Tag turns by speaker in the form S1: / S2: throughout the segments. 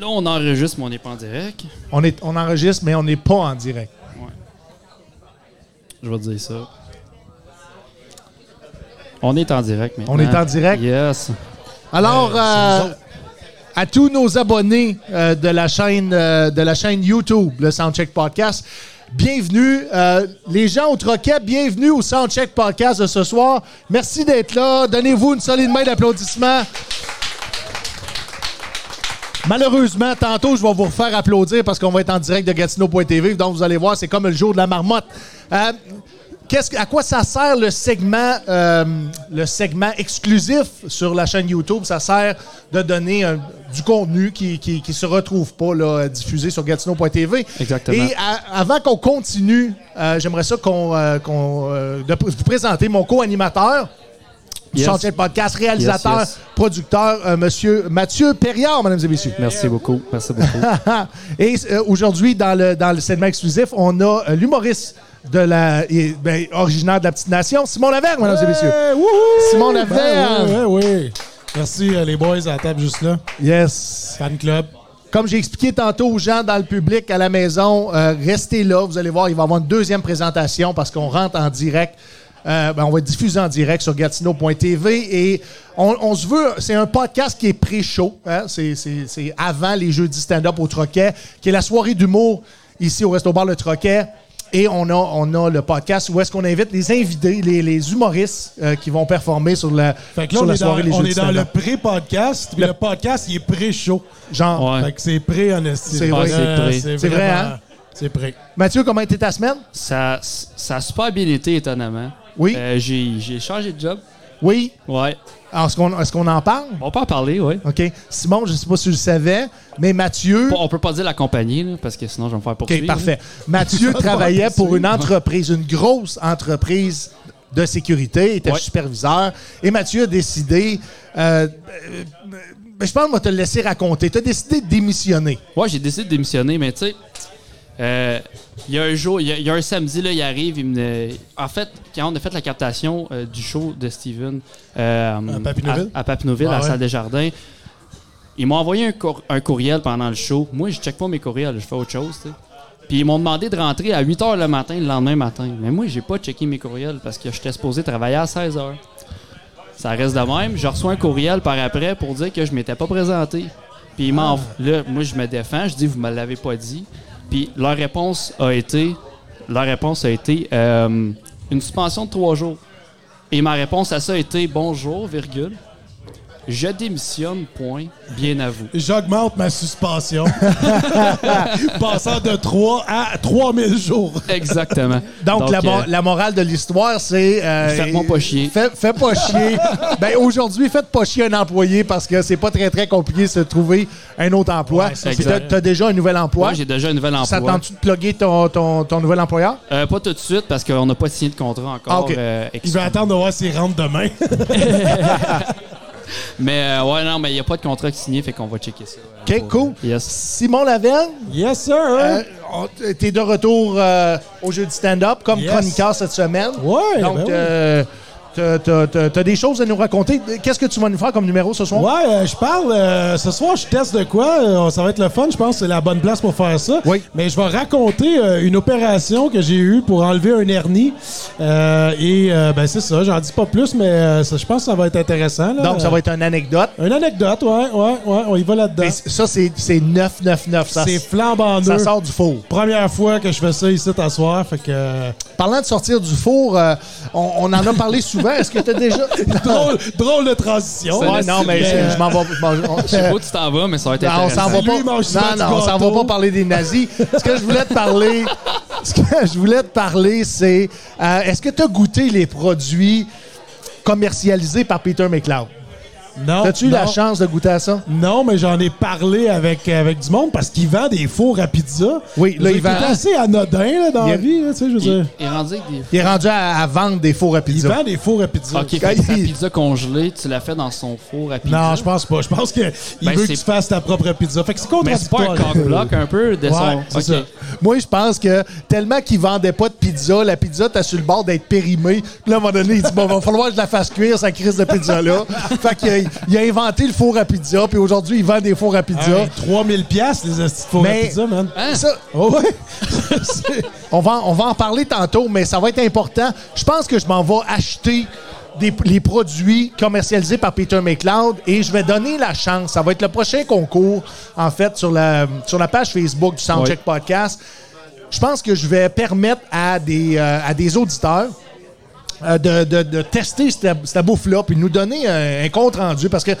S1: Là, on enregistre, mais on n'est pas en direct.
S2: On, est, on enregistre, mais on n'est pas en direct.
S1: Je vais te dire ça. On est en direct maintenant.
S2: On est en direct?
S1: Yes.
S2: Alors, euh, à tous nos abonnés euh, de, la chaîne, euh, de la chaîne YouTube, le Soundcheck Podcast, bienvenue. Euh, les gens au troquet, bienvenue au Soundcheck Podcast de ce soir. Merci d'être là. Donnez-vous une solide main d'applaudissements. Malheureusement, tantôt, je vais vous refaire applaudir parce qu'on va être en direct de Gatineau.tv. Donc, vous allez voir, c'est comme le jour de la marmotte. Euh, qu'est-ce que- à quoi ça sert le segment, euh, le segment exclusif sur la chaîne YouTube? Ça sert de donner euh, du contenu qui ne qui, qui se retrouve pas là, diffusé sur Gatineau.tv.
S1: Exactement.
S2: Et à- avant qu'on continue, euh, j'aimerais ça qu'on, euh, qu'on, euh, de vous présenter mon co-animateur. du
S1: Yes.
S2: Chantier de podcast, réalisateur,
S1: Yes, yes.
S2: producteur, euh, monsieur Mathieu Perriard, mesdames et messieurs.
S1: Merci beaucoup. Merci beaucoup.
S2: Et euh, aujourd'hui, dans le, dans le segment exclusif, on a euh, l'humoriste de la, et, ben, originaire de la Petite Nation, Simon Lavergne, mesdames et messieurs.
S3: Hey, Eh, wouhou!
S2: Simon Lavergne.
S3: Ben oui, ben oui. Merci euh, les boys à la table juste là.
S2: Yes.
S3: Fan club.
S2: Comme j'ai expliqué tantôt aux gens dans le public à la maison, euh, restez là. Vous allez voir, il va y avoir une deuxième présentation parce qu'on rentre en direct. Euh, ben, on va diffuser en direct sur gatineau.tv et on, on se veut, c'est un podcast qui est pré-show, hein. c'est, c'est- c'est avant les jeudis stand-up au Troquet, qui est la soirée d'humour ici au Resto Bar Le Troquet. Et on a, on a le podcast où est-ce qu'on invite les invités, les, les humoristes euh, qui vont performer sur la,
S3: Fait que
S2: sur
S3: là, on
S2: la
S3: est dans,
S2: soirée les
S3: on
S2: jeudis
S3: est dans le
S2: stand-up.
S3: pré-podcast, puis le... podcast, il est pré-show.
S2: Genre,
S1: Ouais.
S3: Fait que c'est pré en esti.
S2: C'est vrai.
S3: Euh,
S1: C'est pré.
S2: C'est vrai,
S3: vraiment-
S2: hein?
S3: C'est pré.
S2: Mathieu, comment était ta semaine?
S1: ça, ça a super bien été, étonnamment.
S2: Oui.
S1: Euh, j'ai, j'ai changé de job.
S2: Oui.
S1: Ouais.
S2: Alors, Ah, est-ce qu'on, est-ce qu'on en parle?
S1: On peut en parler, ouais.
S2: OK. Simon, je ne sais pas si tu le savais, mais Mathieu.
S1: Pas- On peut pas dire la compagnie, là, parce que sinon, je vais me faire poursuivre.
S2: OK, parfait. Mathieu travaillait pour une entreprise, une grosse entreprise de sécurité, il était
S1: Ouais.
S2: superviseur. Et Mathieu a décidé. euh, euh, ben, je pense qu'on va te le laisser raconter. Tu as décidé de démissionner.
S1: Ouais, j'ai décidé de démissionner, mais tu sais, euh, il y a un jour, il y, a- il y a un samedi, là, il arrive, il me. En fait, quand on a fait la captation euh, du show de Steven euh,
S3: Papineauville?
S1: à, à Papineauville, à
S3: Ah
S1: la
S3: ouais.
S1: salle des jardins, ils m'ont envoyé un, cour- un courriel pendant le show. Moi, je check pas mes courriels, je fais autre chose, tu sais. Puis ils m'ont demandé de rentrer à 8 h le matin, le lendemain matin. Mais moi, j'ai pas checké mes courriels parce que j'étais supposé travailler à 16 h. Ça reste de même. Je reçois un courriel par après pour dire que je m'étais pas présenté. Puis ils m'en-
S3: Ah.
S1: là, moi, je me défends. Je dis, vous me l'avez pas dit. Puis leur réponse a été, leur réponse a été euh, une suspension de trois jours. Et ma réponse à ça a été bonjour, virgule. Je démissionne, point. Bien à vous.
S3: J'augmente ma suspension. Passant de 3 à 3000 jours.
S1: Exactement.
S2: Donc, la, mo-
S1: euh,
S2: la morale de l'histoire, c'est. euh,
S1: Faites-moi pas chier.
S2: Fais, fais pas chier. ben, aujourd'hui, faites pas chier un employé parce que c'est pas très, très compliqué de se trouver un autre emploi.
S3: Ouais, c'est
S2: Puis
S1: exact.
S2: t'as- t'as déjà un nouvel emploi.
S1: moi, j'ai déjà un nouvel
S2: Ça
S1: emploi.
S2: tente-tu de plugger ton, ton, ton nouvel employeur?
S1: Euh, pas tout de suite parce qu'on n'a pas signé de contrat encore.
S2: Ah, ok.
S1: euh,
S3: Il va attendre de voir s'il rentre demain.
S1: Mais euh, ouais, non, mais il n'y a pas de contrat signé, fait qu'on va checker ça.
S2: OK, cool.
S1: Yes.
S2: Simon Lavergne,
S3: yes, sir.
S2: euh, on- t'es de retour euh, au jeu du stand-up comme
S3: Yes.
S2: chroniqueur cette semaine.
S3: Ouais,
S2: Donc,
S3: ben oui.
S2: euh, t'as- t'as- t'as t'as des choses à nous raconter. Qu'est-ce que tu vas nous faire comme numéro ce soir?
S3: Ouais, euh, je parle. euh, ce soir, je teste de quoi. euh, ça va être le fun. Je pense que c'est la bonne place pour faire ça.
S2: Oui.
S3: Mais je vais raconter euh, une opération que j'ai eue pour enlever un hernie. Euh, et euh, ben, c'est ça. J'en dis pas plus, mais euh, ça, je pense que ça va être intéressant. là.
S2: Donc, ça va être une anecdote.
S3: Une anecdote, ouais, ouais, ouais. On y va là-dedans.
S2: Et c- ça, c'est c'est 999. Ça,
S3: C'est flambant
S2: ça
S3: neuf.
S2: sort du four.
S3: Première fois que je fais ça ici, t'asseoir. Fait que. euh,
S2: Parlant de sortir du four, euh, on, on en a parlé souvent. Est-ce que t'as déjà...
S3: drôle, drôle de transition.
S2: Ouais, Ah. non, mais je, je m'en vais... je m'en-
S1: Je sais pas où tu t'en vas, mais ça va être
S2: Non, ben, on
S1: intéressant.
S2: s'en va
S3: Lui,
S2: pas.
S3: il mange souvent
S2: Non,
S3: du
S2: non, on s'en va
S3: gâteau.
S2: pas parler des nazis. Ce que je voulais te parler, ce que je voulais te parler, c'est euh, est-ce que tu as goûté les produits commercialisés par Peter McLeod?
S3: Non.
S2: As-tu eu la
S3: Oh, non.
S2: chance de goûter à ça?
S3: Non, mais j'en ai parlé avec, avec du monde parce qu'il vend des fours à pizza.
S2: Oui, là,
S3: Je veux
S2: il vend-
S3: dire, C'est assez anodin là, dans
S2: Il-
S3: la vie, là, tu sais, je veux
S1: Il
S3: dire.
S1: il est rendu avec des.
S2: Il est rendu à, à vendre des fours à
S3: Il
S2: pizza.
S3: vend des fours à pizza.
S1: Ok, fait que sa
S2: il-
S1: pizza congelée, tu l'as fait dans son four à pizza.
S3: Non, je pense pas. Je pense qu'il
S1: Ben,
S3: veut que
S1: c'est-
S3: tu fasses ta propre pizza. Fait que c'est
S1: Mais c'est pas
S3: contradictoire.
S1: un cock-block un peu de son.
S3: Ouais, c'est
S1: Ok.
S3: ça.
S2: Moi, je pense que tellement qu'il vendait pas de pizza, la pizza, t'as sur le bord d'être périmée. Puis là, à un moment donné, il dit, bon, va falloir que je la fasse cuire, sa crise de pizza-là. fait qu'il il a inventé le four à pizza, puis aujourd'hui, il vend des fours à pizza.
S3: Hey, 3000 pièces les astuces pour la
S2: Mais-
S3: pizza, man.
S1: Hein?
S2: Ça,
S3: Oh, ouais.
S2: on, va, on va en parler tantôt, mais ça va être important. Je pense que je m'en vais acheter des, les produits commercialisés par Peter McLeod et je vais donner la chance. Ça va être le prochain concours, en fait, sur la, sur la page Facebook du Soundcheck Podcast. Je pense que je vais permettre à des, euh, à des auditeurs euh, de, de- de tester cette, cette bouffe-là, puis de nous donner euh, un, un compte-rendu, parce que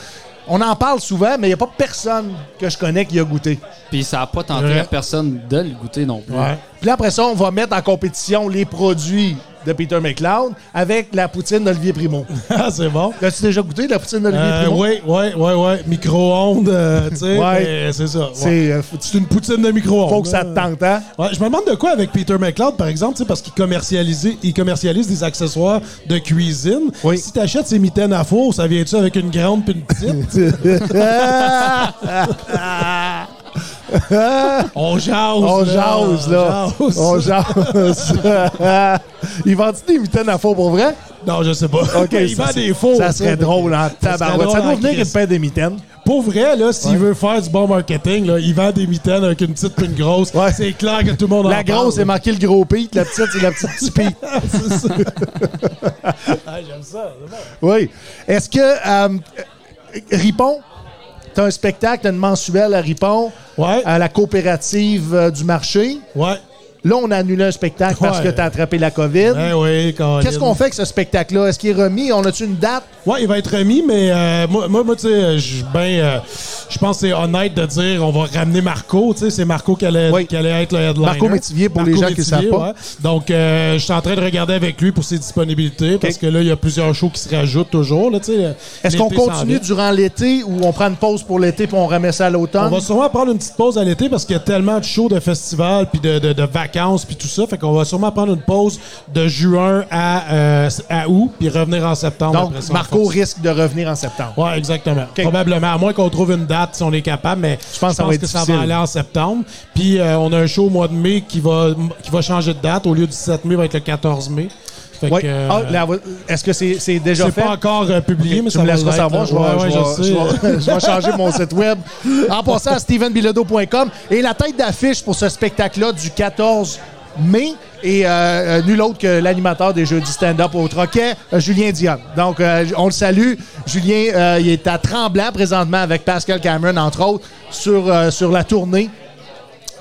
S2: on en parle souvent, mais il n'y a pas personne que je connais qui a goûté.
S1: Puis ça n'a pas tenté
S3: Ouais.
S1: à personne de le goûter non plus.
S3: Ouais.
S2: Puis là, après ça, on va mettre en compétition les produits de Peter McLeod avec la poutine d'Olivier Primo.
S3: Ah, c'est bon.
S2: L'as-tu déjà goûté, la poutine d'Olivier
S3: Euh,
S2: Primo?
S3: oui, oui, oui, oui. Micro-ondes, euh, tu sais.
S2: Ouais.
S3: mais C'est ça. ouais.
S2: C'est, euh, faut,
S3: C'est une poutine de micro-ondes.
S2: faut que ça
S3: hein.
S2: te tente, hein?
S3: Ouais, je me demande de quoi avec Peter McLeod, par exemple, tu sais, parce qu'il commercialise, il commercialise des accessoires de cuisine.
S2: Oui.
S3: Si tu achètes ses mitaines à four, ça vient-tu avec une grande puis une petite? on jase.
S2: On
S3: là,
S2: jase, là.
S3: on jase.
S2: On jase. Ils vendent des mitaines à faux pour vrai?
S3: Non, je sais pas.
S2: OK,
S3: il
S2: ça-
S3: vend des fours.
S2: Ça serait drôle hein. en
S3: serait
S2: tabarouette.
S3: drôle
S2: Ça doit
S3: en
S2: venir une
S3: crise.
S2: paire de mitaines.
S3: Pour vrai, là, s'il veut faire du bon marketing, là, il vend des mitaines avec une petite puis une grosse.
S2: Ouais.
S3: C'est clair que tout le monde en
S2: La grosse est
S3: parle.
S2: marquée le gros pit, la petite, c'est la petite petite pit.
S3: C'est ça. ah, j'aime ça. c'est bon.
S2: Oui. Est-ce que euh, Ripon, t'as un spectacle, t'as une mensuelle à Ripon,
S3: Ouais.
S2: à la coopérative euh, du marché.
S3: Ouais.
S2: Là, on a annulé un spectacle parce
S3: Ouais.
S2: que t'as attrapé la COVID.
S3: Ben oui, Colin.
S2: Qu'est-ce qu'on fait avec ce spectacle-là? Est-ce qu'il est remis? On a-tu une date?
S3: Ouais, il va être remis, mais euh, moi, moi, moi, tu sais, je ben, euh, je pense que c'est honnête de dire on va ramener Marco. Tu sais, c'est Marco qui allait,
S2: Oui.
S3: qui allait être le headliner.
S2: Marco Métivier, pour les gens qui le savent pas.
S3: ouais. Donc, euh, je suis en train de regarder avec lui pour ses disponibilités parce que là, il y a plusieurs shows qui se rajoutent toujours. là, tu sais.
S2: Est-ce qu'on
S3: L'été s'en vient.
S2: continue durant l'été ou on prend une pause pour l'été puis on remet ça à
S3: On
S2: l'automne?
S3: va sûrement prendre une petite pause à l'été parce qu'il y a tellement de shows, de festivals, puis de, de- de vacances, puis tout ça. Fait qu'on va sûrement prendre une pause de juin à, euh, à août, puis revenir en septembre.
S2: Donc,
S3: après ça, en
S2: Marco
S3: force.
S2: risque de revenir en septembre.
S3: Ouais, exactement. Probablement, à moins qu'on trouve une date si on est capable, mais je
S2: pense que
S3: pense,
S2: ça va être
S3: que ça va
S2: difficile.
S3: aller en septembre. Puis euh, on a un show au mois de mai qui va, qui va changer de date. Au lieu du 7 mai, il va être le 14 mai. Fait
S2: Oui.
S3: que, euh,
S2: Ah, la- Est-ce que c'est c'est déjà
S3: c'est
S2: fait?
S3: pas encore euh, publié, mais
S2: tu
S3: ça
S2: me
S3: va
S2: laisseras
S3: l'être,
S2: savoir,
S3: là.
S2: je vais,
S3: Ouais, ouais,
S2: je vais-
S3: sais.
S2: je vais- je vais changer mon site web. En passant à stevenbilodeau.com et la tête d'affiche pour ce spectacle-là du 14 mai et euh, euh, nul autre que l'animateur des jeux du stand-up au Troquet, euh, Julien Dion. Donc, euh, on le salue. Julien, euh, il est à Tremblant présentement avec Pascal Cameron, entre autres, sur, euh, sur la tournée.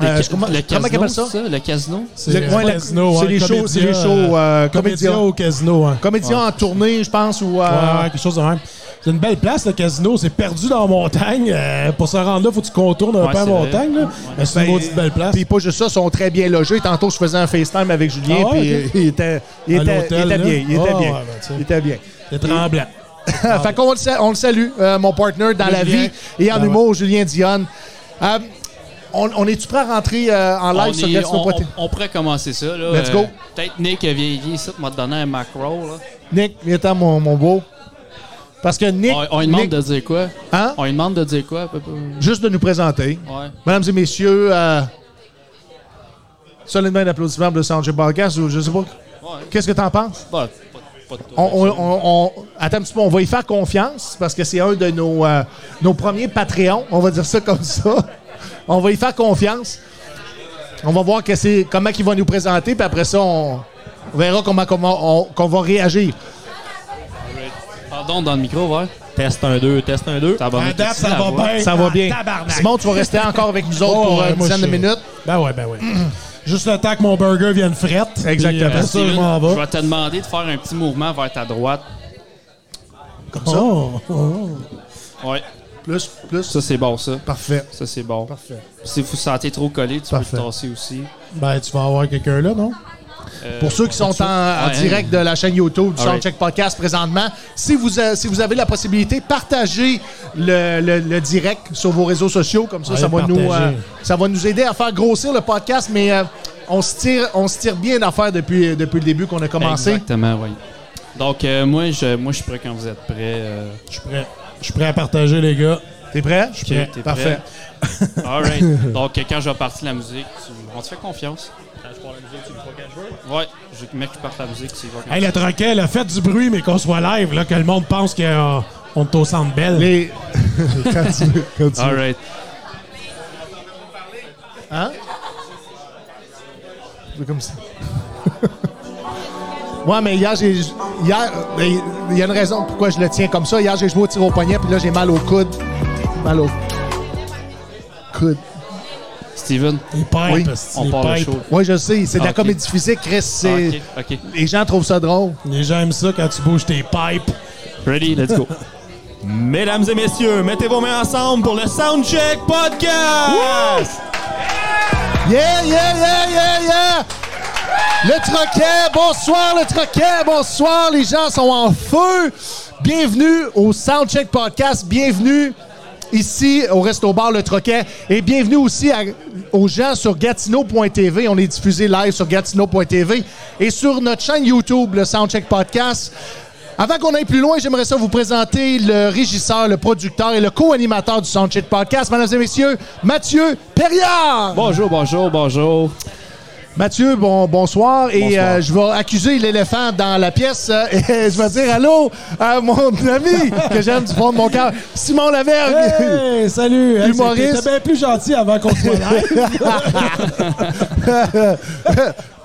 S2: Euh,
S1: Le,
S2: je- comment-
S1: le
S2: comment
S1: casino,
S2: ils appellent ça?
S1: c'est ça? Le casino?
S3: C'est
S2: Le- ouais,
S3: le
S2: la-
S3: casino,
S2: c'est
S3: hein,
S2: les shows- c'est les
S3: Comédia,
S2: shows, euh, Comédia.
S3: Comédia au casino. hein.
S2: Comédien en tournée, je pense, ou... euh,
S3: Ouais, ouais, quelque chose de même. C'est une belle place, le casino. C'est perdu dans la montagne. Euh, pour se rendre là, faut que tu contournes un
S1: Ouais,
S3: peu la
S1: c'est vrai.
S3: montagne. là. Mais c'est une maudite belle place.
S2: Ben, Puis pas juste ça, ils sont très bien logés. Tantôt, je faisais un FaceTime avec Julien,
S3: Ah
S2: puis
S3: ouais, ok.
S2: euh, il était, il
S3: À
S2: était,
S3: l'hôtel,
S2: il était
S3: là.
S2: bien. Il était
S3: Ah
S2: bien.
S3: ouais, ben, tu sais.
S2: il était bien.
S3: C'est tremblant.
S2: fait qu'on le, sa- on le salue, euh, mon partner dans la
S3: Julien.
S2: vie et en
S3: Ben
S2: humour, Julien Dionne. Euh, on, on est-tu prêt à rentrer euh, en live
S1: on,
S2: sur
S1: est-
S2: Gets No
S1: on-
S2: Poté?
S1: on- on pourrait commencer ça. Là, Euh,
S2: Let's go.
S1: Peut-être Nick a vieilli ça pour m'a donné un macro. Là.
S2: Nick, viens-t'en, mon, mon beau. Parce que Nick.
S1: On, on lui demande
S2: Nick-
S1: de dire quoi?
S2: Hein?
S1: On lui demande de dire quoi? peu- peu- Ouais.
S2: Juste de nous présenter. Mesdames et messieurs, euh, solidement d'applaudissements de Sanjay Bargas ou je sais pas.
S1: Ouais.
S2: Qu'est-ce que t'en penses?
S1: Bah, pas, pas de
S2: On, on- on- on- attends un petit peu, on va y faire confiance parce que c'est un de nos, euh, nos premiers Patreons, on va dire ça comme ça. On va y faire confiance. On va voir que c'est- comment il va nous présenter, puis après ça, on, on verra comment, comment on, qu'on va réagir.
S1: Pardon, dans le micro, ouais.
S4: Test 1, 2, test 1, 2.
S1: Ça va
S3: À
S1: mettre
S3: date,
S1: ici,
S3: ça
S1: la
S3: va
S1: voix.
S3: bien.
S2: Ça va
S3: Ah,
S2: bien.
S3: tabarnak.
S2: Simon, tu vas rester encore avec nous autres
S3: Oh,
S2: pour euh,
S3: ouais,
S2: une
S3: moi,
S2: dizaine de
S3: je-
S2: minutes.
S3: Ben ouais, ben ouais. Juste le temps que mon burger vienne frette.
S2: Exactement.
S3: Puis, euh, ça, je
S1: Steven,
S3: m'en
S1: je
S3: vais.
S1: vais te demander de faire un petit mouvement vers ta droite.
S3: Comme ça. Oh, oh.
S1: Ouais.
S2: Plus, plus.
S1: Ça, c'est bon, ça.
S2: Parfait.
S1: Ça, c'est bon.
S2: Parfait.
S1: Si vous sentez trop collé, tu peux
S2: Parfait.
S1: te tasser aussi.
S3: Ben, tu vas avoir quelqu'un là, non?
S2: Pour ceux qui sont en, en
S1: Ouais.
S2: direct de la chaîne YouTube du
S1: All right.
S2: Soundcheck Podcast présentement, si vous, a- si vous avez la possibilité, partagez le, le- le direct sur vos réseaux sociaux. Comme ça,
S3: Ouais,
S2: ça, va
S3: partagez.
S2: nous, euh, ça va nous aider à faire grossir le podcast. Mais euh, on se tire, on se tire bien d'affaires depuis, depuis le début qu'on a commencé.
S1: Exactement, oui. Donc, euh, moi, je, moi, je suis prêt quand vous êtes prêts. euh.
S3: Je suis prêt. Je suis prêt à partager, les gars.
S2: T'es prêt?
S3: suis prêt.
S1: T'es
S2: Parfait.
S1: prêt? All right. Donc, euh, quand je vais partir la musique, tu- on te fait confiance.
S4: je parle la musique, tu me crois quand je veux.
S1: Ouais, je, mec, je parte la musique, tu y vas quand
S3: Hey, le troquet, là, faites du bruit, mais qu'on soit live, là, que le monde pense qu'on On est au centre belle.
S2: Les... quand tu veux, quand tu veux.
S1: All right.
S2: Hein? C'est comme ça. Ouais, mais hier, j'ai. Hier, mais il y a une raison pourquoi je le tiens comme ça. Hier, j'ai joué au tir au poignet, puis là, j'ai mal au coude. Mal au coude.
S1: Steven,
S3: Les pipes.
S2: Oui.
S3: c'est
S1: on
S3: les
S1: part le
S3: pipes.
S1: show.
S2: Oui, je sais, c'est de la
S1: Ok.
S2: comédie physique, Chris.
S1: Ah,
S2: c'est-
S1: ok, ok.
S2: Les gens trouvent ça drôle.
S3: Les gens aiment ça quand tu bouges tes pipes.
S1: Ready, let's go.
S4: Mesdames et messieurs, mettez vos mains ensemble pour le Soundcheck Podcast!
S2: Yeah, yeah, yeah, yeah, yeah! Le troquet, bonsoir le troquet, bonsoir, les gens sont en feu. Bienvenue au Soundcheck Podcast, bienvenue ici au Resto Bar Le Troquet et bienvenue aussi à- aux gens sur Gatineau.tv. On est diffusé live sur Gatineau.tv et sur notre chaîne YouTube, le Soundcheck Podcast. Avant qu'on aille plus loin, j'aimerais ça vous présenter le régisseur, le producteur et le co-animateur du Soundcheck Podcast, mesdames et messieurs, Mathieu Perriard!
S1: Bonjour, bonjour, bonjour.
S2: Mathieu, bon, bonsoir. Et
S1: Bonsoir.
S2: euh, je vais accuser l'éléphant dans la pièce. euh, et je vais dire allô à mon ami que j'aime du fond de mon cœur, Simon Lavergne.
S3: Hey, salut! Hey,
S2: Humoriste.
S3: T'étais bien plus gentil avant qu'on soit là.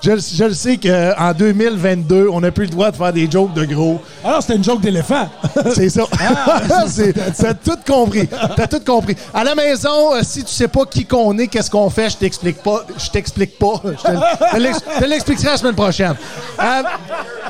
S2: je, le- je le sais qu'en 2022, on n'a plus le droit de faire des jokes de gros.
S3: Alors, c'était une joke d'éléphant.
S2: C'est ça. C'est- T'as tout compris. T'as tout compris. À la maison, euh, si tu sais pas qui qu'on est, qu'est-ce qu'on fait, je t'explique pas. Je t'explique pas. Je te- te l'ex- te l'expliquerai la semaine prochaine. Euh,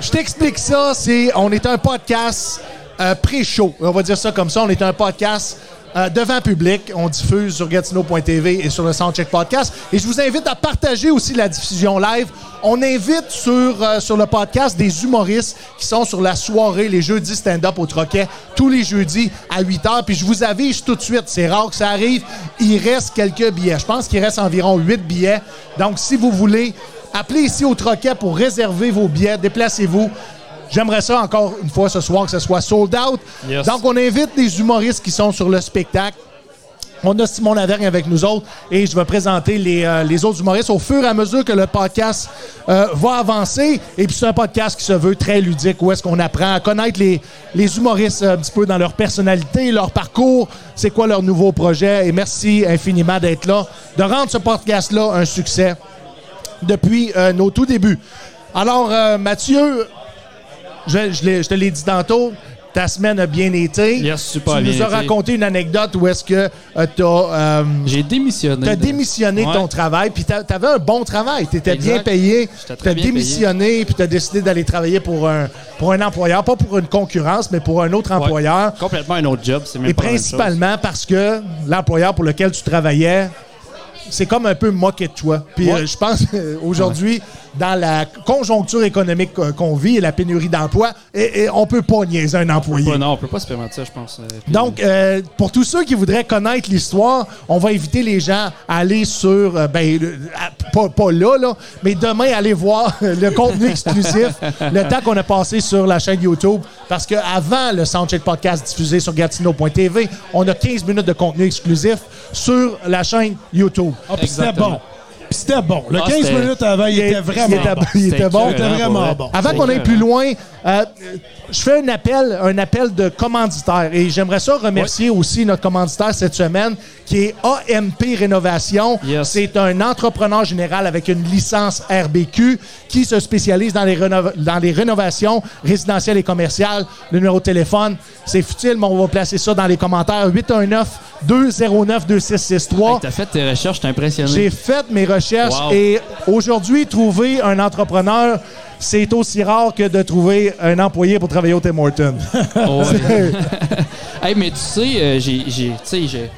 S2: je t'explique ça. C'est, on est un podcast euh, pré-show. On va dire ça comme ça. On est un podcast. euh, devant public, on diffuse sur gatineau.tv et sur le Soundcheck Podcast. Et je vous invite à partager aussi la diffusion live. On invite sur, euh, sur le podcast des humoristes qui sont sur la soirée, les jeudis stand-up au Troquet, tous les jeudis à 8 heures. Puis je vous avise tout de suite, c'est rare que ça arrive, il reste quelques billets. Je pense qu'il reste environ 8 billets. Donc, si vous voulez, appelez ici au Troquet pour réserver vos billets. Déplacez-vous. J'aimerais ça encore une fois ce soir que ce soit sold out.
S1: Yes.
S2: Donc, on invite les humoristes qui sont sur le spectacle. On a Simon Lavergne avec nous autres et je vais présenter les, euh, les autres humoristes au fur et à mesure que le podcast euh, va avancer. Et puis c'est un podcast qui se veut très ludique où est-ce qu'on apprend à connaître les, les humoristes euh, un petit peu dans leur personnalité, leur parcours, c'est quoi leur nouveau projet. Et merci infiniment d'être là, de rendre ce podcast-là un succès depuis euh, nos tout débuts. Alors euh, Mathieu, je, je l'ai- je te l'ai dit tantôt, ta semaine a bien été.
S1: Yes, super
S2: tu
S1: bien
S2: nous as
S1: été.
S2: raconté une anecdote où est-ce que euh, tu as,
S1: J'ai démissionné. de-
S2: démissionné de
S1: Ouais.
S2: ton travail, puis tu avais un bon travail, tu étais
S1: Exact.
S2: bien payé,
S1: J'étais très
S2: tu
S1: bien
S2: as
S1: payé.
S2: démissionné, puis tu as décidé d'aller travailler pour un, pour un employeur, pas pour une concurrence, mais pour un autre
S1: Ouais.
S2: employeur.
S1: Complètement un autre job, c'est même
S2: Et
S1: pas la même chose.
S2: principalement parce que l'employeur pour lequel tu travaillais, c'est comme un peu moqué de toi. Puis
S1: Ouais.
S2: euh, je pense euh, aujourd'hui, dans la conjoncture économique qu'on- qu'on vit et la pénurie d'emplois, et, et on peut pas niaiser un employé.
S1: Ouais, non, on peut pas se permettre ça, je pense. euh, puis-
S2: Donc, euh, pour tous ceux qui voudraient connaître l'histoire, on va inviter les gens à aller sur, euh, ben, le- à- pas, pas là, là, mais demain, aller voir le contenu exclusif, le temps qu'on a passé sur la chaîne YouTube, parce que avant le Soundcheck Podcast diffusé sur gatineau.tv, on a 15 minutes de contenu exclusif sur la chaîne YouTube.
S3: Ah, puis c'était
S1: Exactement.
S3: bon. Puis c'était bon. Le
S1: Ah,
S3: 15
S1: c'était-
S3: minutes avant, il était vraiment
S2: était-
S3: bon.
S2: il était
S1: écœurant,
S2: bon,
S3: il était
S1: pour
S3: vraiment
S1: vrai.
S3: bon.
S2: Avant
S1: C'est
S2: qu'on aille
S1: écœurant.
S2: plus loin, euh, je fais un appel, un appel de commanditaire et j'aimerais ça remercier aussi notre commanditaire cette semaine qui est AMP Rénovation.
S1: Yes.
S2: C'est un entrepreneur général avec une licence RBQ qui se spécialise dans les, rénov- dans les rénovations résidentielles et commerciales. Le numéro de téléphone, c'est futile, mais on va placer ça dans les commentaires. 819 209 2663.
S1: Hey, T'as fait tes recherches, t'es impressionné.
S2: J'ai fait mes recherches
S1: Wow.
S2: et aujourd'hui, trouver un entrepreneur, c'est aussi rare que de trouver un employé pour travailler au Tim Hortons.
S1: Oh, ouais. Hey, mais tu sais, euh, j'ai- j'ai tu sais, j'ai-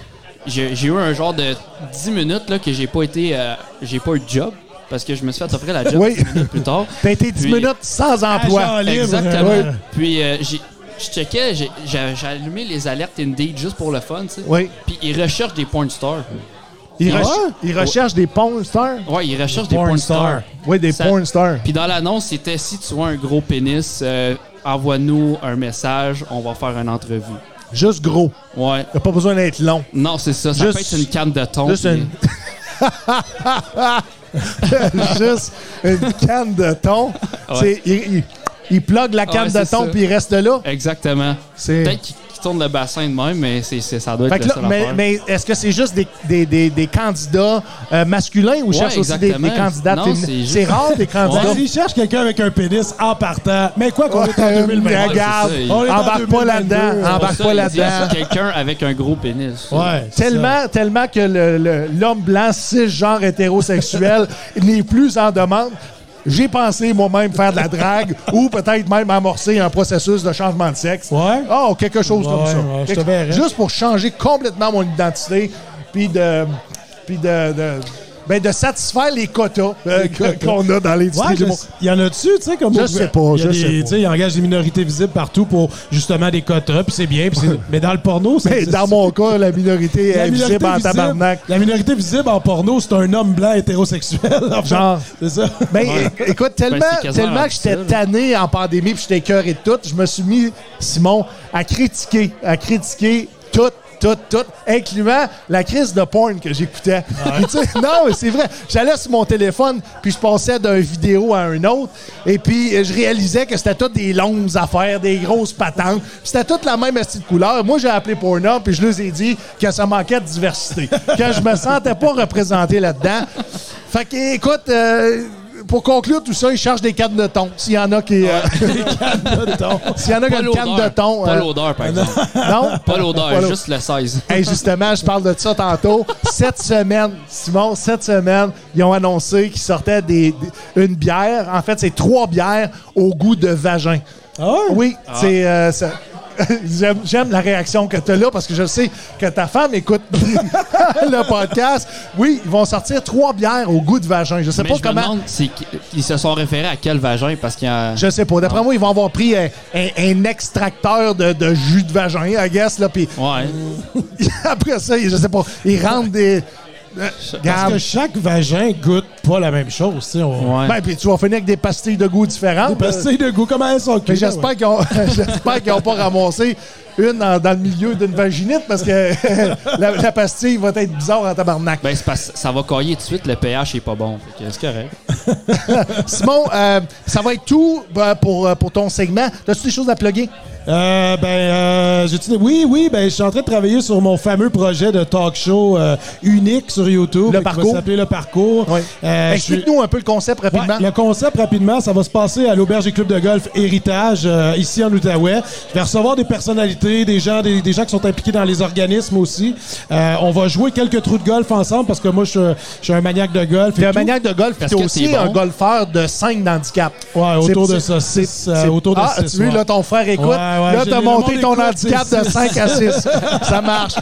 S1: j'ai- j'ai eu un genre de 10 minutes là, que j'ai pas été. euh, j'ai pas eu de job parce que je me suis fait offrir la job
S2: Oui.
S1: 10 minutes plus tard.
S2: T'as été 10
S1: Puis- Ah,
S2: minutes sans emploi.
S3: Agent libre.
S1: Exactement.
S3: Ouais.
S1: Puis euh, j'ai- je checkais, j'ai- j'ai j'ai allumé les alertes Indeed juste pour le fun, tu sais.
S2: Oui.
S1: Puis ils recherchent des porn stars.
S2: Ils,
S1: Ah ouais?
S2: reche- ils recherchent des porn stars.
S1: Ouais, ils recherchent des
S3: Porn
S1: porn
S3: star.
S1: stars.
S2: Oui, des
S1: Ça-
S2: porn stars.
S1: Puis dans l'annonce, c'était si tu as un gros pénis, euh, envoie-nous un message, on va faire une entrevue.
S2: Juste gros.
S1: Ouais.
S2: T'as pas besoin d'être long.
S1: Non, c'est ça. Ça
S2: Juste-
S1: peut être une canne de thon.
S2: Juste
S1: puis-
S2: une... Juste une canne de thon.
S1: Ouais. Ah
S2: C'est- Ils, ils- ils pluguent la canne
S1: Ouais,
S2: de
S1: c'est
S2: thon
S1: ça.
S2: puis ils restent là.
S1: Exactement.
S2: C'est-
S1: Peut-être qu'ils qui tournent le bassin de même, mais c'est, c'est- ça doit
S2: Fait
S1: être
S2: que
S1: le seul
S2: là, mais
S1: affaire.
S2: mais est-ce que c'est juste des, des, des, des candidats euh, masculins ou
S1: Ouais,
S2: cherchent aussi des,
S1: exactement.
S2: des candidats
S1: Non,
S2: féminines?
S1: c'est juste-
S2: C'est rare des candidats.
S3: S'ils cherchent quelqu'un avec un pénis en partant, mais quoi qu'on est en 2020.
S2: Regarde,
S1: Ouais, c'est ça,
S3: il-
S2: embarque pas
S3: On est
S2: là-dedans.
S3: en
S1: Pour
S2: Embarque
S1: ça,
S2: pas
S1: il dit,
S2: là-dedans.
S1: c'est quelqu'un avec un gros pénis.
S3: Ouais, c'est ça.
S2: Tellement, tellement que le- le- l'homme blanc cisgenre hétérosexuel n'est plus en demande. J'ai pensé moi-même faire de la drague ou peut-être même amorcer un processus de changement de sexe.
S3: Ouais.
S2: Oh, quelque chose
S3: Ouais,
S2: comme ça.
S3: ouais, je te
S2: Quelque-
S3: verrais.
S2: Juste pour changer complètement mon identité, puis de, puis de, de- ben, de satisfaire les quotas euh, que- qu'on a dans l'industrie
S3: Ouais,
S2: du
S3: je-
S2: monde.
S3: il y en a-tu, tu sais, comme
S2: Je
S3: au-
S2: sais pas,
S3: il y
S2: je
S3: a des-
S2: sais pas.
S3: tu sais, Ils engagent des minorités visibles partout pour justement des quotas, puis c'est bien. puis c'est- mais dans le porno, ça
S2: Mais
S3: existe.
S2: dans mon cas, la minorité
S3: La
S2: est
S3: minorité
S2: visible en
S3: visible-
S2: tabarnak.
S3: La minorité visible en porno, c'est un homme blanc hétérosexuel. en fait.
S2: Genre.
S3: C'est ça.
S2: Mais é- écoute, tellement,
S1: Ben, c'est quasiment
S2: tellement que
S1: rendu
S2: j'étais
S1: ça, là.
S2: tanné en pandémie puis j'étais cœur et tout, je me suis mis, Simon, à critiquer, à critiquer tout, tout, tout, incluant la crise de porn que j'écoutais. Puis tu sais, non, mais c'est vrai. J'allais sur mon téléphone puis je passais d'une vidéo à un autre et puis euh, je réalisais que c'était toutes des longues affaires, des grosses patentes. Puis C'était toutes la même astuce de couleur. Moi, j'ai appelé Pornhub puis je leur ai dit que ça manquait de diversité, que je me sentais pas représenté là-dedans. Fait que, écoute, euh, pour conclure tout ça, ils cherchent des cannes de thon. S'il y en a qui. euh, S'il y en a qui
S1: Pas
S2: ont une canne
S1: l'odeur.
S2: de thon.
S1: Pas
S2: euh,
S1: l'odeur, par exemple.
S2: non?
S1: Pas l'odeur,
S2: l'odeur.
S1: juste le 16.
S2: Hey, justement, je parle de ça tantôt. Cette semaine, Simon, cette semaine, ils ont annoncé qu'ils sortaient des, des- une bière. En fait, c'est trois bières au goût de vagin.
S3: Ah ouais?
S2: Oui, c'est. euh, ça- J'aime, j'aime la réaction que tu as là parce que je sais que ta femme écoute le podcast. Oui, ils vont sortir trois bières au goût de vagin. Je sais
S1: Mais
S2: pas
S1: je me
S2: comment.
S1: demande, c'est qui- ils se sont référés à quel vagin, parce qu'il y a...
S2: Je sais pas.
S3: Ah.
S2: D'après moi, ils vont avoir pris un, un- un extracteur de, de jus de vagin, I guess, là, puis
S1: Ouais.
S2: après ça, je sais pas, ils rendent des... euh,
S3: Parce que
S2: Garde.
S3: chaque vagin goûte pas la même chose. tu sais, on-
S1: Ouais.
S2: Ben, puis tu vas finir avec des pastilles de goût différentes.
S3: Des pastilles de goût, comment elles sont
S2: Mais
S3: cuites,
S2: j'espère
S3: ouais.
S2: qu'ils ont, j'espère qu'ils ont pas ramassé une dans, dans le milieu d'une vaginite parce que la, la pastille va être bizarre en tabarnak.
S1: Ben, c'est parce que ça va cailler tout de suite, le pH est pas bon. Fait que c'est correct.
S2: Simon, euh, ça va être tout ben, pour, euh, pour ton segment. As-tu des choses à plugger?
S3: Euh, ben, euh, j'ai-tu des- oui, oui, ben, je suis en train de travailler sur mon fameux projet de talk show euh, unique sur YouTube.
S2: Le
S3: qui va
S2: parcours. Ben,
S3: s'appeler Le Parcours. Euh, je suis-
S2: Explique-nous un peu le concept rapidement.
S3: Ouais, le concept, rapidement, ça va se passer à l'Auberge des clubs de golf Héritage, euh, ici en Outaouais. Je vais recevoir des personnalités, des gens, des, des gens qui sont impliqués dans les organismes aussi. Euh, on va jouer quelques trous de golf ensemble parce que moi, je, suis- je suis un maniaque de golf. et
S2: T'es un
S3: tout.
S2: maniaque de golf, puis
S1: Parce
S2: t'es
S1: que
S2: aussi
S1: t'es bon.
S2: un golfeur de 5 d'handicap.
S3: Ouais, autour
S2: C'est-
S3: de ça, six,
S2: c'est-
S3: euh,
S2: c'est-
S3: autour de
S2: Ah,
S3: six,
S2: tu veux,
S3: ouais.
S2: là, ton frère écoute.
S3: Ouais, ouais,
S2: là,
S3: j'ai-
S2: t'as
S3: le
S2: monté
S3: monde
S2: ton
S3: écoute,
S2: handicap
S3: c'est-
S2: de 5 à 6. ça marche.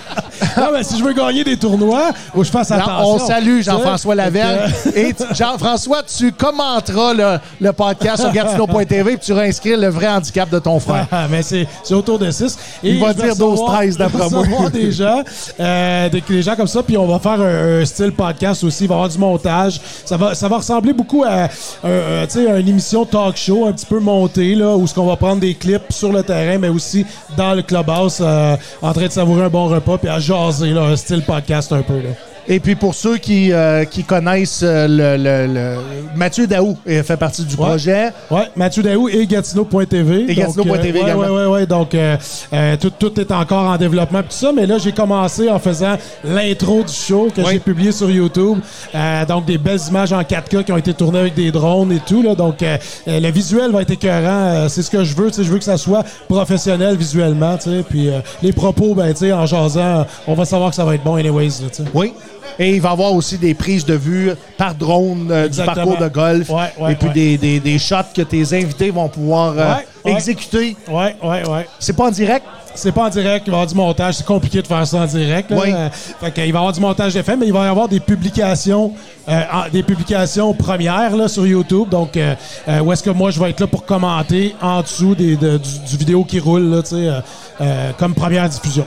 S3: Non, mais si je veux gagner des tournois, faut que je fasse
S2: Non,
S3: attention.
S2: on salue
S3: Tu sais?
S2: Jean-François Lavergne. Et tu- Jean-François, tu commenteras le, le podcast sur Gatineau.tv et tu réinscris le vrai handicap de ton frère.
S3: Ah, mais c'est c'est autour de 6.
S2: Il va dire 12-13 d'après moi.
S3: des gens, euh, des, des gens comme ça, puis on va faire un, un style podcast aussi. Il va y avoir du montage. Ça va, ça va ressembler beaucoup à, euh, tu sais, à une émission talk show un petit peu montée, là, où ce qu'on va prendre des clips sur le terrain, mais aussi dans le clubhouse, euh, en train de savourer un bon repas, puis à jaser, là, un style podcast un peu. Là.
S2: Et puis pour ceux qui, euh, qui connaissent euh, le, le- le- Mathieu Daou euh, fait partie du projet.
S3: Ouais, Mathieu Daou et Gatineau.tv.
S2: Et Gatineau.tv
S3: euh, ouais,
S2: également.
S3: ouais, ouais, ouais. Donc, euh, euh, tout, tout est encore en développement, pis tout ça. Mais là, j'ai commencé en faisant l'intro du show que j'ai publié sur YouTube. Euh, donc, des belles images en 4K qui ont été tournées avec des drones et tout. Là. Donc, euh, euh, le visuel va être écœurant. Euh, c'est ce que je veux. tu sais, Je veux que ça soit professionnel visuellement. tu sais. Puis, euh, les propos, ben, tu sais, en jasant, euh, on va savoir que ça va être bon, anyways. Là, tu sais.
S2: Oui. Et il va y avoir aussi des prises de vue par drone euh, du
S3: Exactement.
S2: parcours de golf.
S3: Ouais, ouais,
S2: et puis
S3: ouais.
S2: des, des- des shots que tes invités vont pouvoir euh,
S3: Ouais, ouais.
S2: exécuter.
S3: ouais, ouais, ouais.
S2: C'est pas en direct?
S3: C'est pas en direct, il va y avoir du montage. C'est compliqué de faire ça en direct. là.
S2: Oui.
S3: Euh, fait que, il va y avoir du montage d'effet, mais il va y avoir des publications, euh, en- des publications premières là, sur YouTube. Donc, euh, euh, où est-ce que moi je vais être là pour commenter en dessous des, de- du, du vidéo qui roule, là, tu sais, euh, euh, comme première diffusion.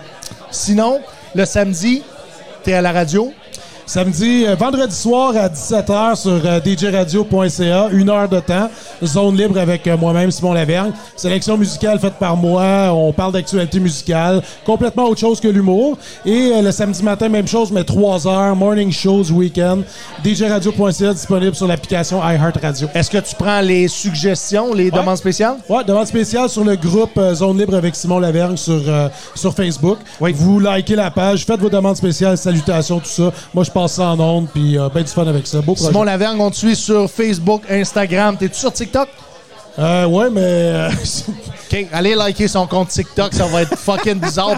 S2: Sinon, le samedi, t'es à la radio.
S3: Samedi, euh, vendredi soir à 17h sur euh, djradio.ca, une heure de temps. Zone libre avec euh, moi-même, Simon Lavergne. Sélection musicale faite par moi. On parle d'actualité musicale. Complètement autre chose que l'humour. Et euh, le samedi matin, même chose, mais 3 heures. Morning shows, week-end. DJRadio.ca disponible sur l'application iHeartRadio.
S2: Est-ce que tu prends les suggestions, les demandes spéciales?
S3: Ouais, demande spéciale sur le groupe euh, Zone Libre avec Simon Lavergne sur, euh, sur Facebook.
S2: Oui.
S3: Vous likez la page, faites vos demandes spéciales, salutations, tout ça. Moi, je passe ça en ondes, puis euh, ben du fun avec ça. Beau projet.
S2: Simon Lavergne, on te suit sur Facebook, Instagram. T'es-tu sur TikTok?
S3: Euh, ouais, mais euh,
S2: OK, allez liker son compte TikTok, ça va être fucking bizarre.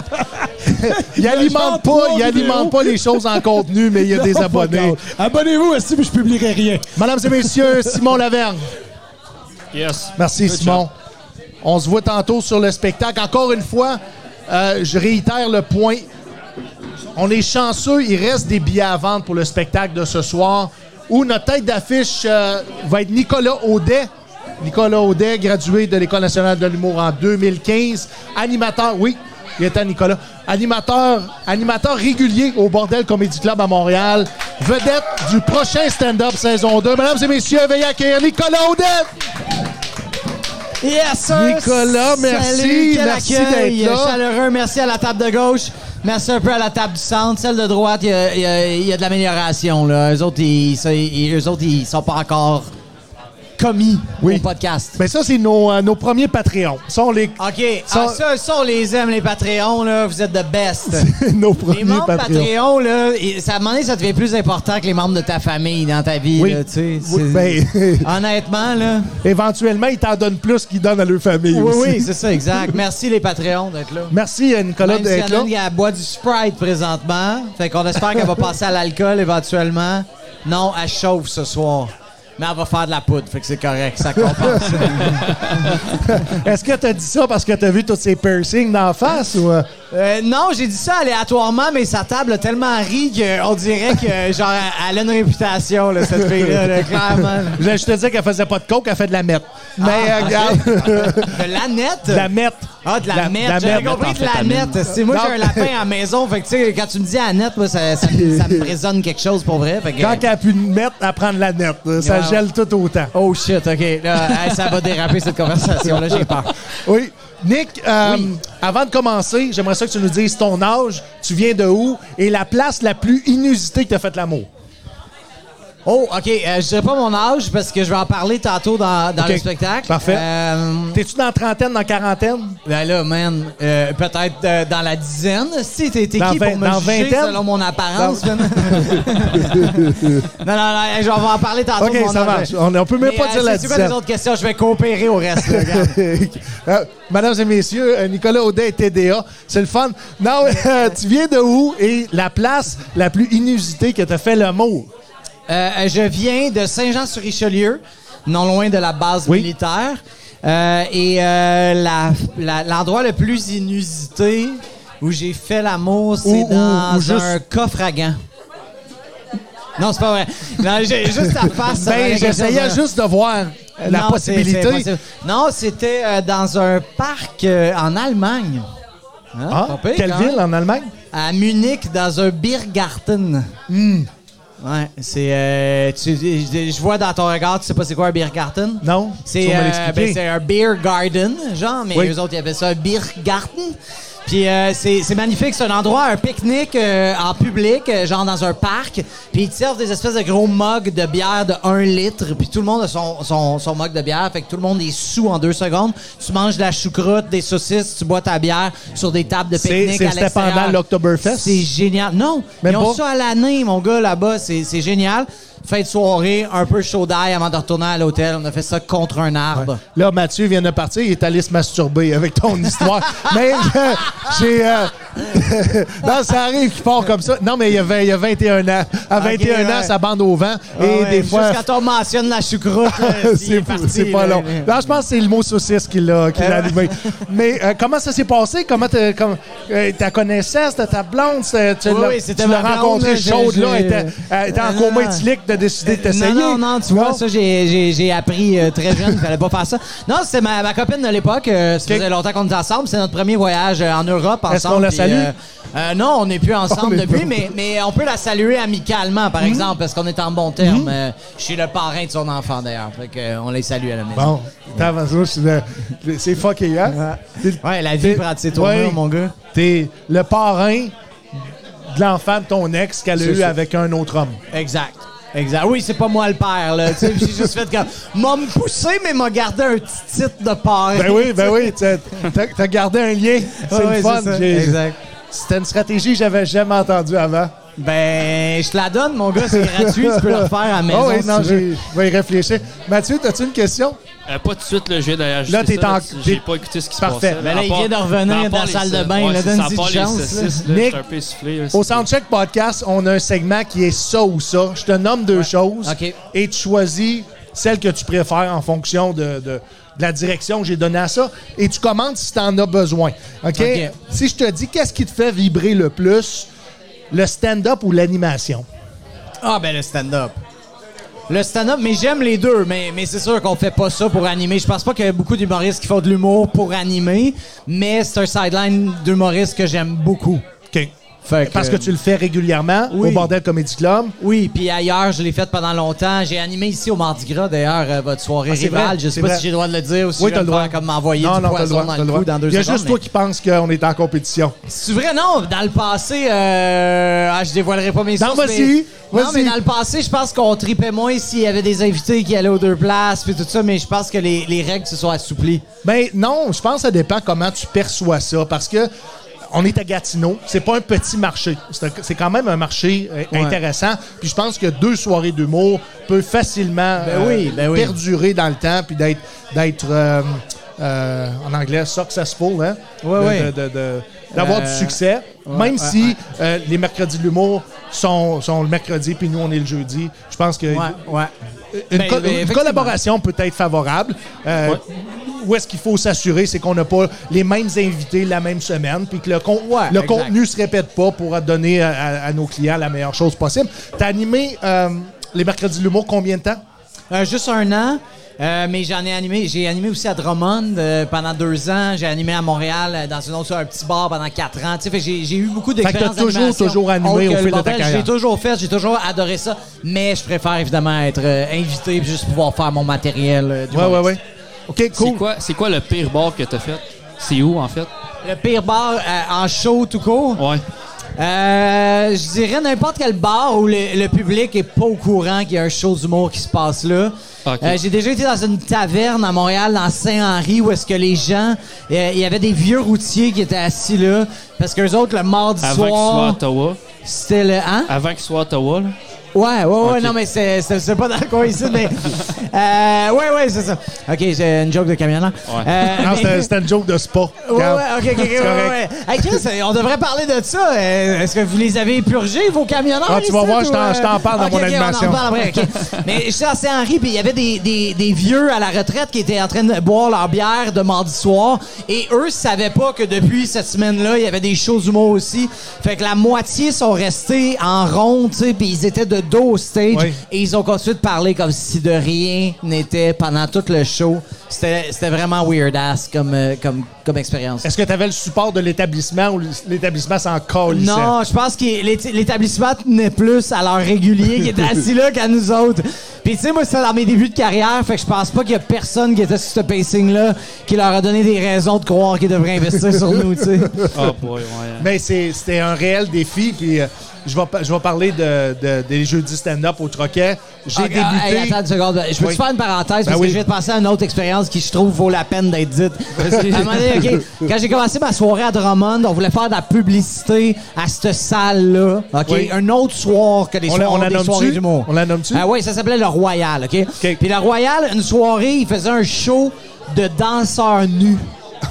S2: il
S3: genre
S2: alimente
S3: trois
S2: pas, il
S3: vidéos.
S2: alimente pas les choses en contenu, mais il y a des
S3: Oh my
S2: abonnés.
S3: God. Abonnez-vous, aussi, puis je publierai rien.
S2: Mesdames et messieurs, Simon Lavergne.
S1: Yes.
S2: Merci
S1: Good
S2: Simon.
S1: job.
S2: On se voit tantôt sur le spectacle. Encore une fois, euh, je réitère le point. On est chanceux, il reste des billets à vendre pour le spectacle de ce soir où notre tête d'affiche euh, va être Nicolas Audet. Nicolas Audet, gradué de l'École nationale de l'humour en 2015, animateur, oui, il était Nicolas, animateur, animateur régulier au Bordel Comedy Club à Montréal, vedette du prochain stand-up saison 2. Mesdames et messieurs, veuillez accueillir Nicolas Audet!
S5: Yes, sir!
S2: Nicolas, merci,
S5: Salut, quel
S2: merci
S5: accueil.
S2: d'être là.
S5: Chaleureux, merci à la table de gauche. Merci un peu à la table du centre. Celle de droite, il y a, il y a- il y a de l'amélioration. Là. Eux autres, ils, ça, ils- eux autres, ils sont pas encore commis
S2: Oui.
S5: au podcast.
S2: Ben ça, c'est nos, euh, nos premiers Patreons. Ça, on les...
S5: OK,
S2: Ben, Ça-
S5: ah, ça, ça, on les aime, les Patreons. Là. Vous êtes the best.
S2: nos
S5: Ah. Les
S2: premiers
S5: membres
S2: Patreons.
S5: Patreon, là, et- ça, à un moment donné, ça devient plus important que les membres de ta famille dans ta vie.
S2: Oui.
S5: là, tu sais.
S2: Oui, ben-
S5: C'est- Honnêtement, là.
S2: Éventuellement, ils t'en donnent plus qu'ils donnent à leur famille
S5: Oui,
S2: aussi.
S5: oui, c'est ça, exact. Merci les Patreons d'être là.
S2: Merci, euh, Nicolas,
S5: Même s'il y en
S2: d'être
S5: a
S2: là.
S5: une qui a- boit du Sprite présentement. Fait qu'on espère qu'elle va passer à l'alcool éventuellement. Non, elle chauffe ce soir. Mais elle va faire de la poudre, fait que c'est correct, ça compense.
S2: Est-ce que t'as dit ça parce que t'as vu tous ces piercings d'en face? ou, euh?
S5: Euh, non, j'ai dit ça aléatoirement, mais sa table a tellement ri qu'on dirait que, genre, elle a une réputation, là, cette fille-là, là, clairement.
S2: Je je te disais qu'elle faisait pas de coke, elle fait de la mette. Mais
S5: Ah,
S2: euh, regarde,
S5: De la nette?
S2: de la mette.
S5: Ah, de la
S2: de la
S5: mette. J'avais
S2: mette,
S5: compris de la
S1: amphétamine.
S5: nette. C'est moi, j'ai un
S2: Non.
S5: lapin à la maison. Fait que, tu sais, quand tu me dis à nette, moi, ça, ça me- ça me résonne quelque chose pour vrai. Fait que,
S2: Quand elle a pu mettre, elle prend de la nette. Ça
S5: Wow.
S2: gèle tout autant.
S5: Oh shit, ok. Là, hey, ça va déraper cette conversation-là, j'ai peur.
S2: Oui. Nick, euh, avant de commencer, j'aimerais ça que tu nous dises ton âge, tu viens de où et la place la plus inusitée que t'as fait l'amour.
S5: Oh, ok. euh, je dirais pas mon âge parce que je vais en parler tantôt dans, dans
S2: Ok,
S5: le spectacle.
S2: parfait.
S5: Euh,
S2: T'es-tu dans la trentaine, dans la quarantaine?
S5: ben là, man, euh, peut-être euh, dans la dizaine. Si, t'es t'es qui
S2: Dans
S5: pour
S2: vingt-
S5: me
S2: dans
S5: juger
S2: vingtaine?
S5: selon mon apparence? man? non, non, non, hey, je vais en parler tantôt.
S2: Ok,
S5: de mon
S2: ça
S5: âge.
S2: marche. On- on peut même
S5: Mais,
S2: pas
S5: euh,
S2: dire la
S5: C'est quoi les
S2: dizaine.
S5: autres questions? Je vais coopérer au reste. là, regarde.
S2: Euh, Mesdames et messieurs, euh, Nicolas Audet est TDA. C'est le fun. Non, euh, tu viens de où et la place la plus inusitée que t'as fait l'amour?
S5: Euh, je viens de Saint-Jean-sur-Richelieu, non loin de la base
S2: Oui.
S5: militaire. Euh, et euh, la- la- l'endroit le plus inusité où j'ai fait l'amour, c'est
S2: Ou- ou-
S5: dans
S2: ou juste-
S5: un coffre à gants. Non, c'est pas vrai. Non, j'ai juste la face. ça valait
S2: Ben,
S5: quelque
S2: j'essayais
S5: chose de-
S2: juste de voir la
S5: Non, c'est- c'est
S2: possibilité.
S5: impossible. Non, c'était euh, dans un parc euh, en Allemagne. Hein,
S2: Ah,
S5: pas pire,
S2: quelle
S5: quand
S2: ville en Allemagne?
S5: à Munich dans un Biergarten.
S2: Hmm.
S5: Ouais, c'est. euh, tu- je, je vois dans ton regard, tu sais pas c'est quoi un Biergarten?
S2: Non?
S5: C'est
S2: Tu vas me
S5: euh,
S2: l'expliquer.
S5: ben, c'est un beer garden, genre, mais
S2: Oui.
S5: eux autres, ils appellent ça un beer garden. Puis euh, c'est c'est magnifique, c'est un endroit, un pique-nique euh, en public, euh, genre dans un parc. Puis ils te servent des espèces de gros mugs de bière de 1 litre. Puis tout le monde a son, son, son mug de bière. Fait que tout le monde est sous en deux secondes. Tu manges de la choucroute, des saucisses, tu bois ta bière sur des tables de
S2: C'est-
S5: pique-nique
S2: c'est-
S5: à
S2: c'était pendant
S5: l'extérieur.
S2: l'Oktoberfest?
S5: C'est génial. Non,
S2: Même
S5: ils
S2: pas?
S5: ont ça à l'année, mon gars, là-bas. C'est c'est génial. Fin de soirée, un peu chaud d'ail avant de retourner à l'hôtel. On a fait ça contre un arbre.
S2: Là, Mathieu vient de partir, il est allé se masturber avec ton histoire. mais euh, j'ai. euh, non, ça arrive qu'il part comme ça. Non, mais il y a, 20 il y a 21 ans. À 21 ans,
S5: ouais. Ah
S2: ça bande au vent. et
S5: Ouais,
S2: des fois.
S5: Juste quand on mentionne la choucroute, euh, il
S2: c'est
S5: est parti,
S2: c'est pas
S5: là.
S2: long. Non, je pense que c'est le mot saucisse qui l'a qui l'a allumé. Mais euh, comment ça s'est passé? Comment t'as comme, euh, ta connaissance, ta, ta blonde, c'est- tu
S5: Oui,
S2: l'as
S5: oui, c'était
S2: tu l'as
S5: ma blonde,
S2: rencontrée
S5: là, j'ai-
S2: chaude, là,
S5: j'ai-
S2: elle était, elle était en
S5: Ah.
S2: coma éthylique t'as décidé de t'essayer.
S5: Euh, Non, non, non, tu vois, ça, j'ai- j'ai j'ai appris euh, très jeune qu'il fallait pas faire ça. Non, c'était ma, ma copine de l'époque. euh, ça
S2: Ok.
S5: faisait longtemps qu'on était ensemble. C'est notre premier voyage euh, en Europe ensemble.
S2: Est-ce qu'on la
S5: puis,
S2: salue?
S5: euh, euh, non, on n'est plus ensemble
S2: On est
S5: depuis,
S2: pas- Mhm.
S5: mais, mais on peut la saluer amicalement, par exemple, parce qu'on est en bon terme. Euh, je suis le parrain de son enfant, d'ailleurs. Fait que, euh, on les salue à la maison.
S2: Bon, t'as raison, c'est le- c'est fucké, hein? T'es-
S5: Ouais, la vie
S2: t'es-
S5: prend de ses tournures,
S2: ouais,
S5: mon gars.
S2: T'es le parrain de l'enfant de ton ex qu'elle a
S5: C'est
S2: eu
S5: ça.
S2: avec un autre homme.
S5: Exact. Exact. Oui, c'est pas moi le père, là. Tu sais, j'ai juste fait comme. M'a me poussé, mais m'a gardé un petit titre de parrain.
S2: Ben oui, ben oui, t'as- t'as t'as gardé un lien. C'est
S5: Ouais,
S2: le
S5: ouais,
S2: fun.
S5: ça.
S2: J'ai-
S5: Exact.
S2: C'était une stratégie que j'avais jamais entendue avant.
S5: Ben, je te la donne, mon gars, c'est gratuit, tu peux le refaire à la maison.
S2: Ah oui,
S5: si
S2: non,
S5: tu veux.
S2: j'ai- je vais y réfléchir. Mathieu, as-tu une question?
S1: Euh, pas tout de suite, là, je viens d'ajuster
S2: Là, t'es
S1: ça,
S2: en-
S1: là, J'ai
S2: t'es-
S1: pas écouté ce qui se
S2: Parfait.
S1: passait.
S5: Mais là,
S1: à
S5: il
S1: part-
S5: vient de revenir
S1: mais à
S5: dans
S1: part
S5: la
S1: les
S5: salle de
S1: saucisses.
S5: bain,
S1: Ouais,
S5: là,
S1: c'est ça,
S5: donne-y
S1: à
S5: du
S1: part les
S5: chance, là.
S1: saucisses, là,
S2: Nick,
S1: j'étais un peu essoufflé, là,
S2: Au
S1: c'est-
S2: Soundcheck Podcast, on a un segment qui est ça ou ça. Je te nomme deux choses
S5: OK.
S2: et tu choisis celle que tu préfères en fonction de, de- de la direction que j'ai donnée à ça et tu commandes si tu en as besoin. OK?
S5: OK.
S2: Si je te dis qu'est-ce qui te fait vibrer le plus, le stand-up ou l'animation?
S5: Ah, ben le stand-up. Le stand-up, mais j'aime les deux, mais, mais c'est sûr qu'on fait pas ça pour animer. Je pense pas qu'il y a beaucoup d'humoristes qui font de l'humour pour animer, mais c'est un sideline d'humoristes que j'aime beaucoup.
S2: OK.
S5: Fait
S2: Parce que tu le fais régulièrement
S5: Euh, Oui.
S2: au Bordel Comedy Club.
S5: Oui, puis ailleurs, je l'ai fait pendant longtemps. J'ai animé ici au Mardi Gras, d'ailleurs, euh, votre soirée
S2: Ah, c'est
S5: rivale.
S2: vrai,
S5: Je sais
S2: c'est
S5: pas
S2: vrai.
S5: si j'ai le droit de le dire ou si
S2: Oui,
S5: je
S2: t'as
S5: vais
S2: le
S5: me
S2: droit.
S5: faire comme m'envoyer
S2: non,
S5: du
S2: non, t'as le
S5: poison
S2: droit.
S5: dans
S2: t'as
S5: le
S2: le
S5: cou
S2: droit.
S5: dans deux
S2: Il y a
S5: secondes,
S2: juste
S5: mais-
S2: toi qui penses qu'on est en compétition.
S5: C'est vrai, non. Dans le passé, euh, ah, je dévoilerai pas mes
S2: Non,
S5: sources.
S2: vas-y,
S5: mais, non,
S2: vas-y.
S5: mais dans le passé, je pense qu'on tripait moins s'il y avait des invités qui allaient aux deux places, puis tout ça, mais je pense que les, les règles se sont assouplies.
S2: Ben non, je pense que ça dépend comment tu perçois ça parce que on est à Gatineau, c'est pas un petit marché, c'est un- c'est quand même un marché euh, intéressant. Puis je pense que deux soirées d'humour peut facilement euh,
S5: Ben oui, ben oui.
S2: perdurer dans le temps puis d'être d'être euh, euh, en anglais successful, hein?
S5: Ouais,
S2: De-
S5: ouais.
S2: de- de- de- d'avoir
S5: Euh,
S2: du succès, même si euh, les mercredis de l'humour sont, sont le mercredi puis nous on est le jeudi. Je pense que
S5: ouais.
S2: une,
S5: Ben,
S2: co-
S5: ben,
S2: une
S5: effectivement.
S2: collaboration peut être favorable. Euh, Où est-ce qu'il faut s'assurer, c'est qu'on n'a pas les mêmes invités la même semaine, puis que le, con- le
S5: exact.
S2: contenu se répète pas pour donner à, à- à nos clients la meilleure chose possible. T'as animé euh, les mercredis de l'humour combien de temps?
S5: Euh, juste un an. euh, mais j'en ai animé. J'ai animé aussi à Drummond euh, pendant deux ans. J'ai animé à Montréal euh, dans une autre, un petit bar pendant quatre ans. Tu sais, fait que j'ai j'ai eu beaucoup
S2: que t'as
S5: d'expérience.
S2: toujours,
S5: d'animation.
S2: toujours animé au
S5: Autre que
S2: fil
S5: le
S2: de ta
S5: bordel, Je l'ai
S2: carrière.
S5: toujours fait. J'ai toujours adoré ça. Mais je préfère évidemment être euh, invité puis juste pouvoir faire mon matériel. euh,
S2: Ouais,
S5: d'humoriste.
S2: ouais, ouais. OK,
S1: C'est
S2: cool.
S1: quoi, c'est quoi le pire bar que t'as fait? C'est où, en fait?
S5: Le pire bar euh, en show tout court.
S1: Ouais.
S5: Euh, je dirais n'importe quel bar où le, le public est pas au courant qu'il y a un show d'humour qui se passe là.
S1: Ok.
S5: Euh, j'ai déjà été dans une taverne à Montréal, dans Saint-Henri, où est-ce que les gens, euh, il y avait des vieux routiers qui étaient assis là, parce qu'eux autres, le mardi
S1: Avant qu'il soit à
S5: soir,
S1: Ottawa.
S5: c'était le... Hein?
S1: Avant qu'il soit à Ottawa, là.
S5: Ouais, ouais, ouais,
S1: Ok.
S5: non, mais c'est, c'est, c'est pas dans le coin ici, mais... euh, ouais, ouais, c'est ça. OK, j'ai une joke de camionneur.
S1: Ouais.
S5: Euh,
S2: Non,
S5: mais-
S2: c'était c'était une joke de spa.
S5: Ouais, ouais,
S2: Regarde.
S5: ok, ok, ok,
S2: C'est
S5: ouais,
S2: correct.
S5: ouais. Hey, Chris, euh, on devrait parler de ça. Euh, Est-ce que vous les avez purgés, vos camionneurs?
S2: Ah, tu
S5: ici,
S2: vas voir, je
S5: ou,
S2: t'en-
S5: euh,
S2: je t'en parle dans
S5: ok,
S2: mon
S5: ok,
S2: animation.
S5: On en parle après, ok. Mais je suis à Saint-Henri, puis il y avait des, des, des vieux à la retraite qui étaient en train de boire leur bière de mardi soir, et eux savaient pas que depuis cette semaine-là, il y avait des shows d'humour aussi. Fait que la moitié sont restés en rond, tu sais, puis ils étaient de dos au stage,
S2: Oui.
S5: et ils ont continué de parler comme si de rien n'était pendant tout le show. C'était c'était vraiment weird ass comme, euh, comme, comme expérience.
S2: Est-ce que tu avais le support de l'établissement ou l'établissement s'en calissait?
S5: Non, je pense que l'éti- l'établissement tenait plus à leur régulier qui était assis là qu'à nous autres. Puis tu sais, moi, c'était dans mes débuts de carrière, fait que je pense pas qu'il y a personne qui était sur ce pacing-là qui leur a donné des raisons de croire qu'ils devraient investir sur nous, tu sais.
S1: Ah, boy, ouais.
S2: Mais Ben, c'est- c'était un réel défi. Puis euh, je vais pa- je vais parler de, de- des jeux du stand-up au Troquet. J'ai
S5: Ah,
S2: débuté.
S5: hey, attends une seconde. Je peux-tu
S2: Oui. Ben
S5: faire une parenthèse? Parce
S2: oui.
S5: que je viens de penser à une autre expérience qui, je trouve, vaut la peine d'être dite. À un moment donné, OK, Quand j'ai commencé ma soirée à Drummond, on voulait faire de la publicité à cette salle-là. OK?
S2: Oui.
S5: Un autre soir que les
S2: On la-
S5: soirs
S2: on la
S5: des
S2: nomme-tu?
S5: soirées d'humour.
S2: On la nomme-tu?
S5: Ah oui, ça s'appelait le Royal. OK? Puis le Royal, une soirée, il faisait un show de danseurs nus.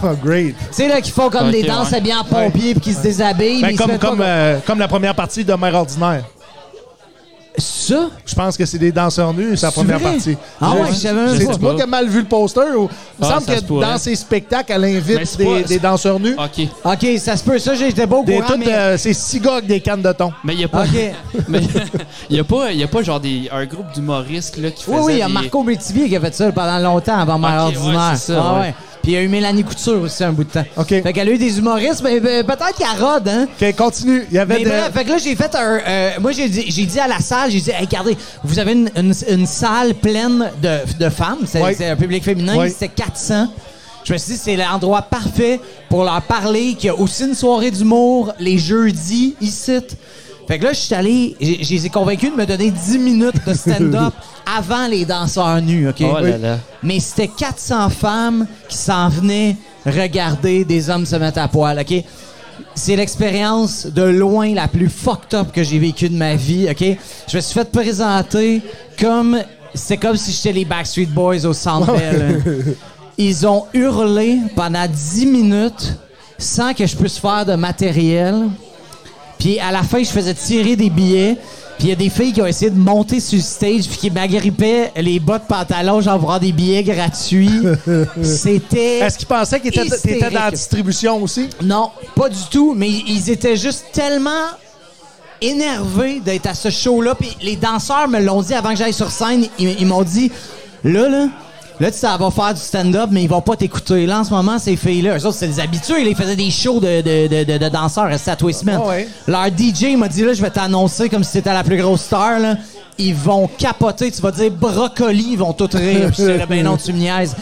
S2: Oh, great.
S5: Tu sais, là, qui font comme
S1: Ok,
S5: des danses
S1: ouais.
S5: habillées en pompier puis qui se déshabillent.
S2: Ben,
S5: mais ils se
S2: comme,
S5: mettent pas-
S2: comme, euh, comme la première partie de Mère Ordinaire.
S5: Ça?
S2: Je pense que c'est des danseurs nus, sa première
S5: vrai?
S2: partie.
S5: Ah
S2: Je-
S5: ouais, je savais même
S1: pas.
S2: C'est moi qui ai mal vu le poster. Ou... Il me
S1: Ah,
S2: semble
S1: ça
S2: que
S1: se pourrait.
S2: dans ses spectacles, elle
S1: Mais
S2: invite
S1: c'est
S2: des,
S1: pas- Ah.
S2: des danseurs nus.
S1: OK.
S5: OK, ça se peut. Ça, j'étais beau au
S2: Des,
S5: courant,
S2: toutes,
S5: mais-
S2: euh, c'est six gars avec des cannes de thon.
S1: Mais il n'y a pas.
S5: OK.
S1: mais il n'y a, pas- y a pas genre des, un groupe d'humoristes là, qui faisait.
S5: Oui, oui, il y a
S1: des-
S5: Marco Métivier qui a fait ça pendant longtemps avant Mère
S1: ouais,
S5: ordinaire.
S1: c'est ça,
S5: Ah
S1: ouais.
S5: Puis il y a eu Mélanie Couture aussi un bout de temps.
S2: OK.
S5: Fait qu'elle a eu des humoristes, mais euh, peut-être qu'elle rôde, hein?
S2: OK, continue. Il y avait
S5: Mais
S2: de-
S5: bref, fait que là, j'ai fait un. euh, moi, j'ai dit, j'ai dit à la salle, j'ai dit, Hey, regardez, vous avez une, une- une salle pleine de, de femmes, c'est,
S2: Ouais.
S5: c'est un public féminin,
S2: Ouais.
S5: c'était 400. Je me suis dit, c'est l'endroit parfait pour leur parler, qu'il y a aussi une soirée d'humour les jeudis, ici. Fait que là, je suis allé, j'ai, j'ai les ai convaincus de me donner 10 minutes de stand-up avant les danseurs nus, OK?
S1: Oh là là.
S5: Mais c'était 400 femmes qui s'en venaient regarder des hommes se mettre à poil, OK? C'est l'expérience de loin la plus fucked up que j'ai vécue de ma vie, OK? Je me suis fait présenter comme... C'était comme si j'étais les Backstreet Boys au Centre Bell. hein. Ils ont hurlé pendant 10 minutes sans que je puisse faire de matériel. Puis à la fin, je faisais tirer des billets. Puis il y a des filles qui ont essayé de monter sur le stage puis qui m'agrippaient les bas de pantalon, genre pour avoir des billets gratuits. C'était...
S2: Est-ce qu'il pensait qu'il était
S5: Hystérique.
S2: t'étais dans la distribution aussi?
S5: Non, pas du tout, mais ils étaient juste tellement énervés d'être à ce show-là. Puis les danseurs me l'ont dit avant que j'aille sur scène. Ils, ils m'ont dit Là, là, là, tu sais, elle va faire du stand-up, mais ils vont pas t'écouter. Là, en ce moment, ces filles-là, eux autres, c'est des habitués. là, ils faisaient des shows de, de, de, de, de danseurs restaient à tous les semaines.
S2: Ah ouais.
S5: Leur DJ m'a dit Là, je vais t'annoncer comme si t'étais la plus grosse star. Là. Ils vont capoter. Tu vas dire brocoli ils vont tout rire. Puis c'est là, ben non, tu me niaises.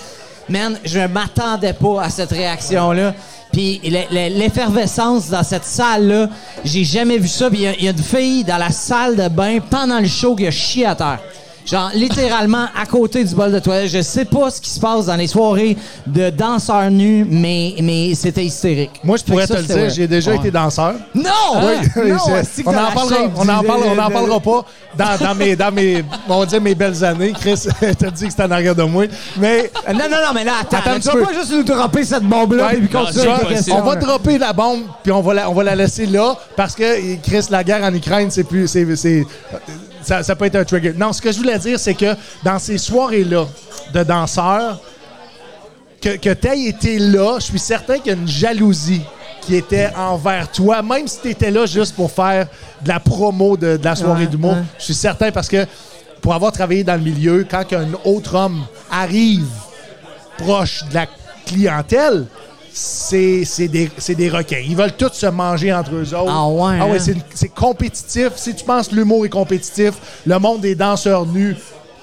S5: Man, je m'attendais pas à cette réaction-là. Puis le- le- l'effervescence dans cette salle-là, j'ai jamais vu ça. Puis il y a- il y, a une fille dans la salle de bain pendant le show qui a chié à terre. Genre, littéralement, à côté du bol de toilette. Je sais pas ce qui se passe dans les soirées de danseurs nus, mais, mais c'était hystérique.
S2: Moi, je
S5: Fait
S2: pourrais
S5: que ça,
S2: te le
S5: c'était
S2: dire,
S5: vrai.
S2: j'ai déjà été danseur.
S5: Non! Ah!
S2: Oui,
S5: Non!
S2: c'est-
S5: est-ce que
S2: on
S5: t'as
S2: en
S5: la
S2: parlera,
S5: shape
S2: on en
S5: du-
S2: parle, on en
S5: de-
S2: parlera pas dans, dans mes, dans mes, on va dire mes belles années. Chris, t'as dit que c'était en arrière de moi, mais
S5: Euh, Non, non, non, mais là, attends.
S2: Attends
S5: là,
S2: un
S5: tu
S2: petit
S5: peux
S2: peu.
S5: pas juste nous dropper cette bombe-là
S2: Ouais,
S5: et puis
S2: non,
S5: continuer
S1: c'est
S5: avec la
S1: impossible.
S5: question,
S2: on va
S5: là.
S2: dropper la bombe puis on va la, on va la laisser là parce que Chris, la guerre en Ukraine, c'est plus, c'est, c'est- ça, ça peut être un trigger. Non, ce que je voulais dire, c'est que dans ces soirées là de danseurs, que, que t'aies été là, je suis certain qu'il y a une jalousie qui était envers toi, même si tu étais là juste pour faire de la promo de, de la soirée
S5: Ouais,
S2: d'humour.
S5: ouais.
S2: Je suis certain parce que pour avoir travaillé dans le milieu, quand un autre homme arrive proche de la clientèle, c'est c'est des, c'est des requins. Ils veulent tous se manger entre eux autres.
S5: Ah ouais,
S2: Ah ouais,
S5: hein?
S2: c'est une- c'est compétitif. Si tu penses que l'humour est compétitif, le monde des danseurs nus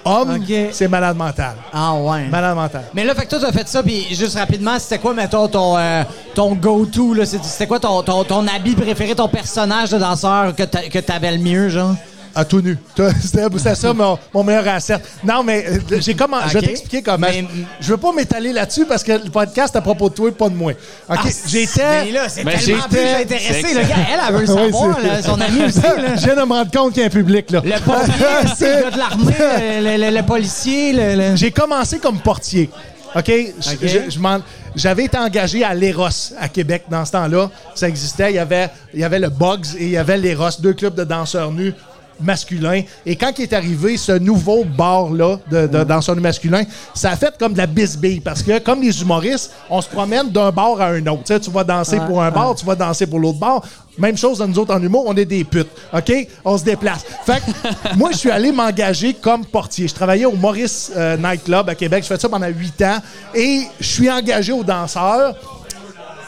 S2: hommes,
S5: Ok.
S2: c'est malade mental.
S5: Ah, ouais.
S2: Malade mental.
S5: Mais là, fait que toi, t'as fait ça, puis juste rapidement, c'était quoi, mettons, ton, euh, ton go-to, là? C'était c'était quoi ton, ton, ton habit préféré, ton personnage de danseur que t'a- que t'avais le mieux, genre?
S2: À tout nu. T'as- C'était c'était ça mon, mon meilleur asset. Non, mais euh, j'ai comment. Je vais
S5: Ok.
S2: t'expliquer comment.
S5: Mais-
S2: je veux pas m'étaler là-dessus parce que le podcast est à propos de toi et pas de moi. OK.
S5: Ah, Mais
S2: J'étais.
S5: là, c'est
S1: Mais
S5: tellement plus
S1: j'étais-
S5: intéressé,
S1: c'est
S5: là. Regarde, Elle, elle veut le
S2: Ouais,
S5: savoir,
S2: c'est-
S5: là, son ami aussi, là.
S2: Je viens de me rendre compte qu'il y a un public là.
S5: Le pompier, c'est le gars de l'armée, le, le- le- le policier, le... le-
S2: J'ai commencé comme portier. OK? J- je- je m'en- J'avais été engagé à l'Eros à Québec dans ce temps-là. Ça existait. Il y avait, il y avait le Bugs et il y avait l'Eros, deux clubs de danseurs nus masculins. Et quand il est arrivé ce nouveau bar-là de, de danseurs nus masculins, ça a fait comme de la bisbille parce que, comme les humoristes, on se promène d'un bar à un autre. Tu, sais, tu vas danser pour un bar, tu vas danser pour l'autre bar. Même chose dans nous autres en humour, on est des putes. OK? On se déplace. Fait que moi, je suis allé m'engager comme portier. Je travaillais au Maurice euh, Nightclub à Québec. Je fais ça pendant huit ans. Et je suis engagé aux danseurs.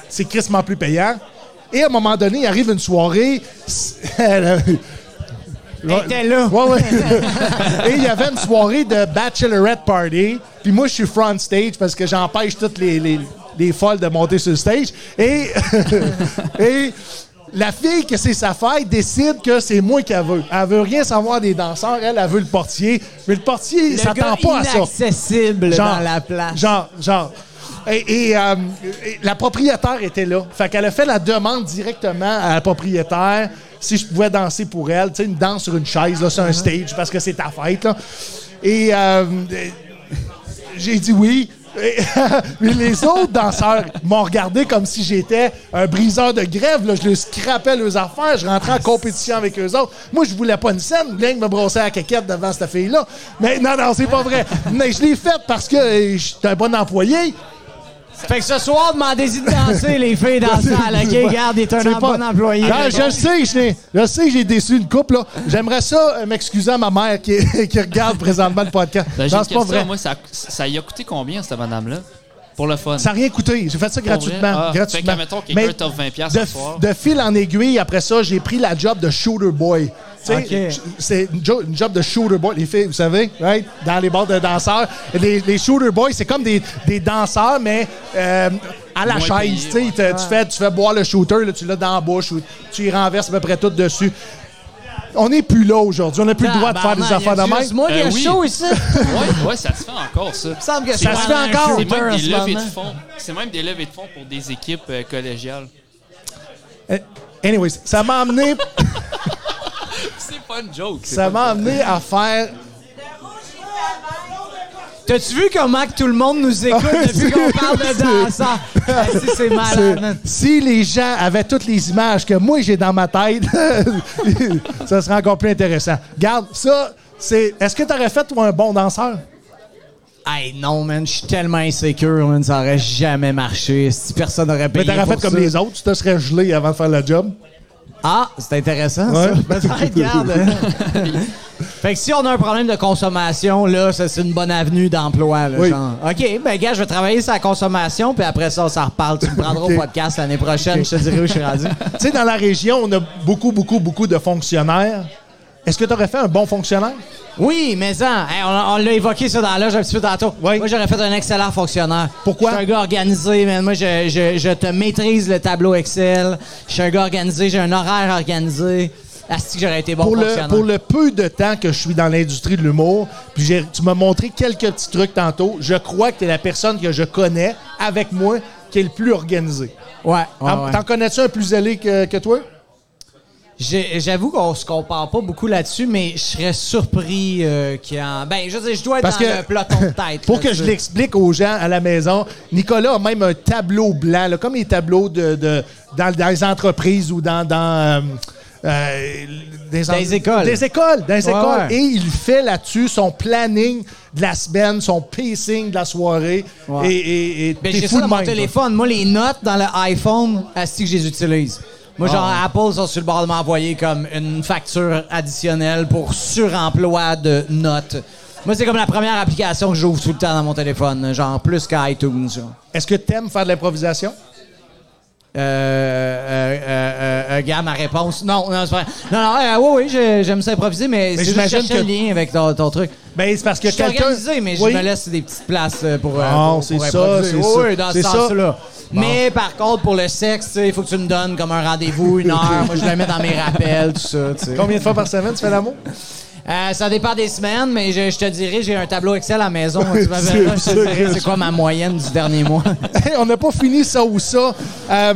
S2: C'est crissement plus payant. Et à un moment donné, il arrive une soirée.
S5: Elle était là.
S2: Ouais, ouais. Et il y avait une soirée de Bachelorette Party. Puis moi, je suis front stage parce que j'empêche toutes les, les, les folles de monter sur le stage. Et, et la fille que c'est sa fête décide que c'est moi qu'elle veut. Elle veut rien savoir des danseurs. Elle, elle veut le portier. Mais le portier, il
S5: Le
S2: s'attend
S5: gars
S2: pas à ça.
S5: inaccessible dans la place.
S2: Genre, genre. Et, et, euh, et la propriétaire était là. Fait qu'elle a fait la demande directement à la propriétaire si je pouvais danser pour elle. Tu sais, une danse sur une chaise, là, sur
S5: Uh-huh.
S2: un stage, parce que c'est ta fête, là. Et euh, euh, j'ai dit oui. Et, mais les autres danseurs m'ont regardé comme si j'étais un briseur de grève. Là. Je leur scrapais leurs affaires. Je rentrais en compétition avec eux autres. Moi, je voulais pas une scène. Bien que me brosser à la caquette devant cette fille-là. Mais non, non, c'est pas vrai. Mais je l'ai faite parce que euh, j'étais un bon employé.
S5: Fait que ce soir, demandez-y de danser, les filles, dans la salle. OK, regarde, il est un
S2: C'est pas-
S5: bon employé.
S2: Non, je le sais, je, l'ai- je le sais que j'ai déçu une couple. là. J'aimerais ça euh, m'excuser à ma mère qui, qui regarde présentement le podcast.
S1: Ben, j'ai
S2: non,
S1: une
S2: c'est pas
S1: question.
S2: vrai.
S1: Moi, ça, ça y a coûté combien, cette madame-là? Pour le fun.
S2: Ça n'a rien coûté. J'ai fait ça
S1: Pour vrai?
S2: gratuitement.
S1: Ah,
S2: gratuitement.
S1: Fait que, mettons, quelqu'un
S2: Mais
S1: t'offre 20$ piastres
S2: de,
S1: ce soir.
S2: de fil en aiguille, après ça, j'ai pris la job de shooter boy. Tu sais,
S5: Ok.
S2: j- C'est une, jo- une job de shooter boy. Les filles, vous savez, right? dans les bars de danseurs, les, les shooter boys, c'est comme des, des danseurs, mais euh, à la
S1: Moins
S2: chaise.
S1: payés,
S2: tu sais,
S1: ouais.
S2: te- tu, fais, tu fais boire le shooter, là, tu l'as dans la bouche, ou tu y renverses à peu près tout dessus. On n'est plus là aujourd'hui. On n'a plus le droit de faire des affaires de même.
S5: Moi, il y a
S1: Euh, oui.
S5: chaud ici.
S1: Ouais, ouais, ça se fait encore, ça.
S5: Il semble que
S1: C'est
S5: ça
S1: même-
S2: se fait
S5: un
S2: encore.
S1: C'est
S5: shooter
S1: même
S5: en
S1: des
S5: ce
S1: levées de
S5: moment.
S1: fonds. C'est même des levées de fonds pour des équipes euh, collégiales.
S2: Euh, Anyways, ça m'a amené,
S1: C'est pas une joke. c'est
S2: ça
S1: pas-
S2: m'a amené à faire
S5: T'as-tu vu comment que tout le monde nous écoute
S2: Ah,
S5: depuis qu'on
S2: c'est-
S5: parle de
S2: c'est-
S5: dansant? Ah, si, c'est malade, man.
S2: Si les gens avaient toutes les images que moi j'ai dans ma tête, ça serait encore plus intéressant. Garde, ça, c'est. Est-ce que tu aurais fait toi, un bon danseur?
S5: Ben, Hey, non, man, je suis tellement insécure, man, ça aurait jamais marché. Si personne n'aurait
S2: Mais
S5: payé
S2: t'aurais
S5: pour
S2: fait comme
S5: ça.
S2: les autres, tu te serais gelé avant de faire le job.
S5: Ah, c'est intéressant, ça.
S2: Ouais.
S5: Ben, regarde. hein. fait que si on a un problème de consommation, là, ça, c'est une bonne avenue d'emploi, là,
S2: Oui.
S5: genre. OK, ben, gars, je vais travailler sur la consommation, puis après ça, on s'en reparle. Tu me prendras
S2: Ok.
S5: au podcast l'année prochaine, je te dirai où je suis rendu.
S2: tu sais, dans la région, on a beaucoup, beaucoup, beaucoup de fonctionnaires. Est-ce que tu aurais fait un bon fonctionnaire?
S5: Oui, mais ça, hein, on, on l'a évoqué ça dans la loge un petit peu tantôt.
S2: Oui.
S5: Moi, j'aurais fait un excellent fonctionnaire.
S2: Pourquoi?
S5: Je suis un gars organisé, man. Moi, je, je- je te maîtrise le tableau Excel. Je suis un gars organisé, j'ai un horaire organisé. Asti que j'aurais été bon
S2: Pour le,
S5: fonctionnaire.
S2: pour le peu de temps que je suis dans l'industrie de l'humour, puis j'ai- tu m'as montré quelques petits trucs tantôt, je crois que tu es la personne que je connais avec moi qui est le plus organisée.
S5: Ouais, ouais,
S2: T'en-
S5: Ah ouais.
S2: T'en connais-tu un plus zélé que, que toi?
S5: J'ai- J'avoue qu'on se compare pas beaucoup là-dessus, mais je serais surpris euh, qu'il y en... Ben, je veux dire, je dois être
S2: Parce
S5: dans
S2: que-
S5: le peloton de tête.
S2: Pour
S5: là,
S2: que
S5: tu
S2: je
S5: sais.
S2: l'explique aux gens à la maison, Nicolas a même un tableau blanc, là, comme les tableaux de, de- dans, dans les entreprises ou dans, dans, euh, euh, des, en-
S5: Des écoles.
S2: Des écoles, dans les
S5: Ouais,
S2: écoles.
S5: ouais.
S2: Et il fait là-dessus son planning de la semaine, son pacing de la soirée.
S5: Ouais.
S2: Et, et, et
S5: Ben,
S2: t'es
S5: j'ai
S2: fou
S5: ça dans
S2: de
S5: mon
S2: même, toi.
S5: téléphone. Moi, les notes dans le iPhone, asti que je les utilise.
S2: Ah
S5: Moi, genre, Apple sont sur le bord de m'envoyer comme une facture additionnelle pour suremploi de notes. Moi, c'est comme la première application que j'ouvre tout le temps dans mon téléphone, genre plus qu'iTunes. genre.
S2: Est-ce que t'aimes faire de l'improvisation?
S5: Euh, euh, euh, euh, euh, gars, ma réponse. Non, non, c'est pas vrai. Non, non, euh, oui, oui, j'ai- j'aime ça improviser, mais, c'est juste
S2: j'imagine
S5: chercher le
S2: que-
S5: lien avec ton, ton truc.
S2: Ben, c'est parce que
S5: Je suis
S2: quelqu'un.
S5: organisé, mais
S2: Oui.
S5: je me laisse des petites places euh, pour. euh,
S2: Non,
S5: pour-
S2: c'est
S5: pour
S2: ça,
S5: improviser.
S2: c'est
S5: Oui,
S2: ça,
S5: oui, dans ce
S2: c'est ça.
S5: sens-là. Mais par contre, pour le sexe, tu sais, il faut que tu me donnes comme un rendez-vous, une heure. Moi, je le mets dans mes rappels, tout ça. tu sais.
S2: Combien de fois par semaine tu fais l'amour?
S5: Euh, ça dépend des semaines, mais je, je te dirais, j'ai un tableau Excel à la maison. Tu m'appelleras, je te dirai c'est quoi ma moyenne du dernier mois.
S2: Hey, on n'a pas fini ça ou ça. Euh,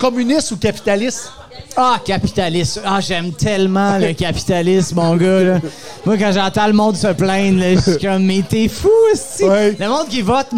S2: communiste ou capitaliste?
S5: Ah, capitaliste. Ah, j'aime tellement le capitalisme, mon gars. là. Moi, quand j'entends le monde se plaindre, là, je suis comme, mais t'es fou aussi.
S2: Ouais.
S5: Le monde qui vote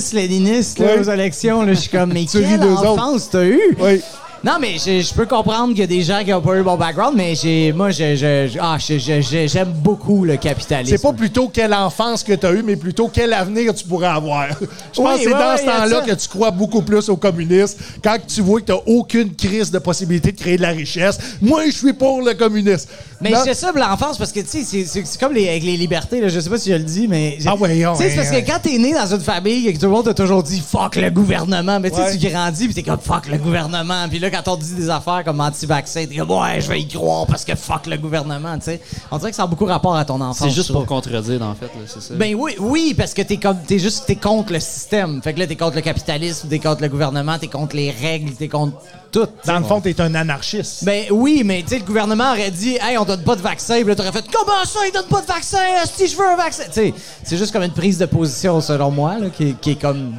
S5: marxiste-léniniste là,
S2: Ouais.
S5: aux élections, là, je suis comme, mais
S2: Tu ris
S5: quelle
S2: d'eux autres.
S5: enfance t'as eu?
S2: Oui.
S5: Non, mais je, je peux comprendre qu'il y a des gens qui n'ont pas eu mon background, mais j'ai, moi, je, je- je- ah, je- je- je- j'aime beaucoup le capitalisme.
S2: C'est pas plutôt quelle enfance que tu as eue, mais plutôt quel avenir tu pourrais avoir. Je pense que
S5: Oui,
S2: c'est
S5: ouais,
S2: dans
S5: ouais,
S2: ce
S5: y a
S2: temps-là
S5: ça.
S2: que tu crois beaucoup plus aux communistes, quand tu vois que tu n'as aucune crise de possibilité de créer de la richesse. Moi, je suis pour le communiste.
S5: Mais
S2: Non.
S5: c'est ça, pour l'enfance, parce que, tu sais, c'est- c'est c'est comme les, avec les libertés, là, je sais pas si je le dis, mais. j'ai-
S2: Ah ouais, ouais,
S5: Tu sais, c'est parce
S2: ouais.
S5: que quand t'es né dans une famille et que tout le monde t'a toujours dit fuck le gouvernement, mais tu sais,
S2: Ouais.
S5: tu grandis pis t'es comme fuck le gouvernement. Puis là, quand on te dit des affaires comme anti-vaccin, t'es comme ouais, je vais y croire parce que fuck le gouvernement, tu sais. On dirait que ça a beaucoup rapport à ton enfance.
S1: C'est juste
S5: je
S1: pour
S5: trouve.
S1: contredire, en fait, là, c'est ça.
S5: Ben oui, oui, parce que t'es comme t'es juste t'es contre le système. Fait que là, t'es contre le capitalisme, t'es contre le gouvernement, t'es contre les règles, t'es contre tout. tu sais.
S2: Dans le fond, tu es un anarchiste.
S5: Ben oui, mais tu sais, le gouvernement aurait dit, hey, on donne pas de vaccin. Puis là, t'aurais fait, comment ça, ils donnent pas de vaccin? Si je veux un vaccin. Tu sais, c'est juste comme une prise de position, selon moi, là, qui, qui est comme.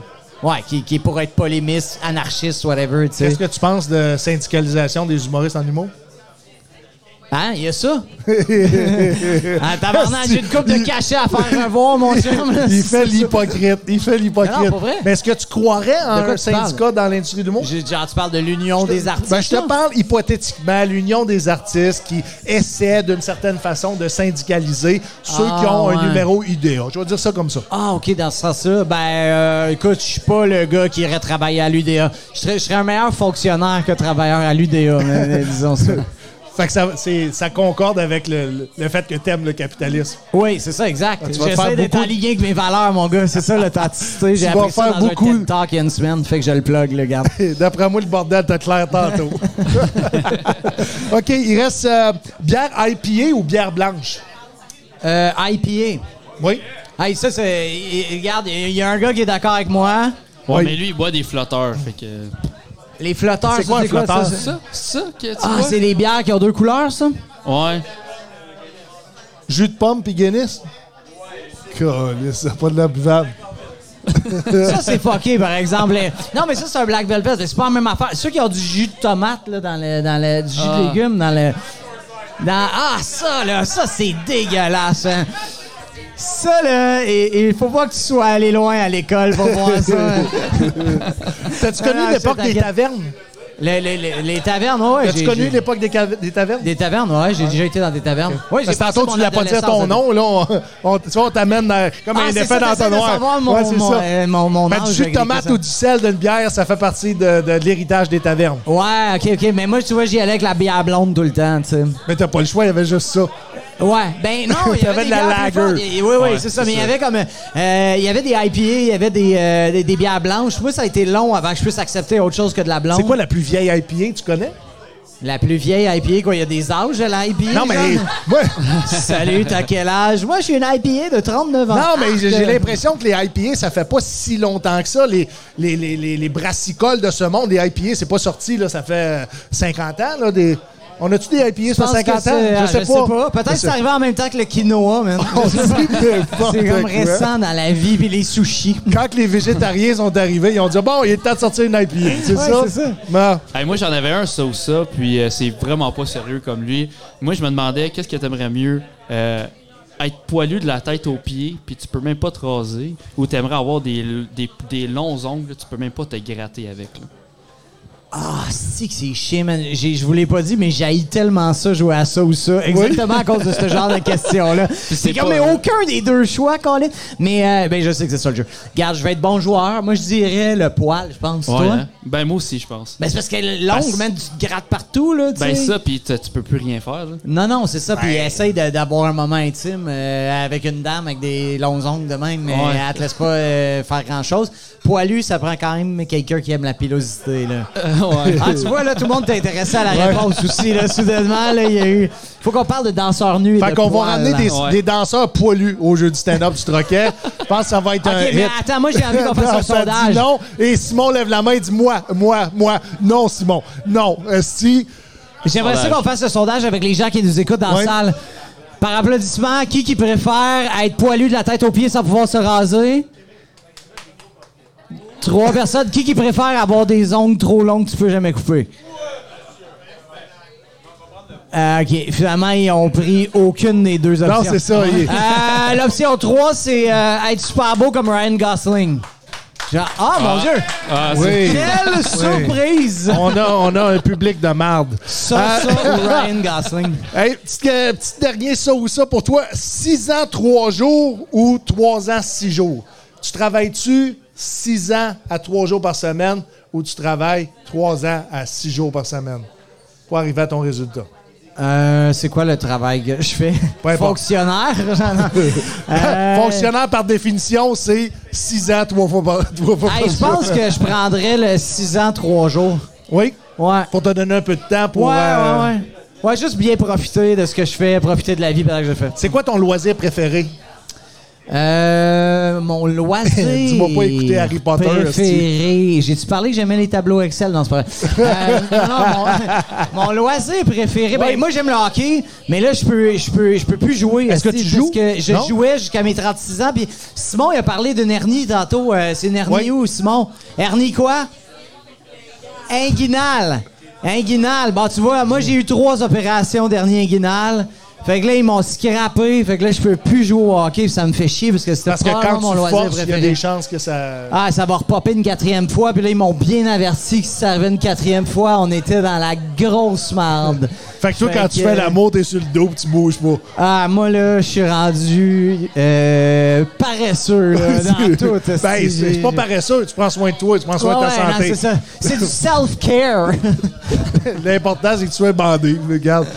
S5: Ouais, qui, qui est pour être polémiste, anarchiste, whatever, tu sais.
S2: Qu'est-ce que tu penses de syndicalisation des humoristes en humour?
S5: Hein, il y a ça? ah, tabarnak, j'ai une coupe de cachet à faire revoir, mon chum. là.
S2: Il fait l'hypocrite. Il fait
S5: Non,
S2: l'hypocrite.
S5: non, pour vrai.
S2: Mais est-ce que tu croirais en
S5: De quoi
S2: un
S5: tu parles?
S2: syndicat dans l'industrie du monde?
S5: J'ai- Genre, tu parles de l'union des artistes.
S2: Ben, je
S5: là?
S2: te parle hypothétiquement, l'union des artistes qui essaie d'une certaine façon de syndicaliser ceux
S5: Ah,
S2: qui ont
S5: ouais.
S2: un numéro IDEA. Je vais dire ça comme ça.
S5: Ah, OK, dans ce sens-là. Ben, euh, écoute, je suis pas le gars qui irait travailler à l'UDA. Je serais, je serais un meilleur fonctionnaire que travailleur à l'UDA, mais- mais disons ça.
S2: Fait que ça, c'est- ça concorde avec le, le- le fait que t'aimes le capitalisme.
S5: Oui, c'est ça, exact.
S2: Ah, tu vas te
S5: J'essaie
S2: faire
S5: d'être en
S2: beaucoup-
S5: ligne avec mes valeurs, mon gars. C'est ça, le taticité. J'ai
S2: Tu vas
S5: appris ça
S2: faire
S5: dans
S2: beaucoup-
S5: un TED Talk il y a une semaine, fait que je le plug, le gars.
S2: Et D'après moi, le bordel te clair tantôt. OK, il reste euh, bière IPA ou bière blanche?
S5: Euh, IPA.
S2: Oui.
S5: Hey, ça, c'est... y- y- Regarde, il y a un gars qui est d'accord avec moi.
S1: Ouais,
S2: Oui.
S1: mais lui, il boit des flotteurs. Fait que...
S5: Les flotteurs,
S2: C'est
S5: ça,
S2: quoi un flotteur?
S5: ça,
S1: C'est ça? C'est ça que tu
S5: Ah,
S1: bois?
S5: c'est les bières qui ont deux couleurs, ça?
S1: Ouais.
S2: Jus de pomme puis Guinness? Calisse, ça a pas de la buvable.
S5: Ça, c'est fucké, par exemple. Les- Non, mais ça, c'est un Black Velvet. mais C'est pas la même affaire. Ceux qui ont du jus de tomate, là, dans le, dans le, du jus
S1: Ah.
S5: de légumes, dans le... dans- Ah, ça, là, ça, c'est dégueulasse, hein. Ça, là, et il faut pas que tu sois allé loin à l'école pour voir ça. hein.
S2: T'as-tu connu
S5: Ah,
S2: l'époque
S5: ça,
S2: des
S5: t'inquiète.
S2: tavernes?
S5: Les, les- les- les tavernes, ouais.
S2: T'as-tu
S5: j'ai-
S2: connu
S5: j'ai-
S2: l'époque des, ca- des tavernes?
S5: Des tavernes, ouais. J'ai déjà été dans des tavernes. Ouais, j'ai
S2: Parce que
S5: passé
S2: tantôt,
S5: mon
S2: tu l'as pas dit à ton
S5: adolescence dedans.
S2: nom, là. On, on- tu vois, on t'amène dans- comme
S5: Ah,
S2: un
S5: c'est
S2: effet
S5: ça,
S2: dans ton
S5: t'essaies de savoir
S2: noir.
S5: mon-
S2: Ouais, c'est
S5: mon- euh, mon- mon
S2: Ben,
S5: âge
S2: du jus de
S5: avec
S2: tomate
S5: ça.
S2: ou du sel d'une bière, ça fait partie de, de- de l'héritage des tavernes.
S5: Ouais, ok, ok. Mais moi, tu vois, j'y allais avec la bière blonde tout le temps, tu sais.
S2: Mais t'as pas le choix, il y avait juste ça.
S5: Ouais, ben non, il y
S2: T'avais
S5: avait
S2: de
S5: des
S2: la
S5: bières
S2: lager.
S5: plus fortes. Il- il- Oui, oui, c'est ça. Mais il y avait comme, euh, euh, il y avait des IPA, il y avait des, euh, des, des bières blanches. Moi, ça a été long avant que je puisse accepter autre chose que de la blonde.
S2: C'est quoi la plus vieille IPA, tu connais?
S5: La plus vieille IPA, quoi. Il y a des âges à la IPA.
S2: Non, mais.
S5: genre.
S2: Ouais.
S5: Salut, t'as quel âge? Moi, je suis une IPA de 39 ans. Ah,
S2: Non, mais j'ai j'ai
S5: Arc.
S2: l'impression que les IPA, ça fait pas si longtemps que ça. Les, les, les, les, les brassicoles de ce monde, les IPA, c'est pas sorti, là, ça fait euh, 50 ans. Là, des... On a-tu des IPA,
S5: Je
S2: ça
S5: pense
S2: fait 50
S5: que
S2: ans?
S5: c'est- ah,
S2: Je sais pas.
S5: Peut-être
S2: Je
S5: que
S2: sais
S5: c'est arrivé en même temps que le quinoa, man.
S2: pas. On dit n'importe
S5: C'est comme
S2: quoi.
S5: récent dans la vie, puis les sushis.
S2: Quand les végétariens sont arrivés, ils ont dit Bon, il est temps de sortir une IPA. C'est ça?
S3: c'est ça.
S2: Ben,
S1: Hey, moi, j'en avais un, ça ou ça, puis euh, c'est vraiment pas sérieux comme lui. Moi, je me demandais, qu'est-ce que t'aimerais mieux euh, Être poilu de la tête aux pieds, puis tu peux même pas te raser, ou t'aimerais avoir des, des, des longs ongles, tu peux même pas te gratter avec. là.
S5: Ah, si que c'est chiant, man. J'ai- Je vous l'ai pas dit, mais j'haïs tellement ça, jouer à ça ou ça. Exactement à cause de ce genre de questions-là. C'est
S1: c'est
S5: comme
S1: pas- hein.
S5: mais aucun des deux choix, Colin. Mais euh, ben, je sais que c'est ça le jeu. Regarde, je vais être bon joueur. Moi, je dirais le poil, je pense.
S1: Ouais,
S5: toi?
S1: hein? Ben, moi aussi, je pense.
S5: Ben, c'est parce que l'ongle,
S1: Parce-
S5: man, tu te grattes partout, là. tu
S1: Ben,
S5: sais.
S1: ça, puis t- tu peux plus rien faire. là.
S5: Non, non, c'est ça.
S2: Ben.
S5: Puis essaye de- d'avoir un moment intime euh, avec une dame avec des longs ongles de même, mais
S1: Ouais.
S5: elle te laisse pas euh, faire grand-chose. Poilu, ça prend quand même quelqu'un qui aime la pilosité, là.
S2: Euh,
S5: Ah, tu vois, là, tout le monde t'a intéressé à la réponse aussi, là. Soudainement, là, il y a eu... Faut qu'on parle de danseurs nus et
S2: Fait
S5: de
S2: qu'on va
S5: poils, hein.
S2: ramener
S5: là.
S2: des,
S1: Ouais.
S2: des danseurs poilus au jeu du stand-up du troquet. Je pense que ça va être
S5: OK,
S2: un
S5: mais
S2: hit.
S5: attends, moi, j'ai envie qu'on fasse un
S2: Ça dit
S5: sondage.
S2: non. Et Simon lève la main et dit Moi, moi, moi. Non, Simon. Non. Euh, Si.
S5: J'aimerais ça
S1: Sondage.
S5: qu'on fasse le sondage avec les gens qui nous écoutent dans
S2: Ouais.
S5: la salle. Par applaudissement, qui qui préfère être poilu de la tête aux pieds sans pouvoir se raser? Trois personnes. Qui qui préfère avoir des ongles trop longs que tu peux jamais couper? Euh, OK. Finalement, ils ont pris aucune des deux
S2: Non,
S5: options.
S2: c'est ça. il est-
S5: Euh, L'option 3, c'est euh, être super beau comme Ryan Gosling. Genre, ah, mon Dieu!
S1: Ah, c'est-
S2: Oui. Ah.
S5: Quelle surprise!
S2: On a, on a un public de marde.
S5: Ça, ça, ou Ryan Gosling.
S2: Hey, petit, euh, petit dernier, ça ou ça pour toi. 6 ans, 3 jours ou 3 ans, 6 jours? Tu travailles-tu 6 ans à 3 jours par semaine ou tu travailles 3 ans à 6 jours par semaine pour arriver à ton résultat?
S5: Euh, c'est quoi le travail que je fais?
S2: Peu importe.
S5: Fonctionnaire? Euh,
S2: Fonctionnaire, par définition, c'est 6 ans, 3 fois par, trois fois par
S5: hey, je pense
S2: jour.
S5: que je prendrais le 6 ans, 3 jours.
S2: Oui,
S5: Ouais.
S2: pour te donner un peu de temps pour...
S5: ouais,
S2: euh,
S5: ouais, ouais. Ouais, juste bien profiter de ce que je fais, profiter de la vie pendant que je le fais.
S2: C'est quoi ton loisir préféré?
S5: Euh, mon loisir.
S2: Dis-moi pas écouter Harry Potter,
S5: Préféré. J'ai-tu parlé que j'aimais les tableaux Excel? Non, c'est pas vrai. Euh, non, mon, mon loisir préféré. Ben, moi, j'aime le hockey, mais là, je peux, je peux, je peux plus jouer.
S2: Est-ce que
S5: esti,
S2: tu
S5: parce
S2: joues?
S5: que je
S2: Non?
S5: jouais jusqu'à mes 36 ans. Puis Simon, il a parlé d'une hernie tantôt. Euh, c'est une hernie
S2: Oui.
S5: où, Simon? Hernie quoi? Inguinale. Inguinal. Bon, tu vois, moi, j'ai eu trois opérations dernier inguinal. Fait que là, ils m'ont scrappé. Fait que là, je peux plus jouer au hockey. puis Ça me fait chier parce que c'était
S2: Parce que
S5: probablement
S2: quand
S5: mon
S2: tu
S5: loisir
S2: forces, il y a
S5: préféré.
S2: des chances que ça.
S5: Ah, ça va repopper une quatrième fois. Puis là, ils m'ont bien averti que si ça arrivait une quatrième fois, on était dans la grosse merde.
S2: Fait que toi, quand
S5: Fait
S2: tu
S5: que-
S2: fais l'amour, t'es sur le dos, pis tu bouges pas.
S5: Ah, moi, là, je suis rendu euh, paresseux là, Euh, dans tout.
S2: Ben, c'est c'est pas paresseux, tu prends soin de toi, tu prends soin
S5: Ouais,
S2: de ta
S5: ouais, non,
S2: santé.
S5: c'est ça. C'est du self-care.
S2: L'important, c'est que tu sois bandé. Regarde.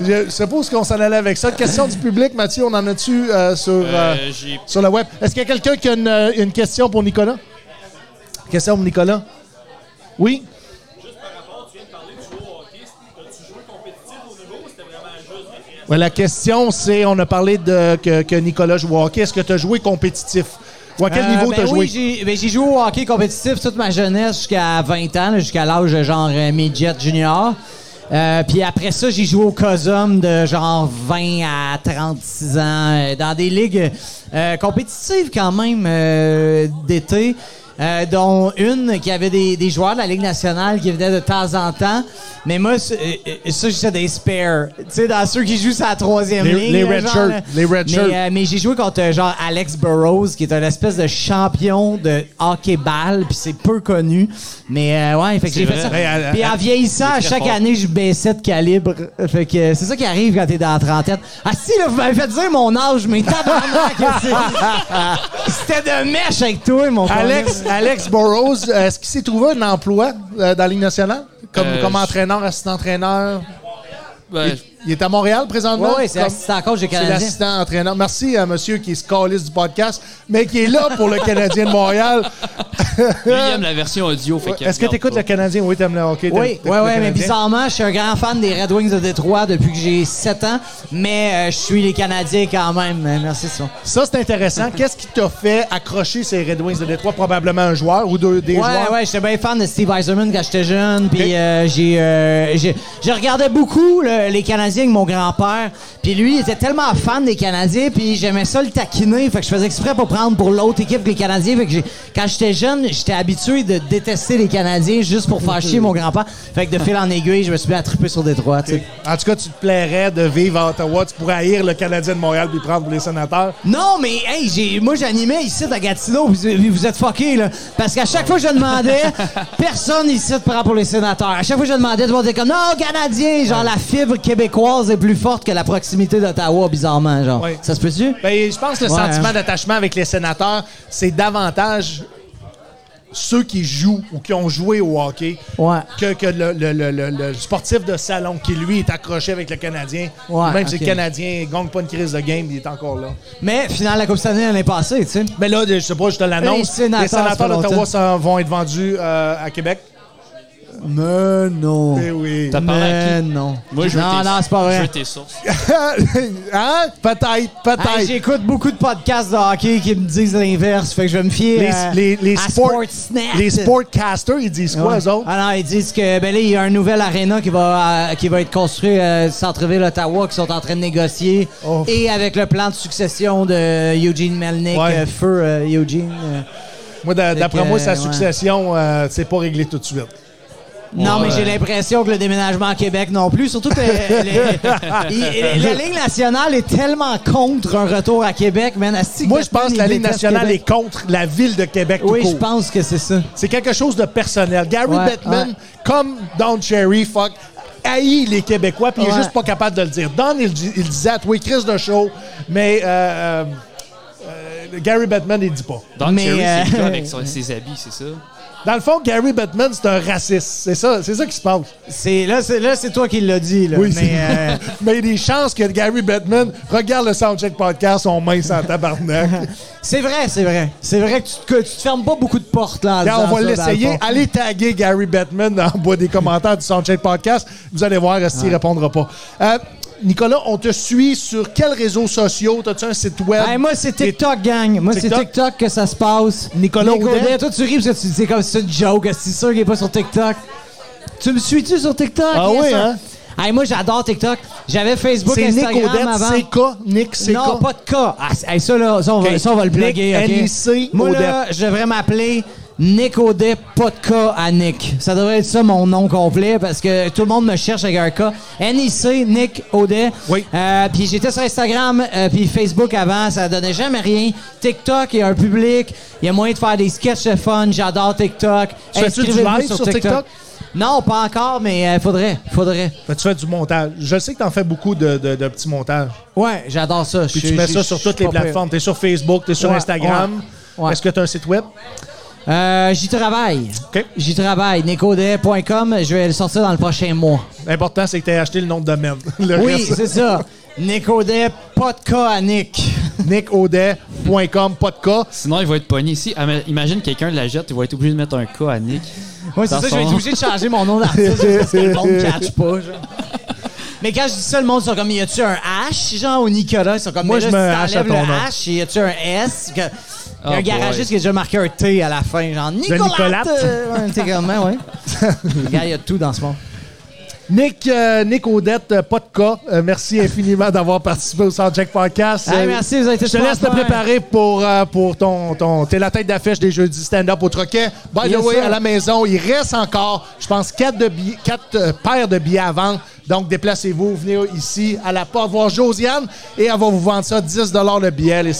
S2: Je suppose qu'on s'en allait avec ça. Question du public, Mathieu, on en a-tu euh, sur, euh,
S1: Euh, j'ai-
S2: sur le web? Est-ce qu'il y a quelqu'un qui a une, euh, une question pour Nicolas? Question pour Nicolas? Oui? Ouais, la question, c'est, on a parlé de, que, que Nicolas joue au hockey. Est-ce que tu as joué compétitif? Ou à quel
S5: Euh,
S2: niveau
S5: ben
S2: tu as
S5: oui,
S2: joué?
S5: J'ai, ben, j'ai joué au hockey compétitif toute ma jeunesse jusqu'à 20 ans, là, jusqu'à l'âge de genre euh, midget junior. Euh, Puis après ça, j'ai joué au COSUM de genre 20 à 36 ans, euh, dans des ligues euh, compétitives quand même euh, d'été, euh, dont une qui avait des, des joueurs de la Ligue nationale qui venaient de temps en temps. Mais moi, c- euh, euh, ça, j'étais des spares. Tu sais, dans ceux qui jouent sa troisième
S2: Les-
S5: ligne.
S2: les
S5: là,
S2: red
S5: genre,
S2: shirts,
S5: là.
S2: les red
S5: Mais,
S2: shirts.
S5: euh, euh, mais j'ai joué contre euh, genre Alex Burrows, qui est un espèce de champion de hockey-ball, puis c'est peu connu. Mais euh, ouais, fait que j'ai fait ça.
S2: Hey, à-
S5: Puis
S2: à-
S5: en vieillissant, à
S1: très
S5: chaque
S1: fort.
S5: année, je baissais de calibre. Fait que euh, c'est ça qui arrive quand t'es dans la trentaine. Ah si, là, vous m'avez fait dire mon âge, mais tabarnak, c'est- C'était de mèche avec toi, mon
S2: Alex, Alex Burroughs, euh, est-ce qu'il s'est trouvé un emploi euh, dans la Ligue nationale? Comme,
S1: Euh,
S2: comme
S1: je-
S2: entraîneur, assistant-entraîneur?
S1: ben,
S2: Il- Il est à Montréal présentement?
S5: Oui, ouais, c'est
S2: Comme-
S5: l'assistant coach du
S2: c'est
S5: Canadien.
S2: l'assistant entraîneur. Merci à monsieur qui est scaliste du podcast, mais qui est là pour le Canadien de Montréal.
S1: lui, il aime la version audio. fait qu'il
S2: Est-ce que
S1: regarde
S2: tu écoutes
S1: pas.
S2: le Canadien? Oui, t'aimes le hockey. t'aimes-
S5: Oui,
S2: t'écoutes le
S5: oui, oui, mais
S2: Canadien.
S5: bizarrement, je suis un grand fan des Red Wings de Détroit depuis que j'ai 7 ans, mais euh, je suis les Canadiens quand même. Euh, Merci, Simon.
S2: Ça, c'est intéressant. Qu'est-ce qui t'a fait accrocher ces Red Wings de Détroit? Probablement un joueur ou deux, des
S5: Ouais,
S2: joueurs.
S5: ouais, j'étais bien fan de Steve Eiserman quand j'étais jeune. Puis euh, j'ai, euh, j'ai- je regardais beaucoup le- les Canadiens avec mon grand-père. Puis lui, il était tellement fan des Canadiens. Puis j'aimais ça le taquiner. Fait que je faisais exprès pour prendre pour l'autre équipe que les Canadiens. Fait que j'ai- quand j'étais jeune, j'étais habitué de détester les Canadiens juste pour faire chier mon grand-père. Fait que de fil en aiguille, je me suis mis à triper sur Détroit. tu sais.
S2: En tout cas, tu te plairais de vivre à Ottawa. Tu pourrais haïr le Canadien de Montréal puis prendre pour les sénateurs.
S5: Non, mais hey, j'ai, moi j'animais ici à Gatineau, puis vous, vous êtes fuckés, là. Parce qu'à chaque fois que je demandais, personne ici te prend pour les sénateurs. À chaque fois que je demandais, tout le monde était comme, non, Canadien, genre la fibre québécoise est plus forte que la proximité d'Ottawa, bizarrement, genre.
S2: Ouais.
S5: Ça se peut-tu?
S2: Ben, je pense que le
S5: Ouais,
S2: sentiment
S5: hein.
S2: d'attachement avec les sénateurs, c'est davantage ceux qui jouent ou qui ont joué au hockey
S5: Ouais.
S2: que, que le, le- le- le- le sportif de salon qui, lui, est accroché avec le Canadien.
S5: Ouais,
S2: Même si
S5: ok.
S2: le Canadien ne gagne pas une crise de game, il est encore là.
S5: Mais finale de la Coupe Stanley l'année passée, tu sais.
S2: Mais là, je sais pas, je te
S5: Les
S2: l'annonce,
S5: sénateurs,
S2: les
S5: ça fait
S2: sénateurs
S5: longtemps.
S2: d'Ottawa s'en vont être vendus euh, à Québec.
S5: Mais non.
S2: Eh oui.
S1: T'as parlé à
S5: Mais
S1: qui?
S5: non.
S1: Moi, je veux
S5: non,
S1: tes-
S5: non, c'est pas
S1: Je
S5: vrai.
S1: veux tes sources.
S2: hein? Peut-être, peut-être.
S5: Hey, J'écoute beaucoup de podcasts de hockey qui me disent l'inverse, fait que je vais me fier
S2: les,
S5: à,
S2: les, les,
S5: à
S2: sport-
S5: Sportsnet.
S2: les sportcasters, ils disent quoi,
S5: Ouais.
S2: eux autres?
S5: Ah non, ils disent que ben là, il y a un nouvel aréna qui va euh, qui va être construit euh, du centre-ville Ottawa qui sont en train de négocier
S2: Oh.
S5: et avec le plan de succession de Eugene Melnick,
S2: Ouais.
S5: euh, feu euh, Eugene. euh.
S2: Moi, d'a- d'après
S5: que,
S2: moi, sa
S5: ouais.
S2: succession, euh, c'est pas réglé tout de suite.
S5: Non, mais j'ai l'impression que le déménagement à Québec non plus, surtout que euh, les- il- la Ligue nationale est tellement contre un retour à Québec, man. Asti
S2: Moi,
S5: que
S2: je pense que la
S5: ils
S2: Ligue
S5: détestent
S2: nationale
S5: Québec.
S2: est contre la ville de Québec. tout
S5: Oui, je
S2: court.
S5: pense que c'est ça.
S2: C'est quelque chose de personnel. Gary
S5: Ouais,
S2: Bettman,
S5: ouais.
S2: comme Don Cherry, fuck, haït les Québécois, puis il est
S5: Ouais.
S2: juste pas capable de le dire. Don, il, di- il disait à tous les crises de show, mais euh, euh, euh, Gary Bettman, il dit pas.
S1: Don
S5: Mais,
S1: Cherry, c'est le
S5: euh,
S1: gars avec son- ses habits, c'est ça?
S2: Dans le fond, Gary Bettman, c'est un raciste. C'est ça, c'est ça qui se passe.
S5: C'est là c'est là c'est toi qui l'as dit là,
S2: Oui,
S5: mais
S2: c'est-
S5: euh,
S2: mais il y a des chances que Gary Bettman regarde le Soundcheck podcast, on mince en tabarnak.
S5: C'est vrai, c'est vrai. C'est vrai que tu te, que tu te fermes pas beaucoup de portes là. en
S2: Regarde,
S5: disant
S2: on va
S5: ça, dans
S2: l'essayer. Euh,
S5: le fond.
S2: Allez taguer Gary Batman en bas des commentaires du Soundcheck Podcast. Vous allez voir, s'il répondra pas. Euh, Nicolas, on te suit sur quels réseaux sociaux? T'as-tu un site web?
S5: Hey, Ben, moi, c'est TikTok, gang. Moi, c'est
S2: TikTok.
S5: TikTok que ça se passe.
S2: Nicolas Audet.
S5: Toi, tu ris parce que tu dis comme si c'est une joke. C'est sûr qu'il est pas sur TikTok. Tu me suis-tu sur TikTok?
S2: Ah
S5: Yes,
S2: oui,
S5: sir.
S2: hein?
S5: Hey, moi, j'adore TikTok. J'avais Facebook,
S2: C'est Nick
S5: Instagram
S2: Odette,
S5: avant.
S2: CK, Nick CK.
S5: Non, pas de cas. Ah, c- hey, ça, là, ça, on,
S2: Ok.
S5: va, ça, on va le
S2: Nick
S5: plugger. ok?
S2: NIC
S5: Moi,
S2: Odette.
S5: là, je devrais m'appeler Nick Audet, pas de cas à Nick. Ça devrait être ça mon nom complet parce que tout le monde me cherche avec un cas. NIC, Nick Audet.
S2: Oui.
S5: Euh, puis j'étais sur Instagram, euh, puis Facebook avant, ça donnait jamais rien. TikTok, il y a un public, il y a moyen de faire des sketchs de fun. J'adore TikTok.
S2: Tu fais-tu du
S5: Inscrivez-vous
S2: live sur TikTok?
S5: Non, pas encore, mais euh, faudrait,
S2: Fait
S5: faudrait.
S2: que Ben, tu fais du montage. Je sais que tu en fais beaucoup de, de- de petits montages.
S5: Ouais, j'adore ça.
S2: Puis tu mets ça sur toutes les plateformes. Tu es sur Facebook, tu es sur
S5: Ouais,
S2: Instagram.
S5: ouais, ouais.
S2: Est-ce que tu as un site web?
S5: Euh, J'y travaille.
S2: OK.
S5: J'y travaille. Nicodet.com, je vais le sortir dans le prochain mois.
S2: L'important, c'est que tu aies acheté le nom de domaine. Le
S5: Oui,
S2: reste,
S5: c'est ça. Nicodet, pas de cas à Nick.
S2: nickaudet.com, pas de cas.
S1: Sinon, il va être pogné. Si, ama- imagine quelqu'un la jette, il va être obligé de mettre un cas à Nick.
S5: Ouais, c'est
S1: Dans
S5: ça, je vais
S1: son-
S5: être obligé de changer mon nom d'artiste juste parce que le monde ne catch pas. genre. Mais quand je dis ça, le monde sont comme, y a-tu un H, genre, au Nicolas? Ils sont comme,
S2: Moi,
S5: mais là,
S2: je me hache
S5: si
S2: à
S5: t'enlèves le
S2: ton nom. Oh,
S5: H, y a-tu un S? Que- y a
S1: Ah,
S5: un garagiste qui a déjà marqué un T à la fin, genre, Nicolas!
S2: Nicolas.
S5: euh, ouais, T'es comme, ouais, ouais. Le gars, y a tout dans ce monde.
S2: Nick, euh, Nick Audette, euh, pas de cas. Euh, merci infiniment d'avoir participé au Soundcheck Podcast.
S5: Hey,
S2: Euh,
S5: merci, vous avez été
S2: Je te laisse te
S5: super.
S2: préparer pour, euh, pour ton, ton. T'es la tête d'affiche des jeudis stand-up au Troquet. By
S5: Yes,
S2: the way,
S5: sir.
S2: à la maison, il reste encore, je pense, quatre, de billets- quatre euh, paires de billets à vendre. Donc, déplacez-vous, venez ici à la porte voir Josiane et elle va vous vendre ça 10 le billet. Les,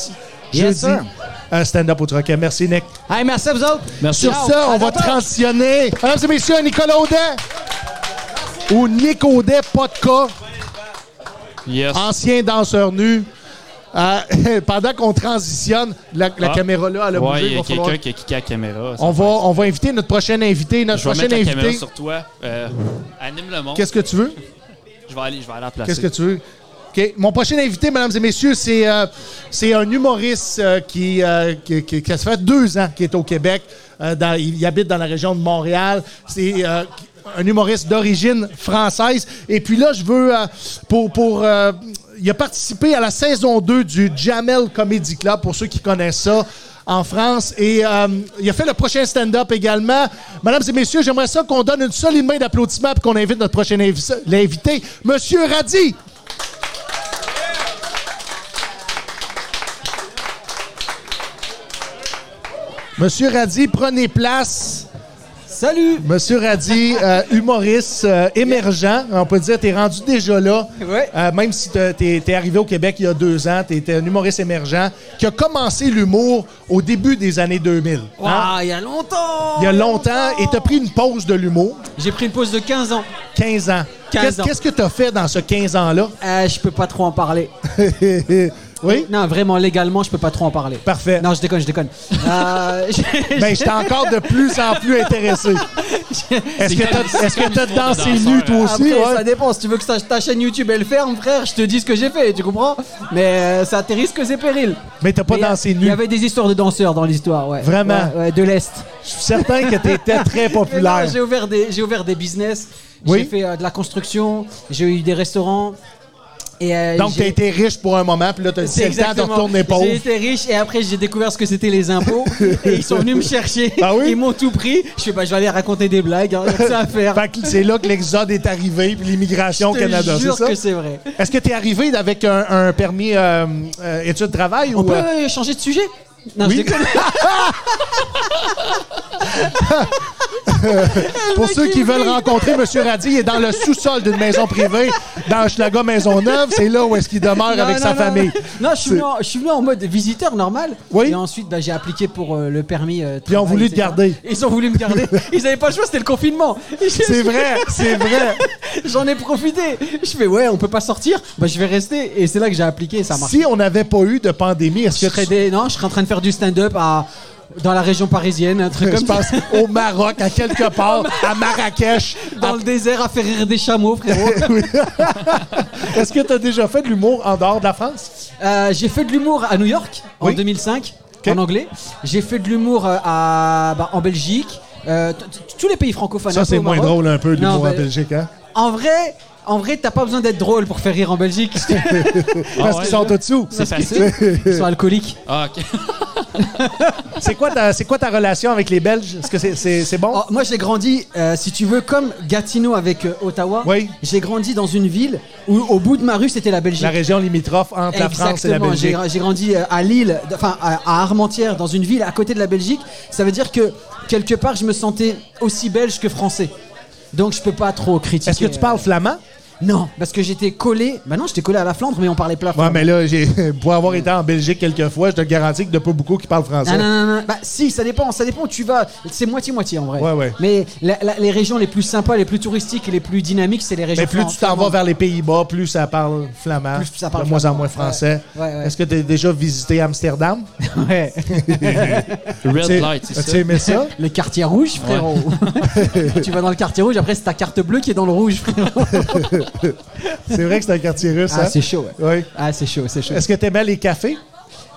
S2: jeudi,
S5: sir.
S2: un stand-up au Troquet. Merci, Nick.
S5: Hey, merci à vous autres.
S1: Merci.
S2: Sur
S5: Ciao.
S2: ça,
S5: À
S2: on va
S5: demain.
S2: transitionner. Mesdames et messieurs, à Nicolas Audet. Ou Nick Audet, pas de cas,
S1: Yes.
S2: ancien danseur nu. Euh, pendant qu'on transitionne, la, la
S1: Ah.
S2: caméra là, elle a
S1: ouais,
S2: bougé.
S1: il y
S2: va
S1: a
S2: falloir-
S1: quelqu'un qui a kické la caméra. ça
S2: On,
S1: fait-
S2: va, on va inviter notre prochain invité. Notre
S1: Je vais
S2: prochain
S1: mettre la caméra
S2: invité.
S1: sur toi. Euh, anime le monde.
S2: Qu'est-ce que tu veux?
S1: Je vais aller, je vais aller la placer.
S2: Qu'est-ce que tu veux? OK. Mon prochain invité, mesdames et messieurs, c'est euh, c'est un humoriste euh, qui, euh, qui, qui- qui- ça fait deux ans qu'il est au Québec. Euh, dans- il, il habite dans la région de Montréal. C'est euh, un humoriste d'origine française. Et puis là, je veux, euh, pour, pour euh, il a participé à la saison 2 du Jamel Comedy Club, pour ceux qui connaissent ça en France. Et euh, il a fait le prochain stand-up également. Mesdames et messieurs, j'aimerais ça qu'on donne une solide main d'applaudissements et qu'on invite notre prochain invi- l'invité, Monsieur Radi. Monsieur Radi, prenez place.
S5: Salut!
S2: Monsieur Radi, euh, humoriste euh, émergent, on peut dire, t'es rendu déjà là.
S5: Ouais.
S2: Euh, même si t'es- t'es t'es arrivé au Québec il y a deux ans, t'es t'es un humoriste émergent qui a commencé l'humour au début des années 2000. hein?
S6: Ah, il y a longtemps!
S2: Il y a longtemps, et t'as pris une pause de l'humour,
S6: J'ai pris une pause de 15 ans.
S2: 15 ans.
S6: 15
S2: Qu'est-
S6: ans.
S2: Qu'est-ce que t'as fait dans ce 15 ans-là?
S6: Euh, je peux pas trop en parler.
S2: oui?
S6: Non, vraiment, légalement, je peux pas trop en parler.
S2: Parfait.
S6: Non, je déconne, je déconne. Euh, j'ai-
S2: Ben, j'étais encore de plus en plus intéressé. Est-ce que t'as est-ce
S1: une
S2: que t'as
S1: histoire de
S2: dansé
S1: danseur,
S2: nu, toi
S1: hein.
S2: aussi?
S6: Après,
S2: ouais?
S6: ça dépend. Si tu veux que ta, ta chaîne YouTube elle ferme, frère, je te dis ce que j'ai fait, tu comprends Mais euh, ça te risque, c'est péril.
S2: Mais t'as pas
S6: Mais il y a-
S2: dansé
S6: Il y
S2: nu.
S6: avait des histoires de danseurs dans l'histoire, ouais.
S2: Vraiment?
S6: Ouais, ouais, de l'Est.
S2: Je suis certain que t'étais très
S6: Mais non,
S2: populaire.
S6: J'ai ouvert des, j'ai ouvert des business.
S2: Oui.
S6: J'ai fait euh, de la construction. J'ai eu des restaurants. Et euh,
S2: Donc,
S6: j'ai-
S2: t'as été riche pour un moment, puis là, t'as dit,
S6: C'est
S2: c'est le temps de
S6: exactement.
S2: retourner pauvre.
S6: J'ai été riche et après j'ai découvert ce que c'était les impôts et ils sont venus me chercher.
S2: Ah oui
S6: Ils m'ont tout pris. Je suis pas, je vais aller raconter des blagues. hein, y a que ça à faire.
S2: Fait que c'est là que l'exode est arrivé, puis l'immigration au
S6: Je te
S2: Canada, c'est
S6: jure
S2: ça?
S6: que c'est vrai.
S2: Est-ce que t'es arrivé avec un, un permis euh, euh, études de travail
S6: On
S2: ou...
S6: peut
S2: euh,
S6: euh, changer de sujet. Non, je
S2: Oui.
S6: déconne.
S2: Pour ceux qui veulent rencontrer M. Radi, il est dans le sous-sol d'une maison privée, dans Hochelaga Maisonneuve. C'est là où est-ce qu'il demeure
S6: Non,
S2: avec
S6: non,
S2: sa
S6: non.
S2: famille.
S6: Non, je suis, venu en, je suis venu en mode visiteur normal.
S2: Oui.
S6: Et ensuite, bah, j'ai appliqué pour euh, le permis. euh,
S2: Puis ils ont
S6: travail,
S2: voulu te
S6: etc.
S2: garder.
S6: Ils ont voulu me garder. Ils avaient pas le choix, c'était le confinement.
S2: C'est vrai, c'est vrai.
S6: J'en ai profité. Je fais ouais, on peut pas sortir. Bah, je vais rester. Et c'est là que j'ai appliqué. Ça marche.
S2: Si on n'avait pas eu de pandémie, est-ce
S6: Je
S2: que
S6: serais
S2: tu...
S6: des- Non, je serais en train de faire du stand-up à... dans la région parisienne, un truc
S2: Je
S6: comme ça.
S2: pense au Maroc, à quelque part, à Marrakech.
S6: Dans le désert à faire rire des chameaux, frérot.
S2: Est-ce que tu as déjà fait de l'humour en dehors de la France?
S6: Euh, j'ai fait de l'humour à New York en
S2: Oui.
S6: 2005,
S2: Ok.
S6: en anglais. J'ai fait de l'humour euh, à... bah, en Belgique. euh, t- t- tous les pays francophones. un
S2: Ça,
S6: peu
S2: c'est
S6: au
S2: moins
S6: Maroc.
S2: drôle un peu,
S6: Non,
S2: l'humour en
S6: bah,
S2: Belgique, hein?
S6: En vrai, en vrai, t'as pas besoin d'être drôle pour faire rire en Belgique.
S2: Parce
S1: ouais?
S2: hein? qu'ils sont au-dessous.
S1: C'est facile.
S6: Ils sont alcooliques.
S1: Ah, ok.
S2: C'est quoi, ta- c'est quoi ta relation avec les Belges? Est-ce que c'est c'est- c'est bon?
S6: Oh, moi, j'ai grandi, euh, si tu veux, comme Gatineau avec euh, Ottawa.
S2: Oui.
S6: J'ai grandi dans une ville où, au bout de ma rue, c'était la Belgique.
S2: La région limitrophe entre la France et la
S6: Exactement.
S2: Belgique.
S6: J'ai- J'ai grandi euh, à Lille, d- enfin à à Armentières, dans une ville à côté de la Belgique. Ça veut dire que quelque part, je me sentais aussi belge que français. Donc je peux pas trop critiquer. euh,
S2: Est-ce que tu parles flamand?
S6: Non, parce que j'étais collé. Bah non, j'étais collé à la Flandre, mais on parlait plat.
S2: Ouais, mais là, j'ai- pour avoir été en Belgique quelques fois, je te garantis qu'il n'y a pas beaucoup qui parlent français.
S6: Non, non, non, non. Bah, si, ça dépend, ça dépend où tu vas. C'est moitié-moitié en vrai.
S2: Ouais, ouais.
S6: Mais la- la- les régions les plus sympas, les plus touristiques et les plus dynamiques, c'est les régions.
S2: Mais plus
S6: flan-
S2: tu t'en vas
S6: flamandes.
S2: vers les Pays-Bas, plus ça parle flamand,
S6: Plus ça parle
S2: de moins en
S6: flamand.
S2: moins français.
S6: Ouais, ouais, ouais.
S2: Est-ce que tu as déjà visité Amsterdam?
S6: Ouais.
S1: Red light, c'est
S2: As-tu
S1: ça.
S2: aimé ça?
S6: Le quartier rouge, frérot. tu vas dans le quartier rouge, après c'est ta carte bleue qui est dans le rouge, frérot.
S2: C'est vrai que c'est un quartier russe,
S6: Ah,
S2: hein?
S6: c'est chaud, ouais.
S2: Oui.
S6: Ah, c'est chaud, c'est chaud.
S2: Est-ce que tu aimais les cafés?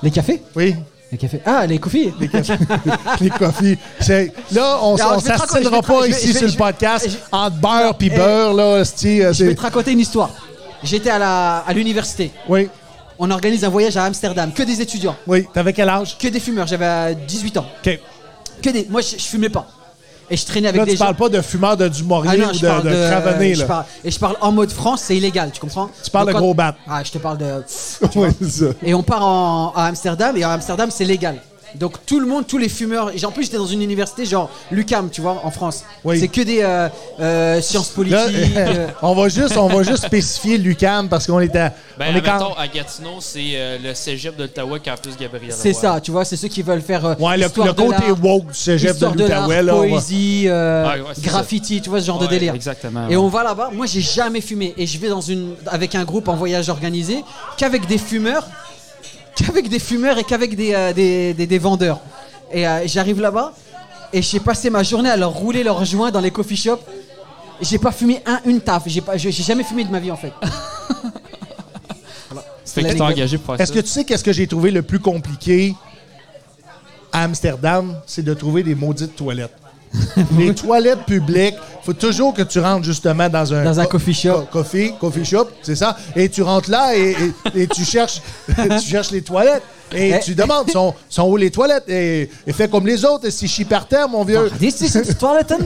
S6: Les cafés
S2: Oui,
S6: Les cafés. Ah, les coffees
S2: les cafés. les coffees. C'est- Là, on
S6: Alors,
S2: ne
S6: je vais te raconter- je
S2: s'assinera
S6: vais te
S2: pas
S6: raconter-
S2: ici
S6: je vais-
S2: sur le
S6: je vais-
S2: podcast
S6: je-
S2: entre beurre puis
S6: eh,
S2: beurre, là, c'ti, euh,
S6: Je vais
S2: c'est...
S6: te raconter une histoire. J'étais à la- à l'université.
S2: Oui,
S6: On organise un voyage à Amsterdam. Que des étudiants,
S2: oui. T'avais quel âge?
S6: que des fumeurs. J'avais euh, 18 ans.
S2: OK.
S6: Que des. Moi, je, je fumais pas. Et je traînais avec
S2: Là,
S6: des
S2: tu
S6: gens.
S2: parles pas de fumeur de Dumouriez
S6: Ah non,
S2: ou de,
S6: je parle
S2: de
S6: de, euh,
S2: Cravenay,
S6: je
S2: là.
S6: parle- et je parle en mode France, c'est illégal, tu comprends Tu
S2: parles de gros battes.
S6: Ah, je te parle de.
S2: Oui, c'est ça.
S6: Et on part en- à Amsterdam, et à Amsterdam, c'est légal. Donc tout le monde, tous les fumeurs. Et en plus, j'étais dans une université genre Lucam, tu vois, en France.
S2: Oui.
S6: C'est que des euh, euh, sciences politiques.
S2: Là,
S6: euh,
S2: on va juste, on va juste spécifier l'UCAM parce qu'on est à,
S7: Ben,
S2: on est
S7: mettons,
S2: quand,
S7: à Gatineau, c'est euh, le cégep d'Ottawa Campus Gabriel.
S6: c'est
S7: Roy.
S6: ça, tu vois, c'est ceux qui veulent faire. euh,
S2: ouais, le,
S6: histoire
S2: le
S6: de
S2: côté
S6: l'art,
S2: woke du cégep de
S6: histoire de l'art,
S2: l'Outaouais, là, on va-
S6: poésie, euh,
S7: Ah, ouais, c'est ça.
S6: graffiti, tu vois ce genre de
S7: Ouais,
S6: délire.
S7: exactement,
S6: Et
S7: ouais.
S6: on va là-bas. Moi, j'ai jamais fumé, et je vais dans une avec un groupe en voyage organisé qu'avec des fumeurs, qu'avec des fumeurs et qu'avec des, euh, des, des- des vendeurs. Et euh, j'arrive là-bas et j'ai passé ma journée à leur rouler leurs joints dans les coffee shops. Et J'ai pas fumé un une taf. J'ai pas, j'ai j'ai jamais fumé de ma vie en fait. Voilà.
S1: Fait que tu t'es engagé pour faire
S2: Est-ce que
S1: ça.
S2: tu sais qu'est-ce que j'ai trouvé le plus compliqué à Amsterdam, c'est de trouver des maudites toilettes. Les toilettes publiques, faut toujours que tu rentres justement dans un
S6: Dans un
S2: co-
S6: coffee shop.
S2: co- coffee, coffee shop, c'est ça. Et tu rentres là et, et- et tu cherches, tu cherches les toilettes. Et
S6: Eh.
S2: tu demandes, sont, sont où les toilettes? Et, et fais comme les autres, et si chie par terre, mon vieux.
S6: This is the toilet, hein?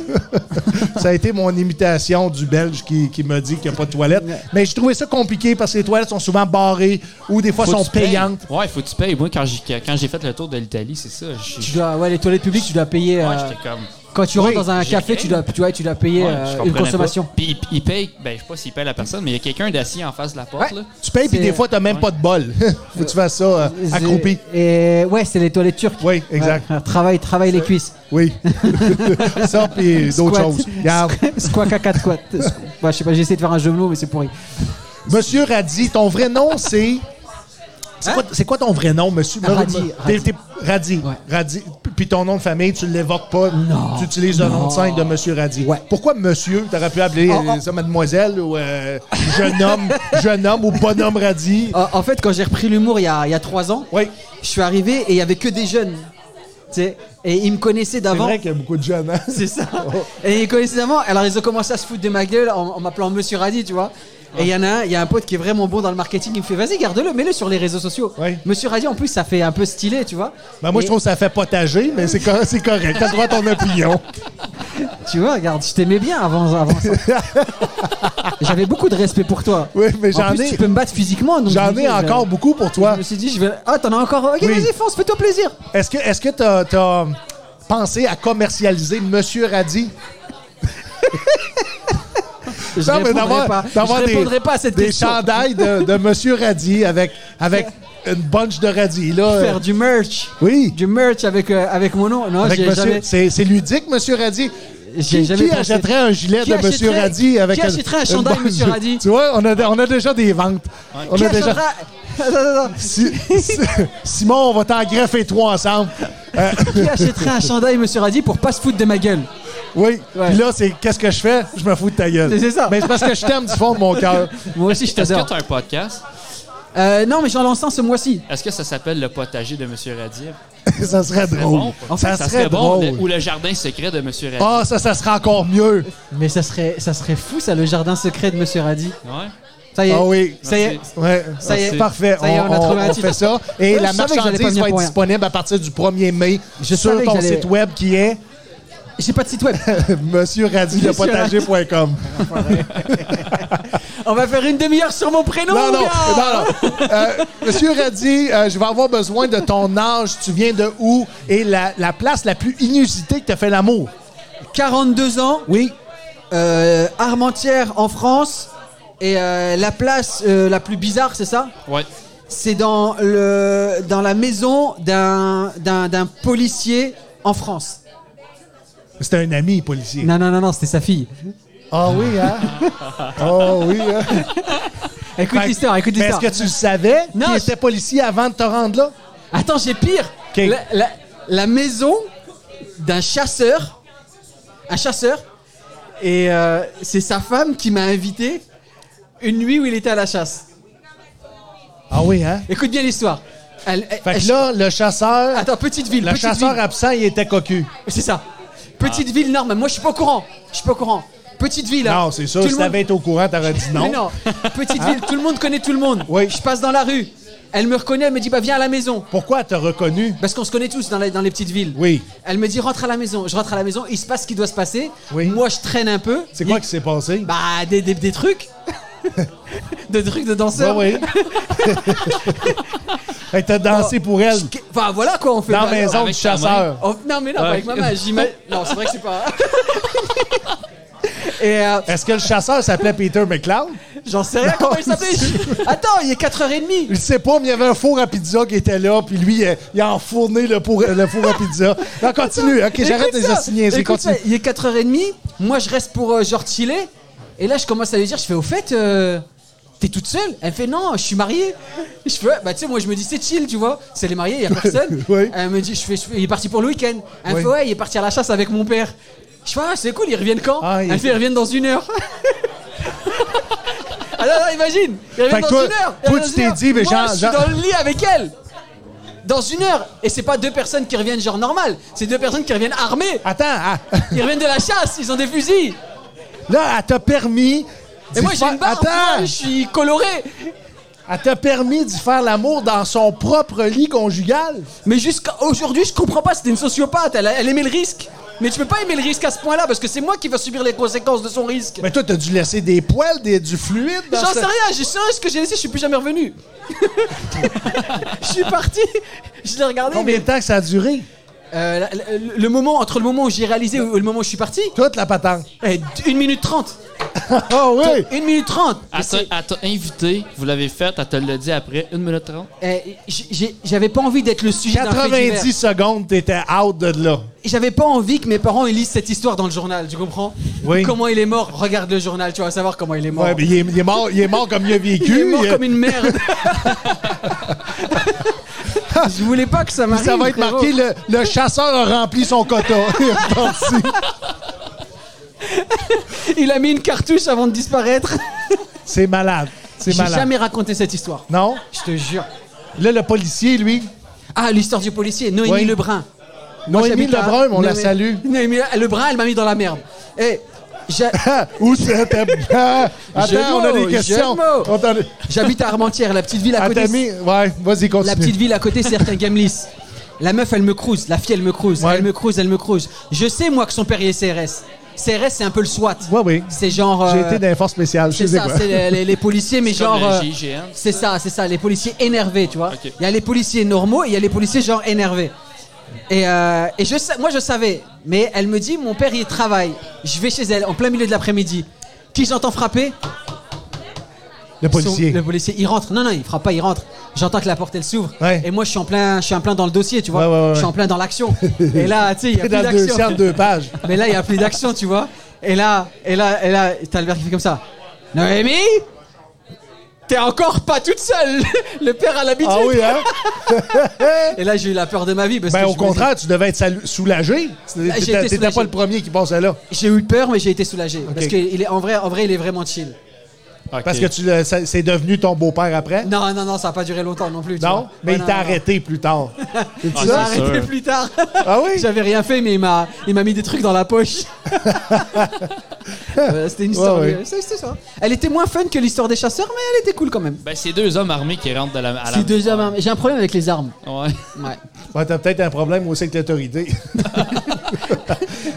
S2: Ça a été mon imitation du Belge qui, qui me dit qu'il n'y a pas de toilette. Mais j'ai trouvé ça compliqué parce que les toilettes sont souvent barrées ou des fois
S1: Faut que
S2: sont
S1: tu payes.
S2: payantes.
S1: Ouais, faut que tu payes. Moi, quand j'ai quand j'ai fait le tour de l'Italie, c'est ça. j'ai-
S6: Tu dois, ouais, les toilettes publiques, tu dois payer.
S7: Ouais,
S6: euh,
S7: j'étais comme.
S6: Quand tu rentres dans un
S1: j'ai
S6: café,
S1: rien.
S6: tu dois, tu, vois, tu dois payer
S1: Ouais,
S6: euh,
S1: je
S6: une
S1: comprenais
S6: consommation.
S1: pas. Puis il, il paye, ben je sais pas s'il paye la personne, mais il y a quelqu'un d'assis en face de la porte.
S6: Ouais.
S1: là.
S2: Tu payes, puis
S6: C'est-
S2: des fois, t'as même pas de bol. Faut que tu fasses ça euh,
S6: C'est-
S2: accroupi.
S6: Et ouais, c'est les toilettes turques.
S2: Oui, exact.
S6: Ouais, travaille, travaille les cuisses.
S2: Oui. ça, puis d'autres
S6: Squat.
S2: choses. Regarde.
S6: Squat, caca, squat. Ouais, je sais pas, j'ai essayé de faire un jeu de mots, mais c'est pourri.
S2: Monsieur Radi, ton vrai nom, c'est. C'est quoi, c'est quoi ton vrai nom, monsieur?
S6: Radi,
S2: T'es- t'es- Radi.
S6: Hein? Ouais.
S2: Radi. Puis ton nom de famille, tu l'évoques pas.
S6: Non.
S2: Tu utilises le nom de scène de monsieur Radi.
S6: Ouais.
S2: Pourquoi monsieur? T'aurais pu appeler euh,
S6: Oh, oh.
S2: ça mademoiselle ou euh, jeune homme, jeune homme ou bonhomme Radi.
S6: En en fait, quand j'ai repris l'humour il y a il y a trois ans,
S2: Oui.
S6: je suis arrivé et il y avait que des jeunes. Tu sais, et ils me connaissaient
S2: C'est
S6: d'avant.
S2: vrai qu'il y a beaucoup de jeunes, hein?
S6: C'est ça. Et ils connaissaient d'avant. Alors ils ont commencé à se foutre de ma gueule en, en m'appelant Monsieur Radi, tu vois. Et il y en a un, il y a un pote qui est vraiment bon dans le marketing, il me fait vas-y garde-le, mets-le sur les réseaux sociaux.
S2: Ouais.
S6: Monsieur Radi en plus ça fait un peu stylé, tu vois.
S2: Ben, moi,
S6: Et-
S2: je trouve que ça fait potager, mais c'est cor- c'est correct. T'as le droit à ton opinion.
S6: Tu vois, regarde, je t'aimais bien avant, avant ça. J'avais beaucoup de respect pour toi.
S2: Oui, mais
S6: En
S2: j'en
S6: plus,
S2: ai-
S6: Tu peux me battre physiquement. donc je
S2: J'en
S6: me
S2: ai
S6: dis, euh, je vais-
S2: encore beaucoup pour toi.
S6: Je me suis dit, je vais. Ah, t'en as encore. Ok,
S2: Oui.
S6: vas-y, fonce, fais-toi plaisir.
S2: Est-ce que est-ce que t'as as pensé à commercialiser Monsieur Radi?
S6: Je
S2: Non, mais
S6: répondrai pas. Je
S2: d'avoir
S6: répondrai pas à cette
S2: des
S6: question.
S2: chandails de, de Monsieur Radi avec avec une bunch de radis là. euh,
S6: Faire du merch.
S2: Oui.
S6: Du merch avec, euh, avec mon nom. Non,
S2: avec
S6: j'ai
S2: Monsieur-
S6: jamais.
S2: c'est, c'est ludique, Monsieur Radi.
S6: J'ai
S2: Qui,
S6: jamais
S2: qui
S6: pensé-
S2: achèterait un gilet
S6: Qui
S2: de Monsieur
S6: achèterait-
S2: Radi avec
S6: qui achèterait un chandail
S2: bunch
S6: Monsieur
S2: de-
S6: Radi?
S2: Tu vois, on a, on a déjà des ventes. On
S6: Qui
S2: a déjà.
S6: achètera- Attends, attends, attends.
S2: Si- si- Simon, on va t'en greffer trois ensemble. Euh,
S6: Qui achèterait un chandail, monsieur Radi, pour pas se foutre de ma gueule
S2: Oui.
S6: Ouais.
S2: Puis là, c'est qu'est-ce que je fais? Je me fous de ta gueule.
S6: C'est ça.
S2: Mais c'est parce que je t'aime du fond de mon cœur.
S6: Moi aussi, je
S1: Est-ce que
S6: t'adore.
S1: tu as un podcast?
S6: Euh, non, mais j'en lance un ce mois-ci.
S1: Est-ce que ça s'appelle le potager de M. Radir?
S2: ça serait drôle.
S1: bon.
S2: ça,
S1: Ça
S2: serait,
S1: serait bon.
S2: drôle.
S1: le- ou le jardin secret de M. Radir?
S2: Ah, ça, ça serait encore mieux.
S6: Mais ça serait, ça serait fou, ça, le jardin secret de monsieur Radi.
S1: Ouais.
S6: Ça y est.
S2: Ah oui.
S6: Ça y est.
S2: Ouais.
S6: Ça y est.
S2: C'est Parfait.
S6: Ça y est,
S2: on,
S6: on a trouvé
S2: on-
S6: un
S2: on
S6: titre.
S2: fait ça. Et
S6: Je
S2: la
S6: savais que j'allais pas
S2: marchandise
S6: venir
S2: va être
S6: pour rien.
S2: disponible à partir du 1er mai
S6: Je
S2: sur
S6: savais que
S2: ton
S6: j'allais-
S2: site web qui est
S6: J'ai pas de site web.
S2: monsieurradiopotager.com.
S6: On va faire une demi-heure sur mon prénom.
S2: Non, non,
S6: mon gars.
S2: non, non. Euh, monsieur Radis, euh, je vais avoir besoin de ton âge, tu viens de où et la, la place la plus inusitée que tu as fait l'amour.
S6: 42 ans,
S2: Oui.
S6: euh, Armentières en France. Et euh, la place euh, la plus bizarre, c'est ça
S7: Ouais.
S6: C'est dans, le, dans la maison d'un, d'un, d'un policier en France.
S2: C'était un ami policier.
S6: Non, non, non, non, c'était sa fille.
S2: Ah oui, hein? oh oui, hein?
S6: Écoute
S2: Fait-
S6: l'histoire, écoute
S2: Mais est-ce
S6: l'histoire.
S2: que tu le savais?
S6: Non,
S2: qu'il
S6: je-
S2: était policier avant de te rendre là?
S6: Attends, j'ai pire.
S2: Ok.
S6: La, la- la maison d'un chasseur. Un chasseur. Et euh, c'est sa femme qui m'a invité une nuit où il était à la chasse.
S2: Ah oui, hein?
S6: Écoute bien l'histoire. Elle- elle-
S2: Fait
S6: elle-
S2: que là, le chasseur,
S6: Attends, petite ville.
S2: le
S6: petite
S2: chasseur Ah.
S6: ville.
S2: absent, il était cocu.
S6: C'est ça. Petite ville, non, mais moi je suis pas au courant. Je suis pas au courant. Petite ville. hein.
S2: Non, c'est sûr,
S6: Tout
S2: si
S6: le monde-
S2: t'avais été au courant, t'aurais dit
S6: Mais
S2: non.
S6: non. Petite ville, tout le monde connaît tout le monde.
S2: Oui.
S6: Je passe dans la rue. Elle me reconnaît, elle me dit bah viens à la maison.
S2: Pourquoi t'as reconnu?
S6: Parce qu'on se connaît tous dans les, dans les petites villes.
S2: Oui.
S6: Elle me dit rentre à la maison. Je rentre à la maison, il se passe ce qui doit se passer.
S2: Oui.
S6: Moi je traîne un peu.
S2: C'est quoi qui s'est passé?
S6: Bah des, des, des trucs. des trucs de danseurs.
S2: oui. fait que t'as dansé Ah, pour elle
S6: Ah, Je- Enfin voilà quoi on fait.
S2: dans la
S6: pas-
S2: maison du
S7: Avec ta main.
S2: chasseur.
S6: Oh, non mais non, pas avec ma main. j'imagine- Non, c'est vrai que c'est pas. hein. Et euh,
S2: Est-ce que le chasseur s'appelait Peter McLeod?
S6: J'en sais rien comment il s'appelait. Attends, il est 4h30.
S2: Je sais pas, mais il y avait un four à pizza qui était là, puis lui, il a, il a enfourné le, pour- le four à pizza. Non, continue. OK, j'arrête de les
S6: Écoute ça.
S2: assigner.
S6: Écoute
S2: Continue.
S6: ça, Il est 4h30. Moi, je reste pour euh, genre chiller. Et là, je commence à lui dire, je fais, au fait, euh, t'es toute seule Elle fait, non, je suis mariée. Je fais, Ouais, bah tu sais, moi, je me dis, c'est chill, tu vois. C'est les mariés, il y a personne.
S2: Oui.
S6: Elle me dit, je fais, je fais- il est parti pour le week-end. Elle
S2: Oui.
S6: fait, ouais, il est parti à la chasse avec mon père. Je fais, ah, c'est cool, ils reviennent quand
S2: Ah, il-
S6: Elle fait, ils reviennent dans une heure. Ah non, non, imagine! Ils
S2: Fait
S6: reviennent
S2: que
S6: dans
S2: toi-
S6: une heure! Ils
S2: toi,
S6: reviennent
S2: tu
S6: dans
S2: t'es
S6: une heure.
S2: dit, mais
S6: Moi,
S2: genre-
S6: je suis
S2: genre-
S6: dans le lit avec elle! dans une heure. Et c'est pas deux personnes qui reviennent genre normal. C'est deux personnes qui reviennent armées.
S2: Attends, ah,
S6: Ils reviennent de la chasse. Ils ont des fusils.
S2: là, elle t'a permis...
S6: Et
S2: d'y
S6: moi, j'ai
S2: faire-
S6: une barbe.
S2: Attends,
S6: Je suis coloré.
S2: elle t'a permis d'y faire l'amour dans son propre lit conjugal.
S6: Mais jusqu'à aujourd'hui, je comprends pas. C'était une sociopathe. Elle, elle aimait le risque. Mais tu peux pas aimer le risque à ce point-là parce que c'est moi qui vais subir les conséquences de son risque.
S2: Mais toi, t'as dû laisser des poils, des- du fluide dans
S6: J'en
S2: ce-
S6: sais rien, j'ai sais ce que j'ai laissé, je suis plus jamais revenu. je suis parti, je l'ai regardé.
S2: Combien de temps que ça a duré?
S6: mais, euh, la- la- le, moment entre le moment où j'ai réalisé et le moment où je suis parti,
S2: Toute la patente.
S6: eh, une minute trente.
S2: Ah oui!
S6: Une minute trente.
S7: Elle t'a elle t'a invité, vous l'avez fait, elle te l'a dit après 1 minute 30.
S6: Euh, j- j'ai- j'avais pas envie d'être le sujet d'un fait divers.
S2: 90 secondes, t'étais out de là.
S6: J'avais pas envie que mes parents ils lisent cette histoire dans le journal, tu comprends
S2: Oui.
S6: Comment il est mort Regarde le journal, tu vas savoir comment il est mort.
S2: Ouais, mais hein. il est, il est mort, il est mort comme il a vécu.
S6: il est mort
S2: Il-
S6: comme une merde. Je voulais pas que ça m'arrive.
S2: Ça va être
S6: frérot.
S2: marqué le, le chasseur a rempli son quota. Il est reparti.
S6: Il a mis une cartouche avant de disparaître.
S2: C'est malade. C'est
S6: J'ai
S2: malade.
S6: jamais raconté cette histoire.
S2: Non?
S6: Je te jure.
S2: Là, le policier, lui,
S6: Ah, l'histoire du policier, Noémie
S2: Oui.
S6: Lebrun.
S2: Noémie
S6: j'habite à-
S2: Lebrun, on la
S6: Noémie-
S2: salue.
S6: Noémie Lebrun, elle m'a mis dans la merde. Et j'a-
S2: Ah, Où c'était? Ah,
S6: Jeu de
S2: Attends, on a
S6: mots,
S2: des questions.
S6: jeu de mots.
S2: On t'a-
S6: j'habite à Armentières, la petite ville à
S2: Ah,
S6: côté.
S2: t'as mis- Ouais, vas-y, continue.
S6: La petite ville à côté, c'est Ertin Gamlis. La meuf, elle me crouse. La fille, elle me crouse.
S2: Ouais.
S6: Elle me crouse, elle me crouse. Je sais, moi, que son père, il est CRS. CRS, c'est un peu le SWAT.
S2: Ouais, oui.
S6: C'est genre.
S2: J'ai
S6: euh,
S2: été dans les forces spéciales. Je
S6: c'est
S2: sais
S6: ça,
S2: quoi.
S6: c'est les, les- les policiers, mais
S7: C'est comme
S6: genre.
S7: le
S6: euh,
S7: GIGN.
S6: c'est ça, c'est ça, les policiers énervés, tu vois. Il
S7: Ok.
S6: y a les policiers normaux et il y a les policiers genre énervés. Et, euh, et je sais- moi je savais, mais elle me dit mon père il travaille. Je vais chez elle en plein milieu de l'après-midi. Qui j'entends frapper
S2: Le
S6: son-
S2: policier.
S6: le policier, il rentre. Non, non, il frappe pas, il rentre. J'entends que la porte elle s'ouvre.
S2: Ouais.
S6: Et moi, je suis en plein, je suis en plein dans le dossier, tu
S2: Ouais,
S6: vois.
S2: ouais, ouais,
S6: Je suis en
S2: ouais.
S6: plein dans l'action. et là, tu sais, il y a plus
S2: Dans deux
S6: d'action.
S2: cercles, deux pages.
S6: Mais là, il y a plus d'action, tu vois. Et là, et là, et là, t'as le verre qui fait comme ça. Noémie, t'es encore pas toute seule. le père a l'habitude.
S2: Ah oui, hein?
S6: Et là, j'ai eu la peur de ma vie parce
S2: Ben,
S6: que
S2: au
S6: je me dis-
S2: contraire, tu devais être salu- soulagé.
S6: J'ai été
S2: T'étais t'étais
S6: soulagé.
S2: pas le premier qui pensait là.
S6: j'ai eu peur, mais j'ai été soulagé parce qu'il est en vrai, en vrai, il est vraiment chill.
S2: Parce que tu l'as- ça- c'est devenu ton beau-père après.
S6: Non, non, non, ça a pas duré longtemps non plus. tu
S2: Non,
S6: vois.
S2: mais
S6: Ouais,
S2: il
S6: non,
S2: t'a
S6: non,
S2: arrêté plus tard.
S6: non. Il m'a arrêté plus tard.
S2: Ah oui?
S6: J'avais rien fait, mais il m'a, il m'a mis des trucs dans la poche. Euh, c'était une histoire.
S2: Ouais, ouais.
S6: de- c'est- c'est ça. Elle était moins fun que l'histoire des chasseurs, mais elle était cool quand même.
S7: Ben, c'est deux hommes armés qui rentrent de la, à la.
S6: C'est deux hommes armés. J'ai un problème avec les armes.
S7: Ouais.
S6: Ouais.
S2: Ouais, t'as peut-être un problème aussi avec l'autorité.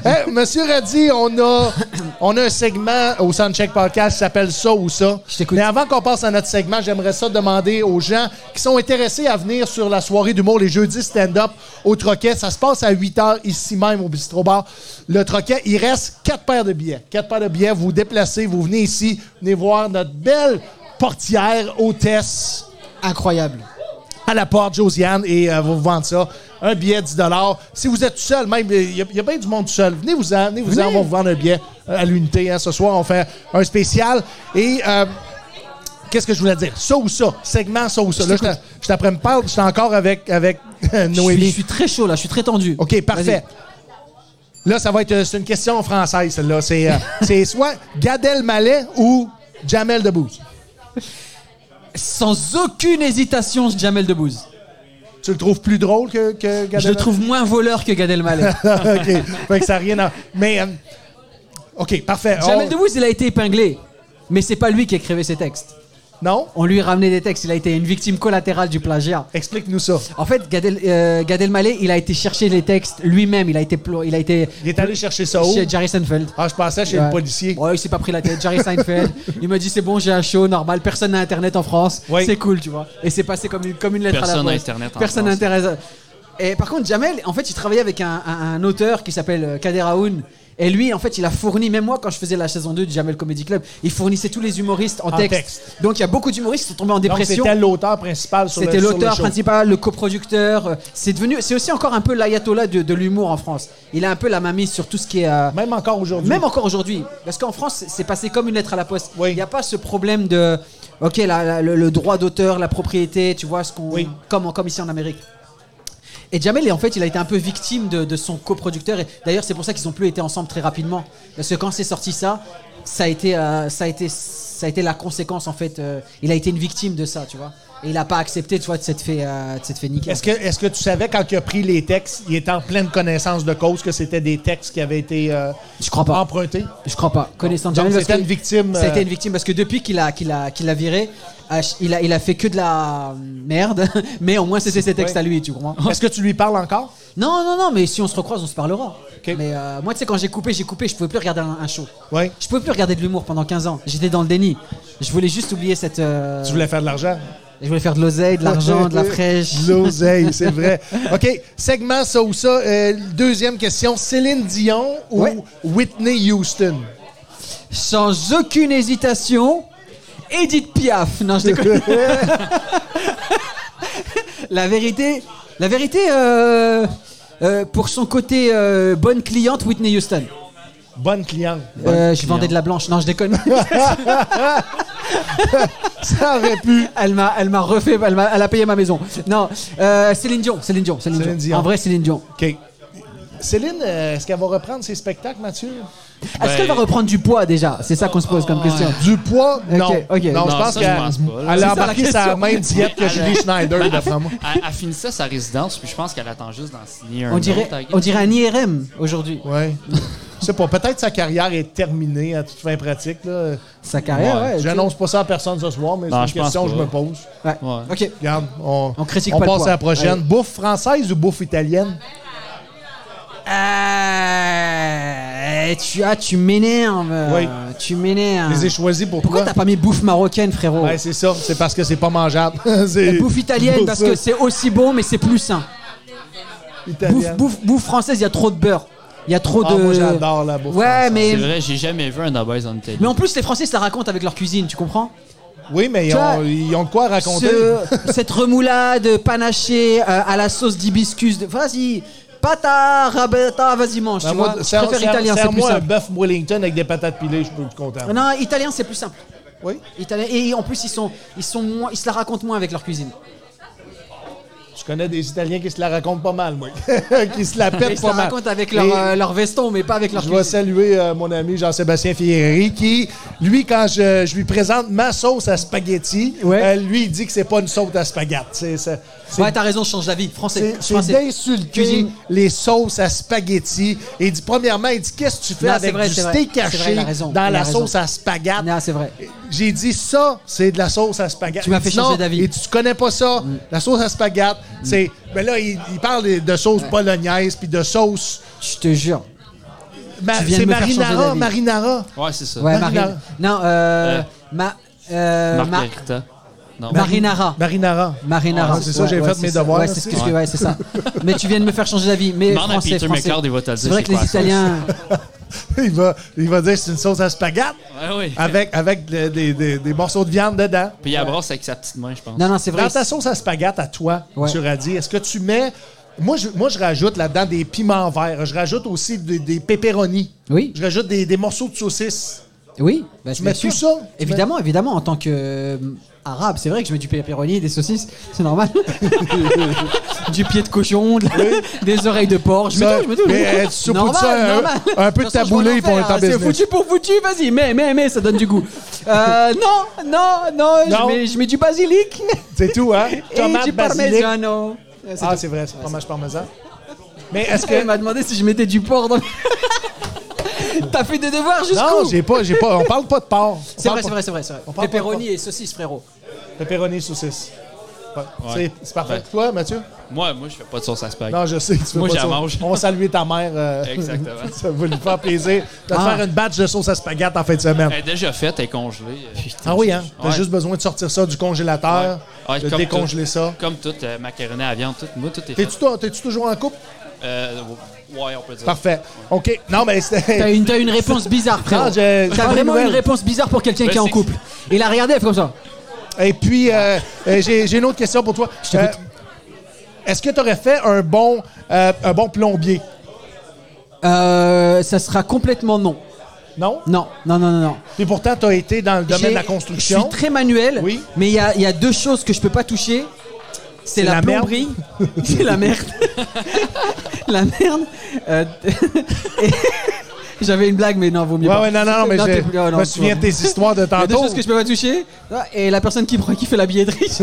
S2: Hein, Monsieur Raddy, on a, on a un segment au Soundcheck Podcast qui s'appelle Ça ou Ça.
S6: Je t'écoute.
S2: Mais avant qu'on passe à notre segment, j'aimerais ça demander aux gens qui sont intéressés à venir sur la soirée d'humour les jeudis stand-up au Troquet. Ça se passe à 8 h ici même au Bistro Bar. Le Troquet, il reste quatre paires de billets. Quatre paires de billets, vous vous déplacez, vous venez ici, venez voir notre belle portière, hôtesse
S5: Incroyable.
S2: à la porte, Josiane, et euh, va vous vendre ça. Un billet, 10 Si vous êtes tout seul, même, il y, a- il y a bien du monde tout seul. Venez-vous-en, venez-vous-en, on va vous vendre un billet euh, à l'unité. hein. Ce soir, on fait un spécial. Et euh, qu'est-ce que je voulais dire? Ça ou ça? Segment ça ou ça? Là, je t'a- je t'apprends me parler. Je suis encore avec, avec euh,
S6: Je suis, je
S2: Noémie.
S6: suis très chaud là, je suis très tendu.
S2: OK, parfait. Là, ça va être euh, c'est une question française, celle-là. C'est, euh, c'est soit Gad Elmaleh ou Jamel Debbouze.
S6: Sans aucune hésitation, Jamel Debbouze.
S2: Tu le trouves plus drôle que, que Gad
S6: Je le
S2: Elmaleh?
S6: trouve moins voleur que Gad Elmaleh.
S2: OK. Fait que ça n'a rien à. Mais. euh, OK, parfait. Oh,
S6: Jamel
S2: On-
S6: Debbouze, il a été épinglé, mais c'est pas lui qui écrivait ses textes.
S2: Non?
S6: On lui ramenait des textes. Il a été une victime collatérale du plagiat.
S2: Explique-nous ça.
S6: En fait, Gad, El- euh, Gad Elmaleh, il a été chercher les textes lui-même. Il a été, plo- il a été
S2: Il est allé chercher ça où?
S6: chez Jerry Seinfeld.
S2: Ah, je pensais chez le
S6: Ouais.
S2: policier.
S6: Ouais, il s'est pas pris la tête. Jerry Seinfeld. il m'a dit c'est bon, j'ai un show normal. Personne n'a internet en France.
S2: Ouais.
S6: C'est cool, tu vois. Et c'est passé comme une, comme une lettre à la
S7: Personne n'a
S6: poste.
S7: Internet en
S6: Personne n'a
S7: France.
S6: Internet. Et par contre, Jamel, en fait, il travaillait avec un, un- un auteur qui s'appelle euh, Kader Aoun. Et lui, en fait, il a fourni, même moi, quand je faisais la saison 2 du Jamel Comedy Club, il fournissait tous les humoristes en,
S2: En
S6: texte.
S2: texte.
S6: Donc, il y a beaucoup d'humoristes qui sont tombés en
S2: Donc,
S6: dépression.
S2: c'était l'auteur principal sur le
S6: C'était
S2: sur le
S6: l'auteur
S2: show.
S6: principal, le coproducteur. euh, C'est devenu, c'est aussi encore un peu l'ayatollah de, de l'humour en France. Il a un peu la main mise sur tout ce qui est. euh,
S2: Même encore aujourd'hui.
S6: même encore aujourd'hui, parce qu'en France, c'est- c'est passé comme une lettre à la poste. Il
S2: Oui.
S6: n'y a pas ce problème de, ok, la- la- le, le droit d'auteur, la propriété, tu vois, ce qu'on,
S2: Oui.
S6: comme, en- comme ici en Amérique. Et Jamel, en fait, il a été un peu victime de, de son coproducteur. Et d'ailleurs, c'est pour ça qu'ils n'ont plus été ensemble très rapidement, parce que quand c'est sorti ça, ça a été, euh, ça a été, ça a été la conséquence en fait. euh, il a été une victime de ça, tu vois. Et il n'a pas accepté, tu vois, de cette fait, euh, de cette fait niquer.
S2: Est-ce que, est-ce que tu savais quand il a pris les textes, il était en pleine connaissance de cause que c'était des textes qui avaient été euh,
S6: Je crois pas.
S2: empruntés?
S6: Je crois pas. Connaissant
S2: Donc,
S6: Jamel,
S2: c'était
S6: parce
S2: une
S6: que-
S2: victime,
S6: Ça a été
S2: euh,
S6: une victime parce que depuis qu'il a, qu'il a, qu'il a viré, euh, il a, il a fait que de la euh, merde. Mais au moins, c'était ses textes
S2: Ouais.
S6: à lui, tu comprends
S2: Est-ce que tu lui parles encore?
S6: Non, non, non. Mais si on se recroise, on se parlera. Mais euh, moi, tu sais, quand j'ai coupé, j'ai coupé. Je pouvais plus regarder un, un show.
S2: Oui.
S6: Je pouvais plus regarder de l'humour pendant 15 ans. J'étais dans le déni. Je voulais juste oublier cette. euh,
S2: Tu voulais faire de l'argent?
S6: Je voulais faire de l'oseille, de l'argent, de la fraîche.
S2: De L'oseille, c'est vrai. OK, segment ça ou ça. Euh, deuxième question, Céline Dion ou
S6: Ouais.
S2: Whitney Houston?
S6: Sans aucune hésitation, Edith Piaf. Non, je déconne. la vérité, la vérité euh, euh, pour son côté euh, bonne cliente, Whitney Houston.
S2: Bonne cliente.
S6: Euh, je vendais de la blanche. Non, je déconne.
S2: Ça aurait pu.
S6: elle m'a, elle m'a refait, elle, m'a- elle a payé ma maison. Non, euh, Céline Dion, Céline Dion, Céline,
S2: Céline
S6: Dion.
S2: Dion.
S6: En vrai, Céline Dion.
S2: OK. Céline, euh, est-ce qu'elle va reprendre ses spectacles, Mathieu?
S6: Est-ce qu'elle va reprendre du poids déjà C'est ça qu'on se pose comme question.
S2: Du poids? Non.
S6: ok.
S2: Ah. Non, je
S7: Non,
S2: pense
S7: ça, je pense pas, là.
S2: qu'elle elle
S6: C'est ça,
S2: a
S6: la
S2: embarqué
S6: question.
S2: sa même diète que
S7: Elle-
S2: Julie
S7: Ben,
S2: Schneider, d'après moi.
S7: Elle, elle finissait sa résidence, puis je pense qu'elle attend juste d'en signer un.
S6: On dirait,
S7: autre, I guess.
S6: on dirait un IRM aujourd'hui.
S2: Oui. Je sais pas, peut-être sa carrière est terminée à toute fin pratique. Là.
S6: Sa carrière, ouais. tu sais.
S2: J'annonce pas ça à personne ce soir, mais c'est
S7: Non,
S2: une
S7: je pense
S2: question que je
S7: pas.
S2: me pose.
S6: Ouais.
S7: Ouais.
S6: Ok.
S2: Regarde, on,
S6: On critique
S2: on
S6: pas le
S2: passe
S6: poids.
S2: à la prochaine. Bouffe française ou bouffe italienne?
S6: Euh, tu as, tu m'énerves. euh,
S2: Oui.
S6: Tu m'énerves.
S2: Je les ai choisis pour
S6: Ah. Pourquoi
S2: toi.
S6: t'as pas mis bouffe marocaine, frérot
S2: Ouais, c'est ça, c'est parce que c'est pas mangeable.
S6: Et
S2: c'est
S6: Bouffe italienne
S2: pour
S6: parce
S2: ça,
S6: que c'est aussi bon, mais c'est plus sain. Bouffe,
S2: italienne.
S6: bouffe, bouffe française, il y a trop de beurre. Il y a trop
S2: Ah,
S6: de.
S2: moi, j'adore la bouffe
S6: Ouais,
S2: française.
S6: mais.
S7: C'est vrai, j'ai jamais vu un obèse en Italie.
S6: Mais en plus, les Français se la racontent avec leur cuisine, tu comprends
S2: Oui, mais
S6: Tu
S2: ils ont,
S6: vois,
S2: ils ont de quoi raconter.
S6: Ce- Cette remoulade panachée euh, à la sauce d'hibiscus. de- Vas-y, pata, rabetta, vas-y, mange.
S2: Ben,
S6: tu
S2: moi,
S6: vois je
S2: serre-
S6: préfère
S2: serre-
S6: italien, c'est plus
S2: serre-moi un
S6: simple.
S2: bœuf Wellington avec des patates pilées, je peux être content.
S6: Non, italien, c'est plus simple.
S2: Oui,
S6: Italiens. Et en plus, ils sont, ils sont moins, ils se la racontent moins avec leur cuisine.
S2: je connais des Italiens qui se la racontent pas mal, moi. qui se la
S6: Ils
S2: pètent
S6: se
S2: pas
S6: la
S2: mal.
S6: racontent avec
S2: Et-
S6: leur, euh, leur veston, mais pas avec leur
S2: Je vais
S6: cuisine.
S2: saluer euh, mon ami Jean-Sébastien Fierri qui, lui, quand je, je lui présente ma sauce à spaghetti,
S6: Ouais.
S2: euh, lui, il dit que c'est pas une sauce à spaghetti. C'est- c'est- c'est-
S6: Ouais, t'as raison, je change d'avis. Français.
S2: c'est- C'est
S6: Français.
S2: d'insulter
S6: Cuisine.
S2: les sauces à spaghetti. Et il dit, premièrement, il dit, qu'est-ce que tu fais
S6: Non, c'est
S2: avec
S6: vrai,
S2: du
S6: c'est vrai.
S2: steak
S6: C'est vrai,
S2: caché
S6: il a raison, il
S2: dans
S6: a
S2: la
S6: raison.
S2: sauce à spaghetti?
S6: Non, c'est vrai.
S2: J'ai dit ça, c'est de la sauce à spaghetti.
S6: Tu m'as
S2: Il dit,
S6: fait changer
S2: non,
S6: d'avis. Mm.
S2: Il dit, tu connais pas ça. La sauce à spaghetti, c'est. Mais là, il, il parle de- de sauce bolognaise puis de sauce.
S6: Je te jure.
S2: Ma-
S6: Tu viens de
S2: c'est
S6: me faire changer
S2: marinara,
S6: d'avis.
S2: marinara.
S7: Ouais, c'est ça.
S6: Ouais,
S2: Marina-
S6: Marine. Non, euh.
S7: Euh.
S6: Ma. Euh. Ma-
S7: Margarita. Non.
S6: Marinara.
S2: Marinara.
S6: Marinara.
S2: Ah, c'est ça, j'ai fait
S6: c'est
S2: mes
S6: ça.
S2: devoirs,
S6: Ouais, c'est ce que
S2: merci.
S6: je- ouais, c'est ça. Mais tu viens de me faire changer d'avis. Mais
S7: Demande à
S6: français,
S7: Peter
S6: français.
S7: McLeod, il va te le dire.
S6: C'est vrai que les
S7: quoi la sauce.
S6: Italiens.
S2: il, va, il va dire c'est une sauce à spaghetti
S7: Ouais, oui.
S2: avec, avec de- des- des- des morceaux de viande dedans.
S7: Puis il abrasse avec sa petite main, je pense.
S6: Non, non, c'est vrai.
S2: Dans ta sauce à spaghetti à toi,
S6: Ouais.
S2: tu radis, est-ce que tu mets. Moi je, moi, je rajoute là-dedans des piments verts. Je rajoute aussi des, des pepperonis.
S6: Oui.
S2: Je rajoute des, des morceaux de saucisse.
S6: Oui, bah,
S2: Tu
S6: bien
S2: mets
S6: sûr.
S2: tout ça? Tu
S6: Évidemment, évidemment, en tant que euh, arabe, c'est vrai que je mets du pepperoni, des saucisses, c'est normal. du pied de cochon, de- des oreilles de porc, je mets
S2: Ça,
S6: tout, je mets tout.
S2: mais, euh, tu saupoudres
S6: Normal,
S2: ça, euh,
S6: normal.
S2: un peu de
S6: toute façon,
S2: taboulé
S6: je vais en
S2: pour
S6: faire,
S2: être en
S6: hein,
S2: business.
S6: C'est foutu pour foutu, vas-y, mais, mais, mais, ça donne du goût. Euh, non, non, non,
S2: Non.
S6: Je, mets, je mets du basilic
S2: C'est tout, hein?
S6: et du
S2: Tomate, basilic.
S6: parmigiano. Euh, c'est
S2: Ah,
S6: tout.
S2: c'est vrai, c'est fromage parmesan. Mais est-ce que.
S6: Elle m'a demandé si je mettais du porc dans... T'as fait des devoirs
S2: Non,
S6: jusqu'où
S2: j'ai pas, j'ai pas. On parle pas de porc. On
S6: C'est
S2: parle
S6: vrai, c'est
S2: pas-
S6: vrai, c'est vrai, c'est vrai.
S2: On parle pas de
S6: Pepperoni et saucisses, frérot.
S2: Pepperoni, saucisse. Ouais.
S7: Ouais.
S2: C'est- C'est parfait.
S7: Ouais.
S2: Toi, Mathieu?
S7: Moi, moi, je fais pas de sauce à spag.
S2: Non, je sais. que Tu veux
S7: Moi,
S2: pas
S7: j'en
S2: ça.
S7: mange.
S2: On va saluer ta mère. euh,
S7: Exactement.
S2: ça va lui faire plaisir de te
S6: Ah.
S2: faire une batch de sauce à spaghetti en fin de semaine.
S7: Elle est déjà faite, elle est congelée. euh,
S2: Ah oui, hein? T'as
S7: Ouais.
S2: juste besoin de sortir ça du congélateur,
S7: Ouais. Ouais,
S2: de
S7: comme
S2: décongeler
S7: tout.
S2: ça.
S7: Comme tout, euh, macaroni à viande, tout, moi, tout est fait.
S2: T'es-tu, toi- t'es-tu toujours en couple?
S7: Euh, ouais, on peut dire.
S2: Parfait. OK. Non, mais
S6: T'as
S2: c'était...
S6: une, t'as une réponse bizarre, frérot.
S2: Non, je- je
S6: T'as
S2: prends
S6: vraiment
S2: des
S6: une
S2: nouvelles.
S6: réponse bizarre pour quelqu'un
S7: Ben,
S6: qui est en
S7: c'est-
S6: couple. Il a regardé, elle fait comme ça.
S2: Et puis, euh, euh, j'ai, j'ai une autre question pour toi.
S6: t'écoute.
S2: Euh, est-ce que t'aurais fait un bon, euh, un bon plombier?
S6: Euh, ça sera complètement non.
S2: Non?
S6: Non, non, non, non, non.
S2: Et pourtant, t'as été dans le domaine
S6: J'ai-
S2: de la
S6: Je
S2: construction.
S6: suis très manuel,
S2: Oui.
S6: mais il y a, il y a deux choses que je peux pas toucher. C'est la,
S2: la merde.
S6: plomberie. C'est la merde. la merde. Euh, et- J'avais une blague, mais non, vaut mieux
S2: Ouais,
S6: pas.
S2: ouais, non, non, non, mais
S6: Non,
S2: je
S6: t'es- oh, non,
S2: je
S6: non,
S2: me
S6: tu
S2: souviens de
S6: vois.
S2: tes histoires de
S6: Il y a deux
S2: tantôt.
S6: choses que je peux pas toucher. Et la personne qui, prend- qui fait la billetterie.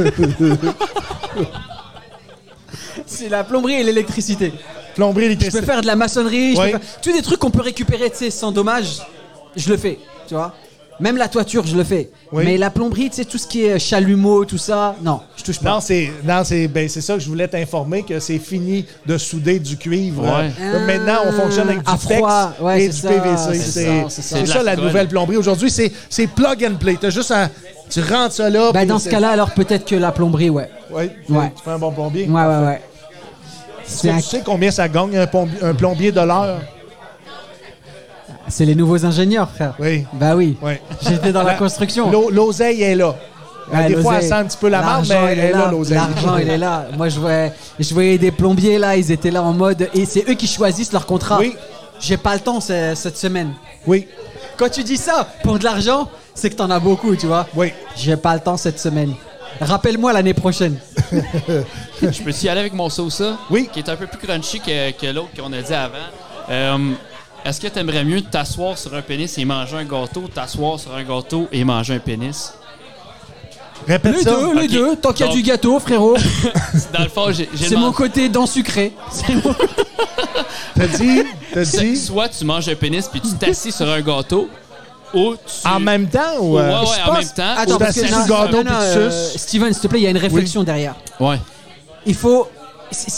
S6: C'est la plomberie et l'électricité.
S2: Plomberie,
S6: Je peux
S2: électricité.
S6: faire de la maçonnerie, je
S2: Oui.
S6: peux faire... tous des trucs qu'on peut récupérer, tu sais, sans dommage, je le fais, tu vois. Même la toiture, je le fais.
S2: Oui.
S6: Mais la plomberie, tu sais, tout ce qui est chalumeau, tout ça, non, je touche pas.
S2: Non, c'est non, c'est ben, c'est ça que je voulais t'informer que c'est fini de souder du cuivre.
S7: Ouais.
S2: Euh, Maintenant, on fonctionne avec du
S6: À
S2: PEX
S6: Ah, froid, ouais,
S2: et
S6: c'est
S2: du
S6: ça,
S2: PVC.
S6: c'est
S2: C'est
S6: ça, c'est ça.
S2: c'est
S7: De
S2: ça la
S7: l'alcool.
S2: nouvelle plomberie aujourd'hui, c'est c'est plug and play. T'as juste à tu rentres ça là.
S6: Bah,
S2: puis
S6: dans ce
S2: c'est-
S6: cas-là, alors peut-être que la plomberie, ouais.
S2: ouais, tu-
S6: Ouais.
S2: tu fais un bon plombier.
S6: Ouais, ouais, ouais. C'est
S2: Tu
S6: un-
S2: sais combien ça gagne un plombier, un plombier de l'heure?
S6: c'est les nouveaux ingénieurs, frère.
S2: Oui.
S6: Bah oui. Bah,
S2: Ouais.
S6: J'étais dans la construction.
S2: L'o- L'oseille est là.
S6: Ouais,
S2: Des fois, elle
S6: l'oseille.
S2: sent un petit peu la marge, mais
S6: L'argent,
S2: elle
S6: il
S2: est là, l'oseille.
S6: L'argent, il est là. Moi, je voyais, je voyais des plombiers là, ils étaient là en mode. Et c'est eux qui choisissent leur contrat.
S2: Oui.
S6: J'ai pas le temps ce- cette semaine.
S2: Oui,
S6: Quand tu dis ça pour de l'argent, c'est que t'en as beaucoup, tu vois.
S2: oui.
S6: J'ai pas le temps cette semaine. Rappelle-moi l'année prochaine.
S7: Je peux y aller avec mon sauce-là?
S2: Oui.
S7: Qui est un peu plus crunchy que, que l'autre qu'on a dit avant. Euh, Est-ce que t'aimerais mieux t'asseoir sur un pénis et manger un gâteau, t'asseoir sur un gâteau et manger un pénis?
S2: Répète
S6: Les
S2: ça.
S6: deux, les
S7: ok.
S6: deux. Tant qu'il y a
S7: Donc-
S6: du gâteau, frérot.
S7: Dans le fond, j'ai j'ai
S6: C'est mon
S7: demandé-
S6: côté dans sucré. C'est mon-
S2: T'as dit, t'as
S7: C'est-
S2: dit.
S7: Soit tu manges un pénis puis tu t'assis sur un gâteau, ou tu...
S2: En même temps ou
S7: Ouais,
S2: euh,
S7: ouais,
S6: Je
S7: en
S6: pense-
S7: même temps.
S6: Attends,
S7: ou
S6: parce que
S7: t'assis
S2: sur le
S6: non,
S2: gâteau
S6: non,
S2: puis
S6: non,
S2: tu
S6: euh,
S2: suces.
S6: Steven, s'il te plaît, il y a une réflexion derrière.
S7: Ouais.
S6: il faut.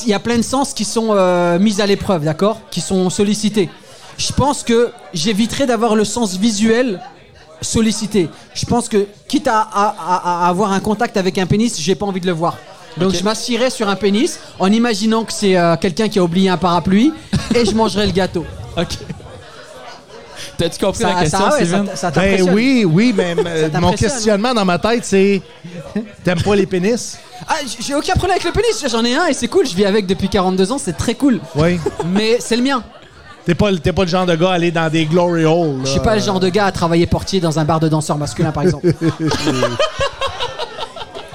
S6: Il y a plein de sens qui sont euh, mis à l'épreuve, d'accord Qui sont sollicités. Je pense que j'éviterai d'avoir le sens visuel sollicité. Je pense que, quitte à, à- à- à avoir un contact avec un pénis, j'ai pas envie de le voir. Donc je m'assirai sur un pénis en imaginant que c'est euh, quelqu'un qui a oublié un parapluie et je mangerai le gâteau.
S7: OK. T'as-tu compris
S6: Ça,
S7: la question,
S6: ça, ouais, ça
S7: Steven?
S6: t- ça
S2: Ben
S6: t'impressionne.
S2: oui, oui, mais euh, mon
S6: t'impressionne.
S2: questionnement dans ma tête, c'est T'aimes pas les pénis?
S6: Ah, j- j'ai aucun problème avec le pénis, j'en ai un et c'est cool, je vis avec depuis 42 ans, c'est très cool.
S2: Oui.
S6: Mais c'est le mien.
S2: T'es pas, le- t'es pas le genre de gars à aller dans des glory holes.
S6: Je suis pas le genre de gars à travailler portier dans un bar de danseurs masculins, par exemple.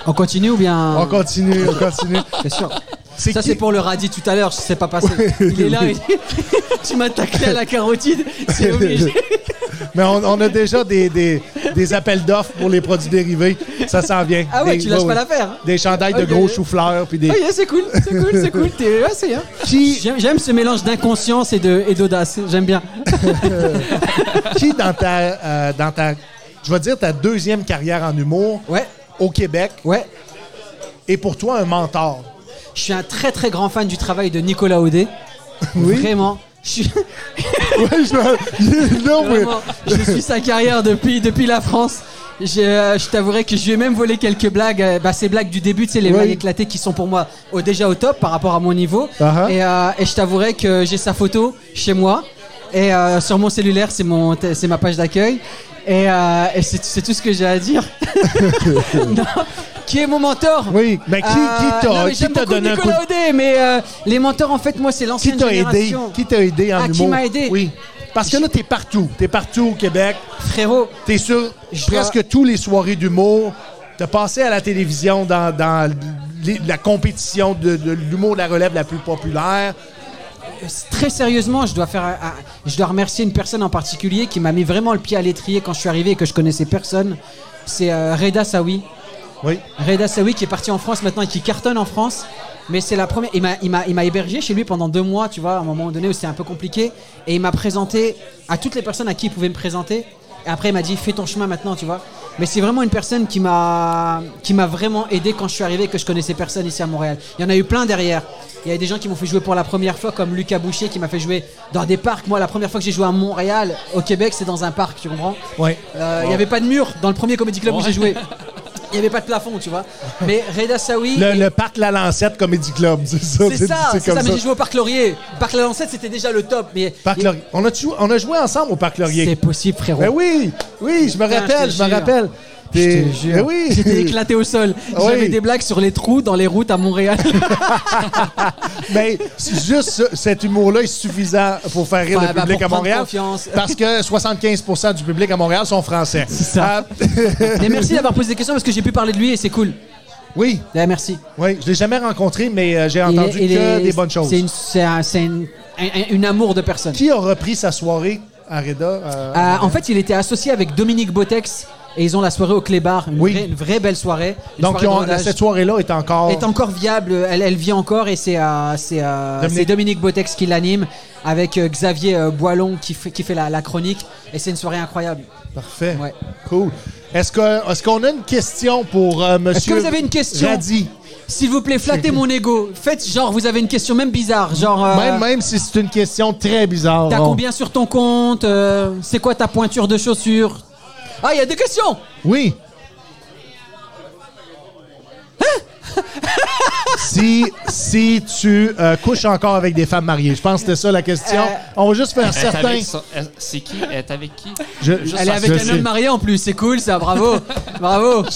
S6: On continue ou bien
S2: On continue, on continue.
S6: C'est sûr.
S2: C'est
S6: Ça,
S2: qui-
S6: c'est pour le radis tout à l'heure, c'est pas passé. Il est là, il dit Tu m'as taclé à la carotide, c'est obligé.
S2: Mais on, on a déjà des, des- des appels d'offres pour les produits dérivés. Ça s'en vient.
S6: Ah ouais,
S2: Des-
S6: tu lâches
S2: ouais,
S6: pas
S2: ouais.
S6: l'affaire. hein.
S2: Des chandails de
S6: Ok.
S2: gros choux-fleurs. Puis des...
S6: Ah, yeah, c'est cool, c'est cool, c'est cool. T'es- ouais, c'est, hein.
S2: qui,
S6: J'aime, j'aime ce mélange d'inconscience et, de, et d'audace, j'aime bien.
S2: qui dans, ta, euh, dans ta, je vais dire, ta deuxième carrière en humour
S6: Ouais,
S2: au Québec
S6: ouais.
S2: est pour toi un mentor?
S6: Je suis un très très grand fan du travail de Nicolas Audet. Vraiment. Je suis,
S2: Ouais, je vois- il est là, oui.
S6: vraiment, je suis sa carrière depuis, depuis la France. Je, euh, je t'avouerai que je lui ai même volé quelques blagues, euh, bah, ces blagues du début, tu sais, les
S2: Oui.
S6: blagues éclatées qui sont pour moi au- déjà au top par rapport à mon niveau.
S2: Uh-huh.
S6: et, euh, et je t'avouerai que j'ai sa photo chez moi. Et euh, sur mon cellulaire, c'est, mon, t- c'est ma page d'accueil. Et, euh, et c'est, c'est tout ce que j'ai à dire. Non. Qui est mon mentor Euh,
S2: Oui, mais qui- qui t'a-
S6: non, mais
S2: qui
S6: j'aime
S2: t'a
S6: beaucoup
S2: donné un coup
S6: Nicolas
S2: de-
S6: Audet, mais euh, les mentors, en fait, moi, c'est
S2: Qui
S6: l'ancienne
S2: t'a aidé?
S6: génération.
S2: Qui t'a aidé en
S6: Ah,
S2: humour?
S6: qui m'a aidé?
S2: Oui. Parce que là, t'es partout. T'es partout au Québec.
S6: Frérot,
S2: T'es sur
S6: Je
S2: presque
S6: dois-
S2: tous les soirées d'humour. T'as passé à la télévision dans, dans les- la compétition de, de l'humour de la relève la plus populaire.
S6: Euh, très sérieusement, je dois faire, un- un- je dois remercier une personne en particulier qui m'a mis vraiment le pied à l'étrier quand je suis arrivé et que je connaissais personne. C'est euh, Reda Sawi.
S2: Oui.
S6: Reda Sawi qui est parti en France maintenant et qui cartonne en France. Mais c'est la première. Il m'a, il m'a- il m'a hébergé chez lui pendant deux mois, tu vois, à un moment donné où c'était un peu compliqué. Et il m'a présenté à toutes les personnes à qui il pouvait me présenter. Et après, il m'a dit, fais ton chemin maintenant, tu vois. Mais c'est vraiment une personne qui m'a, qui m'a vraiment aidé quand je suis arrivé et que je connaissais personne ici à Montréal. Il y en a eu plein derrière. Il y a des gens qui m'ont fait jouer pour la première fois, comme Lucas Boucher qui m'a fait jouer dans des parcs. Moi, la première fois que j'ai joué à Montréal, au Québec, c'est dans un parc, tu comprends
S2: Ouais.
S6: euh, Il n'y avait pas de mur dans le premier Comedy Club où j'ai joué. Il n'y avait pas de plafond, tu vois. Mais Reda Sawi.
S2: Le, le parc La Lancette Comedy Club, c'est ça?
S6: C'est ça, c'est ça,
S2: comme
S6: mais j'ai joué au Parc Laurier. Parc La Lancette, c'était déjà le top. Mais
S2: Parc
S6: mais-
S2: Laurier. On, a tu- on a joué ensemble au Parc
S6: C'est
S2: Laurier.
S6: possible, frérot.
S2: Ben oui, oui, je me
S6: Putain,
S2: rappelle,
S6: je
S2: je
S6: te
S2: me
S6: jure.
S2: rappelle.
S6: Je
S2: T'es-
S6: te jure.
S2: Ben oui. Ah
S6: J'étais éclaté au sol.
S2: Oui.
S6: J'avais des blagues sur les trous dans les routes à Montréal.
S2: Mais c'est Ben, juste ce- cet humour-là est suffisant pour faire rire
S6: Ouais,
S2: le
S6: bah,
S2: public
S6: pour
S2: à
S6: prendre
S2: Montréal.
S6: confiance.
S2: Parce que 75 du public à Montréal sont français.
S6: ça.
S2: Euh,
S6: mais merci d'avoir posé des questions parce que j'ai pu parler de lui et c'est cool.
S2: oui,
S6: Ouais, merci.
S2: oui, je l'ai jamais rencontré, mais euh, j'ai
S6: Il
S2: entendu
S6: est- il
S2: que
S6: est-
S2: des bonnes choses.
S6: C'est une, c'est un- c'est une- un- un- une amour de personne.
S2: Qui a repris sa soirée à Reda? euh,
S6: Euh, en fait, il était associé avec Dominique Botex et ils ont la soirée au Clébar. Une,
S2: Oui.
S6: vraie, une vraie belle soirée. Une
S2: donc,
S6: soirée
S2: ils
S6: de
S2: ont-
S6: rodage.
S2: cette soirée-là est encore.
S6: Elle est encore viable, elle, elle vit encore et c'est euh, c'est, euh,
S2: Dominique.
S6: c'est Dominique Botex qui l'anime avec euh, Xavier euh, Boilon qui fait, qui fait la, la chronique et c'est une soirée incroyable.
S2: Parfait.
S6: Ouais.
S2: Cool. Est-ce que- est-ce qu'on a une question pour euh, monsieur
S6: Est-ce que vous avez une question
S2: Radi?
S6: S'il vous plaît, flattez mon ego. Faites genre, vous avez une question même bizarre, genre. euh,
S2: Même, même si c'est une question très bizarre.
S6: T'as
S2: on-
S6: combien sur ton compte Euh, C'est quoi ta pointure de chaussure Ah, il y a deux questions
S2: Oui. si, si tu euh, couches encore avec des femmes mariées, je pense que c'était ça la question.
S6: Euh,
S2: On va juste faire
S7: Elle est
S2: certain.
S7: avec son- elle- C'est qui? Elle est avec qui?
S2: Je-
S7: Juste
S6: Elle est
S7: parce
S6: avec
S2: je
S6: un
S2: sais.
S6: homme marié en plus, c'est cool ça, bravo Bravo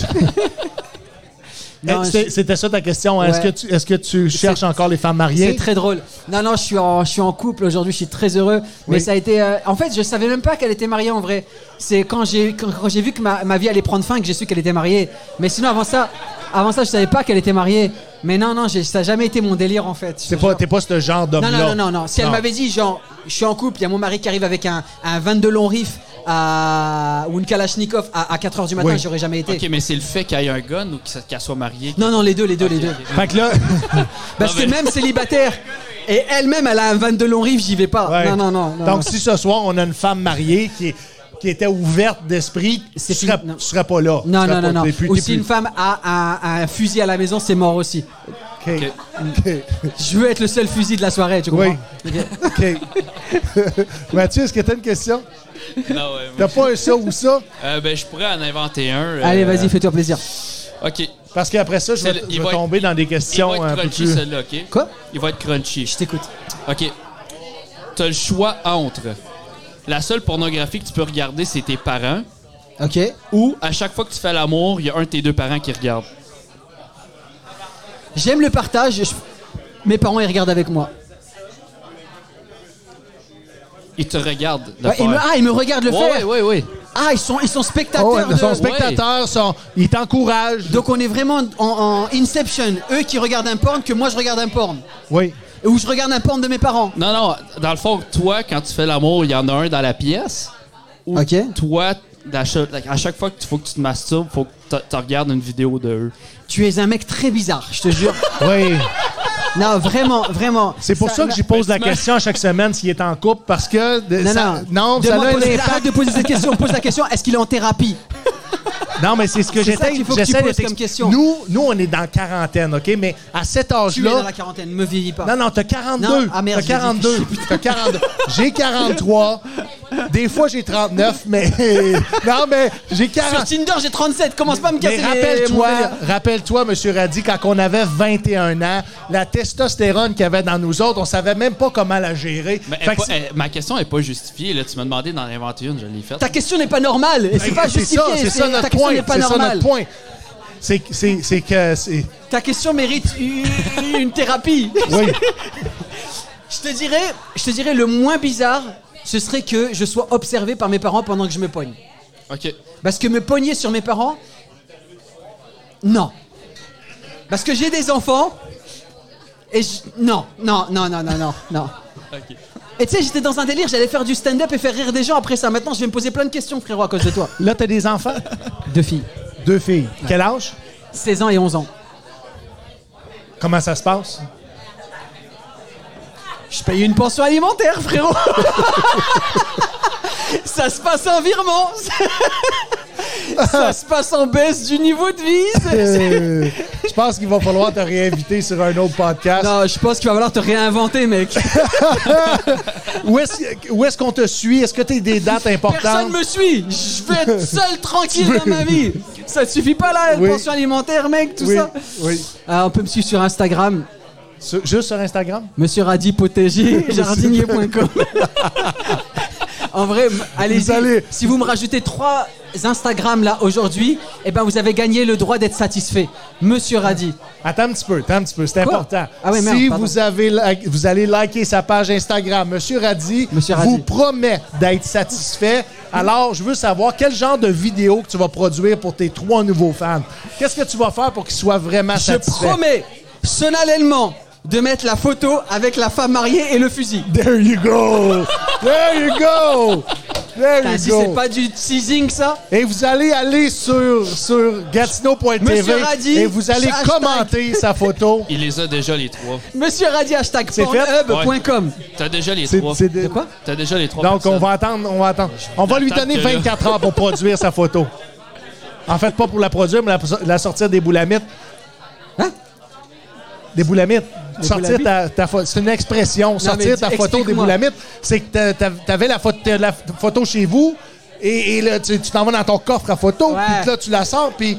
S2: Eh,
S6: Non,
S2: c'était- C'était ça ta question. hein? Est-ce que
S6: Ouais.
S2: tu, est-ce que tu cherches encore les femmes
S6: C'est
S2: mariées?
S6: très drôle. Non, non, je suis en, je suis en couple aujourd'hui, je suis très heureux. Mais
S2: Oui.
S6: ça a été. euh, en fait, je savais même pas qu'elle était mariée en vrai. C'est quand j'ai quand, quand j'ai vu que ma, ma vie allait prendre fin que j'ai su qu'elle était mariée. Mais sinon, avant ça, avant ça, je savais pas qu'elle était mariée. Mais non, non, j'ai- ça n'a jamais été mon délire en fait.
S2: T'es pas, t'es pas ce genre
S6: Non,
S2: d'homme-là.
S6: non, non, non, non. Si elle
S2: Non.
S6: m'avait dit, genre, je suis en couple, il y a mon mari qui arrive avec un, un 22 long riff à, ou une Kalachnikov à, 4h du matin,
S2: Oui.
S6: j'aurais jamais été.
S7: Ok, mais c'est le fait qu'elle ait un gun ou qu'elle qu'elle soit mariée?
S6: Non, non, les deux, les deux, les deux.
S2: Fait que là,
S6: Parce
S7: Non, mais-
S6: que même célibataire, et elle-même, elle a un 22 long riff, j'y vais pas.
S2: ouais.
S6: Non, non, non. non, non.
S2: Donc, si ce soir, on a une femme mariée qui, est- qui était ouverte d'esprit, tu
S6: C'est
S2: serais,
S6: fini, non.
S2: tu serais pas là. Tu
S6: Non,
S2: serais
S6: non,
S2: pas-
S6: non, non.
S2: t'es plus-
S6: Ou
S2: t'es
S6: si
S2: plus-
S6: une femme a un, un fusil à la maison, c'est mort aussi.
S2: OK. OK.
S6: Je veux être le seul fusil de la soirée, tu comprends
S2: Oui. OK. Mathieu, est-ce que t'as une question?
S7: Non, Ah ouais, moi-
S2: T'as pas un ça ou ça?
S7: Euh, ben, je pourrais en inventer un. euh,
S6: Allez, vas-y, fais-toi plaisir.
S7: Ok.
S2: Parce qu'après ça, je vais,
S7: C'est le- il
S2: je vais
S7: va être-
S2: tomber dans des
S7: Il va
S2: questions
S7: être
S2: un peu
S7: crunchy,
S2: plus.
S7: celui-là, ok?
S6: Quoi
S7: Il va être crunchy.
S6: Je t'écoute.
S7: OK. T'as le choix entre la seule pornographie que tu peux regarder, c'est tes parents,
S6: Ok.
S7: ou à chaque fois que tu fais l'amour, il y a un de tes deux parents qui regarde.
S6: J'aime le partage. je- Mes parents, ils regardent avec moi.
S7: Ils te regardent le
S6: Ouais, il
S7: faire.
S6: me- ah, ils me regardent le
S7: Ouais,
S6: faire.
S7: ouais, ouais, ouais.
S6: Ah, ils sont, ils sont spectateurs.
S2: Oh,
S6: de-
S2: son spectateur, son- il t'encourage.
S6: Donc on est vraiment en, en Inception. Eux qui regardent un porn, que moi je regarde un porn.
S2: Oui.
S6: Ou je regarde un porn de mes parents.
S7: Non, non, dans le fond, toi, quand tu fais l'amour, il y en a un dans la pièce. Ou
S6: Ok.
S7: toi, à chaque, à chaque fois que tu, faut que tu te masturbes, faut que tu regardes une vidéo de eux.
S6: Tu es un mec très bizarre, je te jure.
S2: Oui.
S6: non, vraiment, vraiment.
S2: C'est pour ça, que j'y
S7: Ben,
S2: pose la question à chaque semaine s'il est en couple, parce que. de-
S6: Non,
S2: ça-
S6: non.
S2: non, ça
S6: Demande-
S2: a un
S6: pose-
S2: impact.
S6: arrête de poser cette question. Pose la question, est-ce qu'il est en thérapie
S2: Non, mais c'est ce que
S6: C'est ça
S2: j'étais.
S6: qu'il faut que tu
S2: j'essaie
S6: poses
S2: de
S6: comme
S2: t'expliquer.
S6: question.
S2: Nous, nous, on est dans quarantaine, OK? Mais à cet
S6: Tu es dans
S2: âge-là.
S6: la quarantaine, me vieillis pas.
S2: Non, non, t'as 42.
S6: Non, ah merde,
S2: t'as
S6: j'ai dit-
S2: 42. T'as 42. J'ai 43. Des fois, j'ai 39, mais. Non, mais j'ai 40.
S6: Sur Tinder, j'ai 37. Commence pas à me casser
S2: Mais
S6: les-
S2: rappelle-toi,
S6: mon délire.
S2: rappelle-toi, Monsieur Raddy, quand on avait 21 ans, la testostérone qu'il y avait dans nous autres, on savait même pas comment la gérer.
S7: Mais elle
S2: Fait que
S7: pas-
S2: c'est-
S7: elle- ma question est pas justifiée. Là, tu m'as demandé d'en inventer une, je l'ai faite.
S6: Ta question n'est pas normale. Et c'est pas
S2: Ah, c'est
S6: justifié.
S2: ça, c'est ça
S6: ta
S2: notre
S6: question
S2: point.
S6: n'est pas
S2: C'est ça
S6: normale.
S2: notre point. C'est c'est- c'est que c'est
S6: Ta question mérite une, une thérapie.
S2: oui.
S6: Je te dirais, je te dirais le moins bizarre, ce serait que je sois observé par mes parents pendant que je me pogne.
S7: OK.
S6: Parce que me pogner sur mes parents, non. Parce que j'ai des enfants et je- non, non, non, non, non, non, non.
S7: OK.
S6: Et tu sais, j'étais dans un délire, j'allais faire du stand-up et faire rire des gens après ça. Maintenant, je vais me poser plein de questions, frérot, à cause de toi.
S2: Là, t'as des enfants,
S6: Deux filles,
S2: deux filles. Quel âge
S6: 16 ans et 11 ans.
S2: Comment ça se passe
S6: Je paye une pension alimentaire, frérot. Ça se passe en virement. Ça se passe en baisse du niveau de vie. C'est-
S2: Euh, Je pense qu'il va falloir te réinviter sur un autre podcast.
S6: Non, je pense qu'il va falloir te réinventer, mec.
S2: Où est-ce où est-ce qu'on te suit Est-ce que t'as des dates importantes
S6: Personne me suit. Je veux être seul, tranquille dans ma vie. Ça te suffit pas là,
S2: Oui.
S6: pension alimentaire, mec, tout
S2: Oui,
S6: ça.
S2: oui.
S6: Ah, on peut me suivre sur Instagram,
S2: Sur- juste sur Instagram
S6: Monsieur Radi Potager, jardinier.com. En vrai, m- allez-y.
S2: allez-
S6: Si vous me rajoutez trois Instagram là aujourd'hui, eh ben vous avez gagné le droit d'être satisfait, Monsieur Radi.
S2: Attends un petit peu, attends un petit peu, c'est
S6: Quoi?
S2: important.
S6: Ah oui, merde,
S2: si
S6: pardon.
S2: vous, avez li- vous allez liker sa page Instagram, Monsieur Raddy,
S6: Monsieur Raddy.
S2: vous promet d'être satisfait. Alors, je veux savoir quel genre de vidéo que tu vas produire pour tes trois nouveaux fans. Qu'est-ce que tu vas faire pour qu'ils soient vraiment
S6: Je
S2: satisfaits?
S6: promets solennellement de mettre la photo avec la femme mariée et le fusil.
S2: There you go! There you go! There
S6: Putain,
S2: you
S6: Ben, Si
S2: go!
S6: c'est pas du teasing ça.
S2: Et vous allez aller sur, sur
S6: Monsieur
S2: gatineau.tv
S6: Raddy,
S2: et vous allez
S6: hashtag-
S2: commenter sa photo.
S7: Il les a déjà, les trois.
S6: Monsieur Radi hashtag
S2: C'est
S6: pornhub.com.
S7: T'as déjà les
S2: C'est-
S7: trois.
S2: c'est de-
S6: De quoi
S7: T'as déjà les trois.
S2: Donc, on
S7: personnes.
S2: va attendre, on va attendre. On va lui
S7: J'attends
S2: donner
S7: que là.
S2: 24 heures pour produire sa photo. En fait, pas pour la produire, mais la, la sortir des boulamites.
S6: Hein?
S2: Des boulamites. Sortir
S6: boulamites?
S2: ta, ta photo. C'est une expression.
S6: mais
S2: sortir
S6: dis-
S2: ta photo des
S6: explique-moi.
S2: boulamites, c'est que t'a- t'a- t'avais la, photo- la photo chez vous et, et là, tu tu t'en vas dans ton coffre à photo,
S6: Ouais.
S2: puis là, tu la sors, puis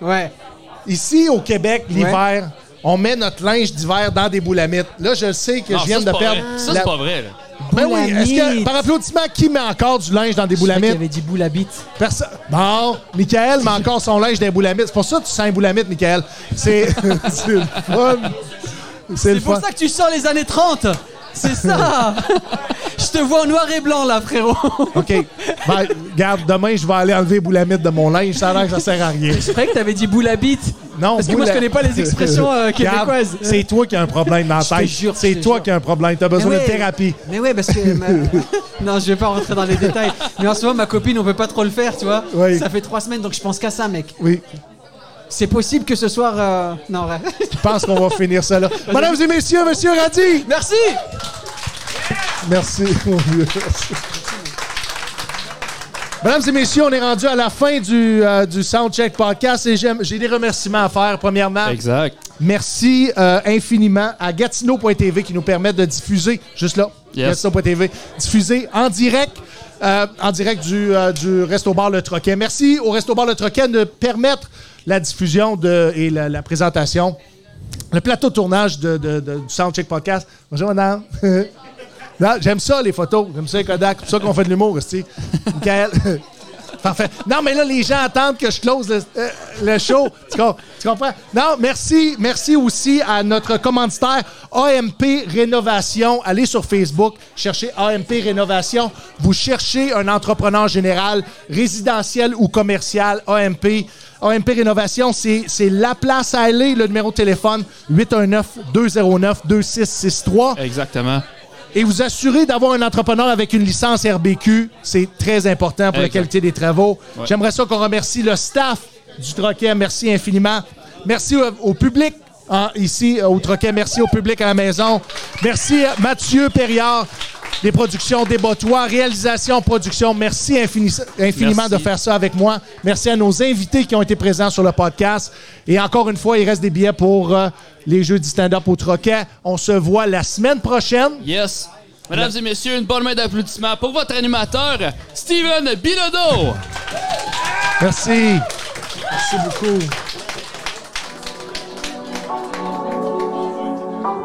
S6: Ouais.
S2: Ici, au Québec, l'hiver, on met notre linge d'hiver dans des boulamites. Là, je sais que
S7: Non,
S2: je
S7: ça,
S2: viens
S7: c'est
S2: de
S7: pas
S2: perdre.
S7: vrai. Ça,
S2: la-
S7: c'est pas vrai. là.
S2: Ben oui, est-ce que,
S6: Boulamites.
S2: par applaudissement, qui met encore du linge dans des
S6: Il
S2: boulamites?
S6: avait dit boulabite.
S2: Personne. Bon, Michael met encore son linge dans des boulamites. C'est pour ça que tu sens les boulamites, Michael. C'est c'est le fun. C'est le
S6: C'est pour
S2: fun.
S6: ça que tu sors les années 30. C'est ça. Je te vois en noir et blanc là, frérot.
S2: OK. Ben, regarde, demain, je vais aller enlever les boulamites de mon linge. Ça a l'air que ça sert à rien.
S6: Je croyais que t'avais dit boulabite.
S2: Non,
S6: Parce que moi,
S2: boula-
S6: je connais pas les expressions euh,
S2: Regarde,
S6: québécoises.
S2: C'est toi qui as un problème dans la
S6: Je te
S2: tête.
S6: jure, je
S2: C'est
S6: te
S2: toi
S6: jure.
S2: qui as un problème. Tu as
S6: Mais
S2: besoin
S6: ouais.
S2: de thérapie.
S6: Mais ouais, parce que. ma- non, je vais pas rentrer dans les détails. Mais en ce moment, ma copine, on peut pas trop le faire, tu vois.
S2: Oui.
S6: Ça fait trois semaines, donc je pense qu'à ça, mec.
S2: Oui.
S6: C'est possible que ce soir. euh, Non, ouais.
S2: Je pense qu'on va finir ça là. Mesdames et messieurs, monsieur Radi!
S6: Merci!
S2: Merci, mon Dieu. Mesdames et messieurs, on est rendu à la fin du, euh, du Soundcheck Podcast et j'aime- j'ai des remerciements à faire. Premièrement,
S7: Exact.
S2: merci euh, infiniment à Gatineau.tv qui nous permet de diffuser, juste là,
S7: Yes.
S2: Gatineau.tv, diffuser en direct. euh, en direct du, euh, du Resto Bar Le Troquet. Merci au Resto Bar Le Troquet de permettre la diffusion de, et la, la présentation, le plateau de tournage de, de- de- du Soundcheck Podcast. Bonjour, madame. Non, j'aime ça, les photos. J'aime ça, les Kodak. C'est pour ça qu'on fait de l'humour, aussi. Michael. Parfait. Non, mais là, les gens attendent que je close le, euh, le show. Tu, com- tu comprends? Non, merci. Merci aussi à notre commanditaire AMP Rénovation. Allez sur Facebook, cherchez AMP Rénovation. Vous cherchez un entrepreneur général, résidentiel ou commercial, AMP. AMP Rénovation, c'est c'est la place à aller. Le numéro de téléphone, 819-209-2663
S7: Exactement.
S2: et vous assurez d'avoir un entrepreneur avec une licence RBQ. C'est très important pour la
S7: Exact.
S2: qualité des travaux. J'aimerais ça qu'on remercie le staff du Troquet. Merci infiniment. Merci au, au public hein, ici euh, au Troquet. Merci au public à la maison. Merci euh, Mathieu Perriard des productions Débattois, réalisation, production. Merci infini- infiniment
S7: Merci.
S2: de faire ça avec moi. Merci à nos invités qui ont été présents sur le podcast. Et encore une fois, il reste des billets pour euh, les jeux du stand-up au Troquet. On se voit la semaine prochaine.
S7: Yes. Mesdames et messieurs, une bonne main d'applaudissements pour votre animateur, Steven Bilodeau.
S2: Merci. Merci beaucoup.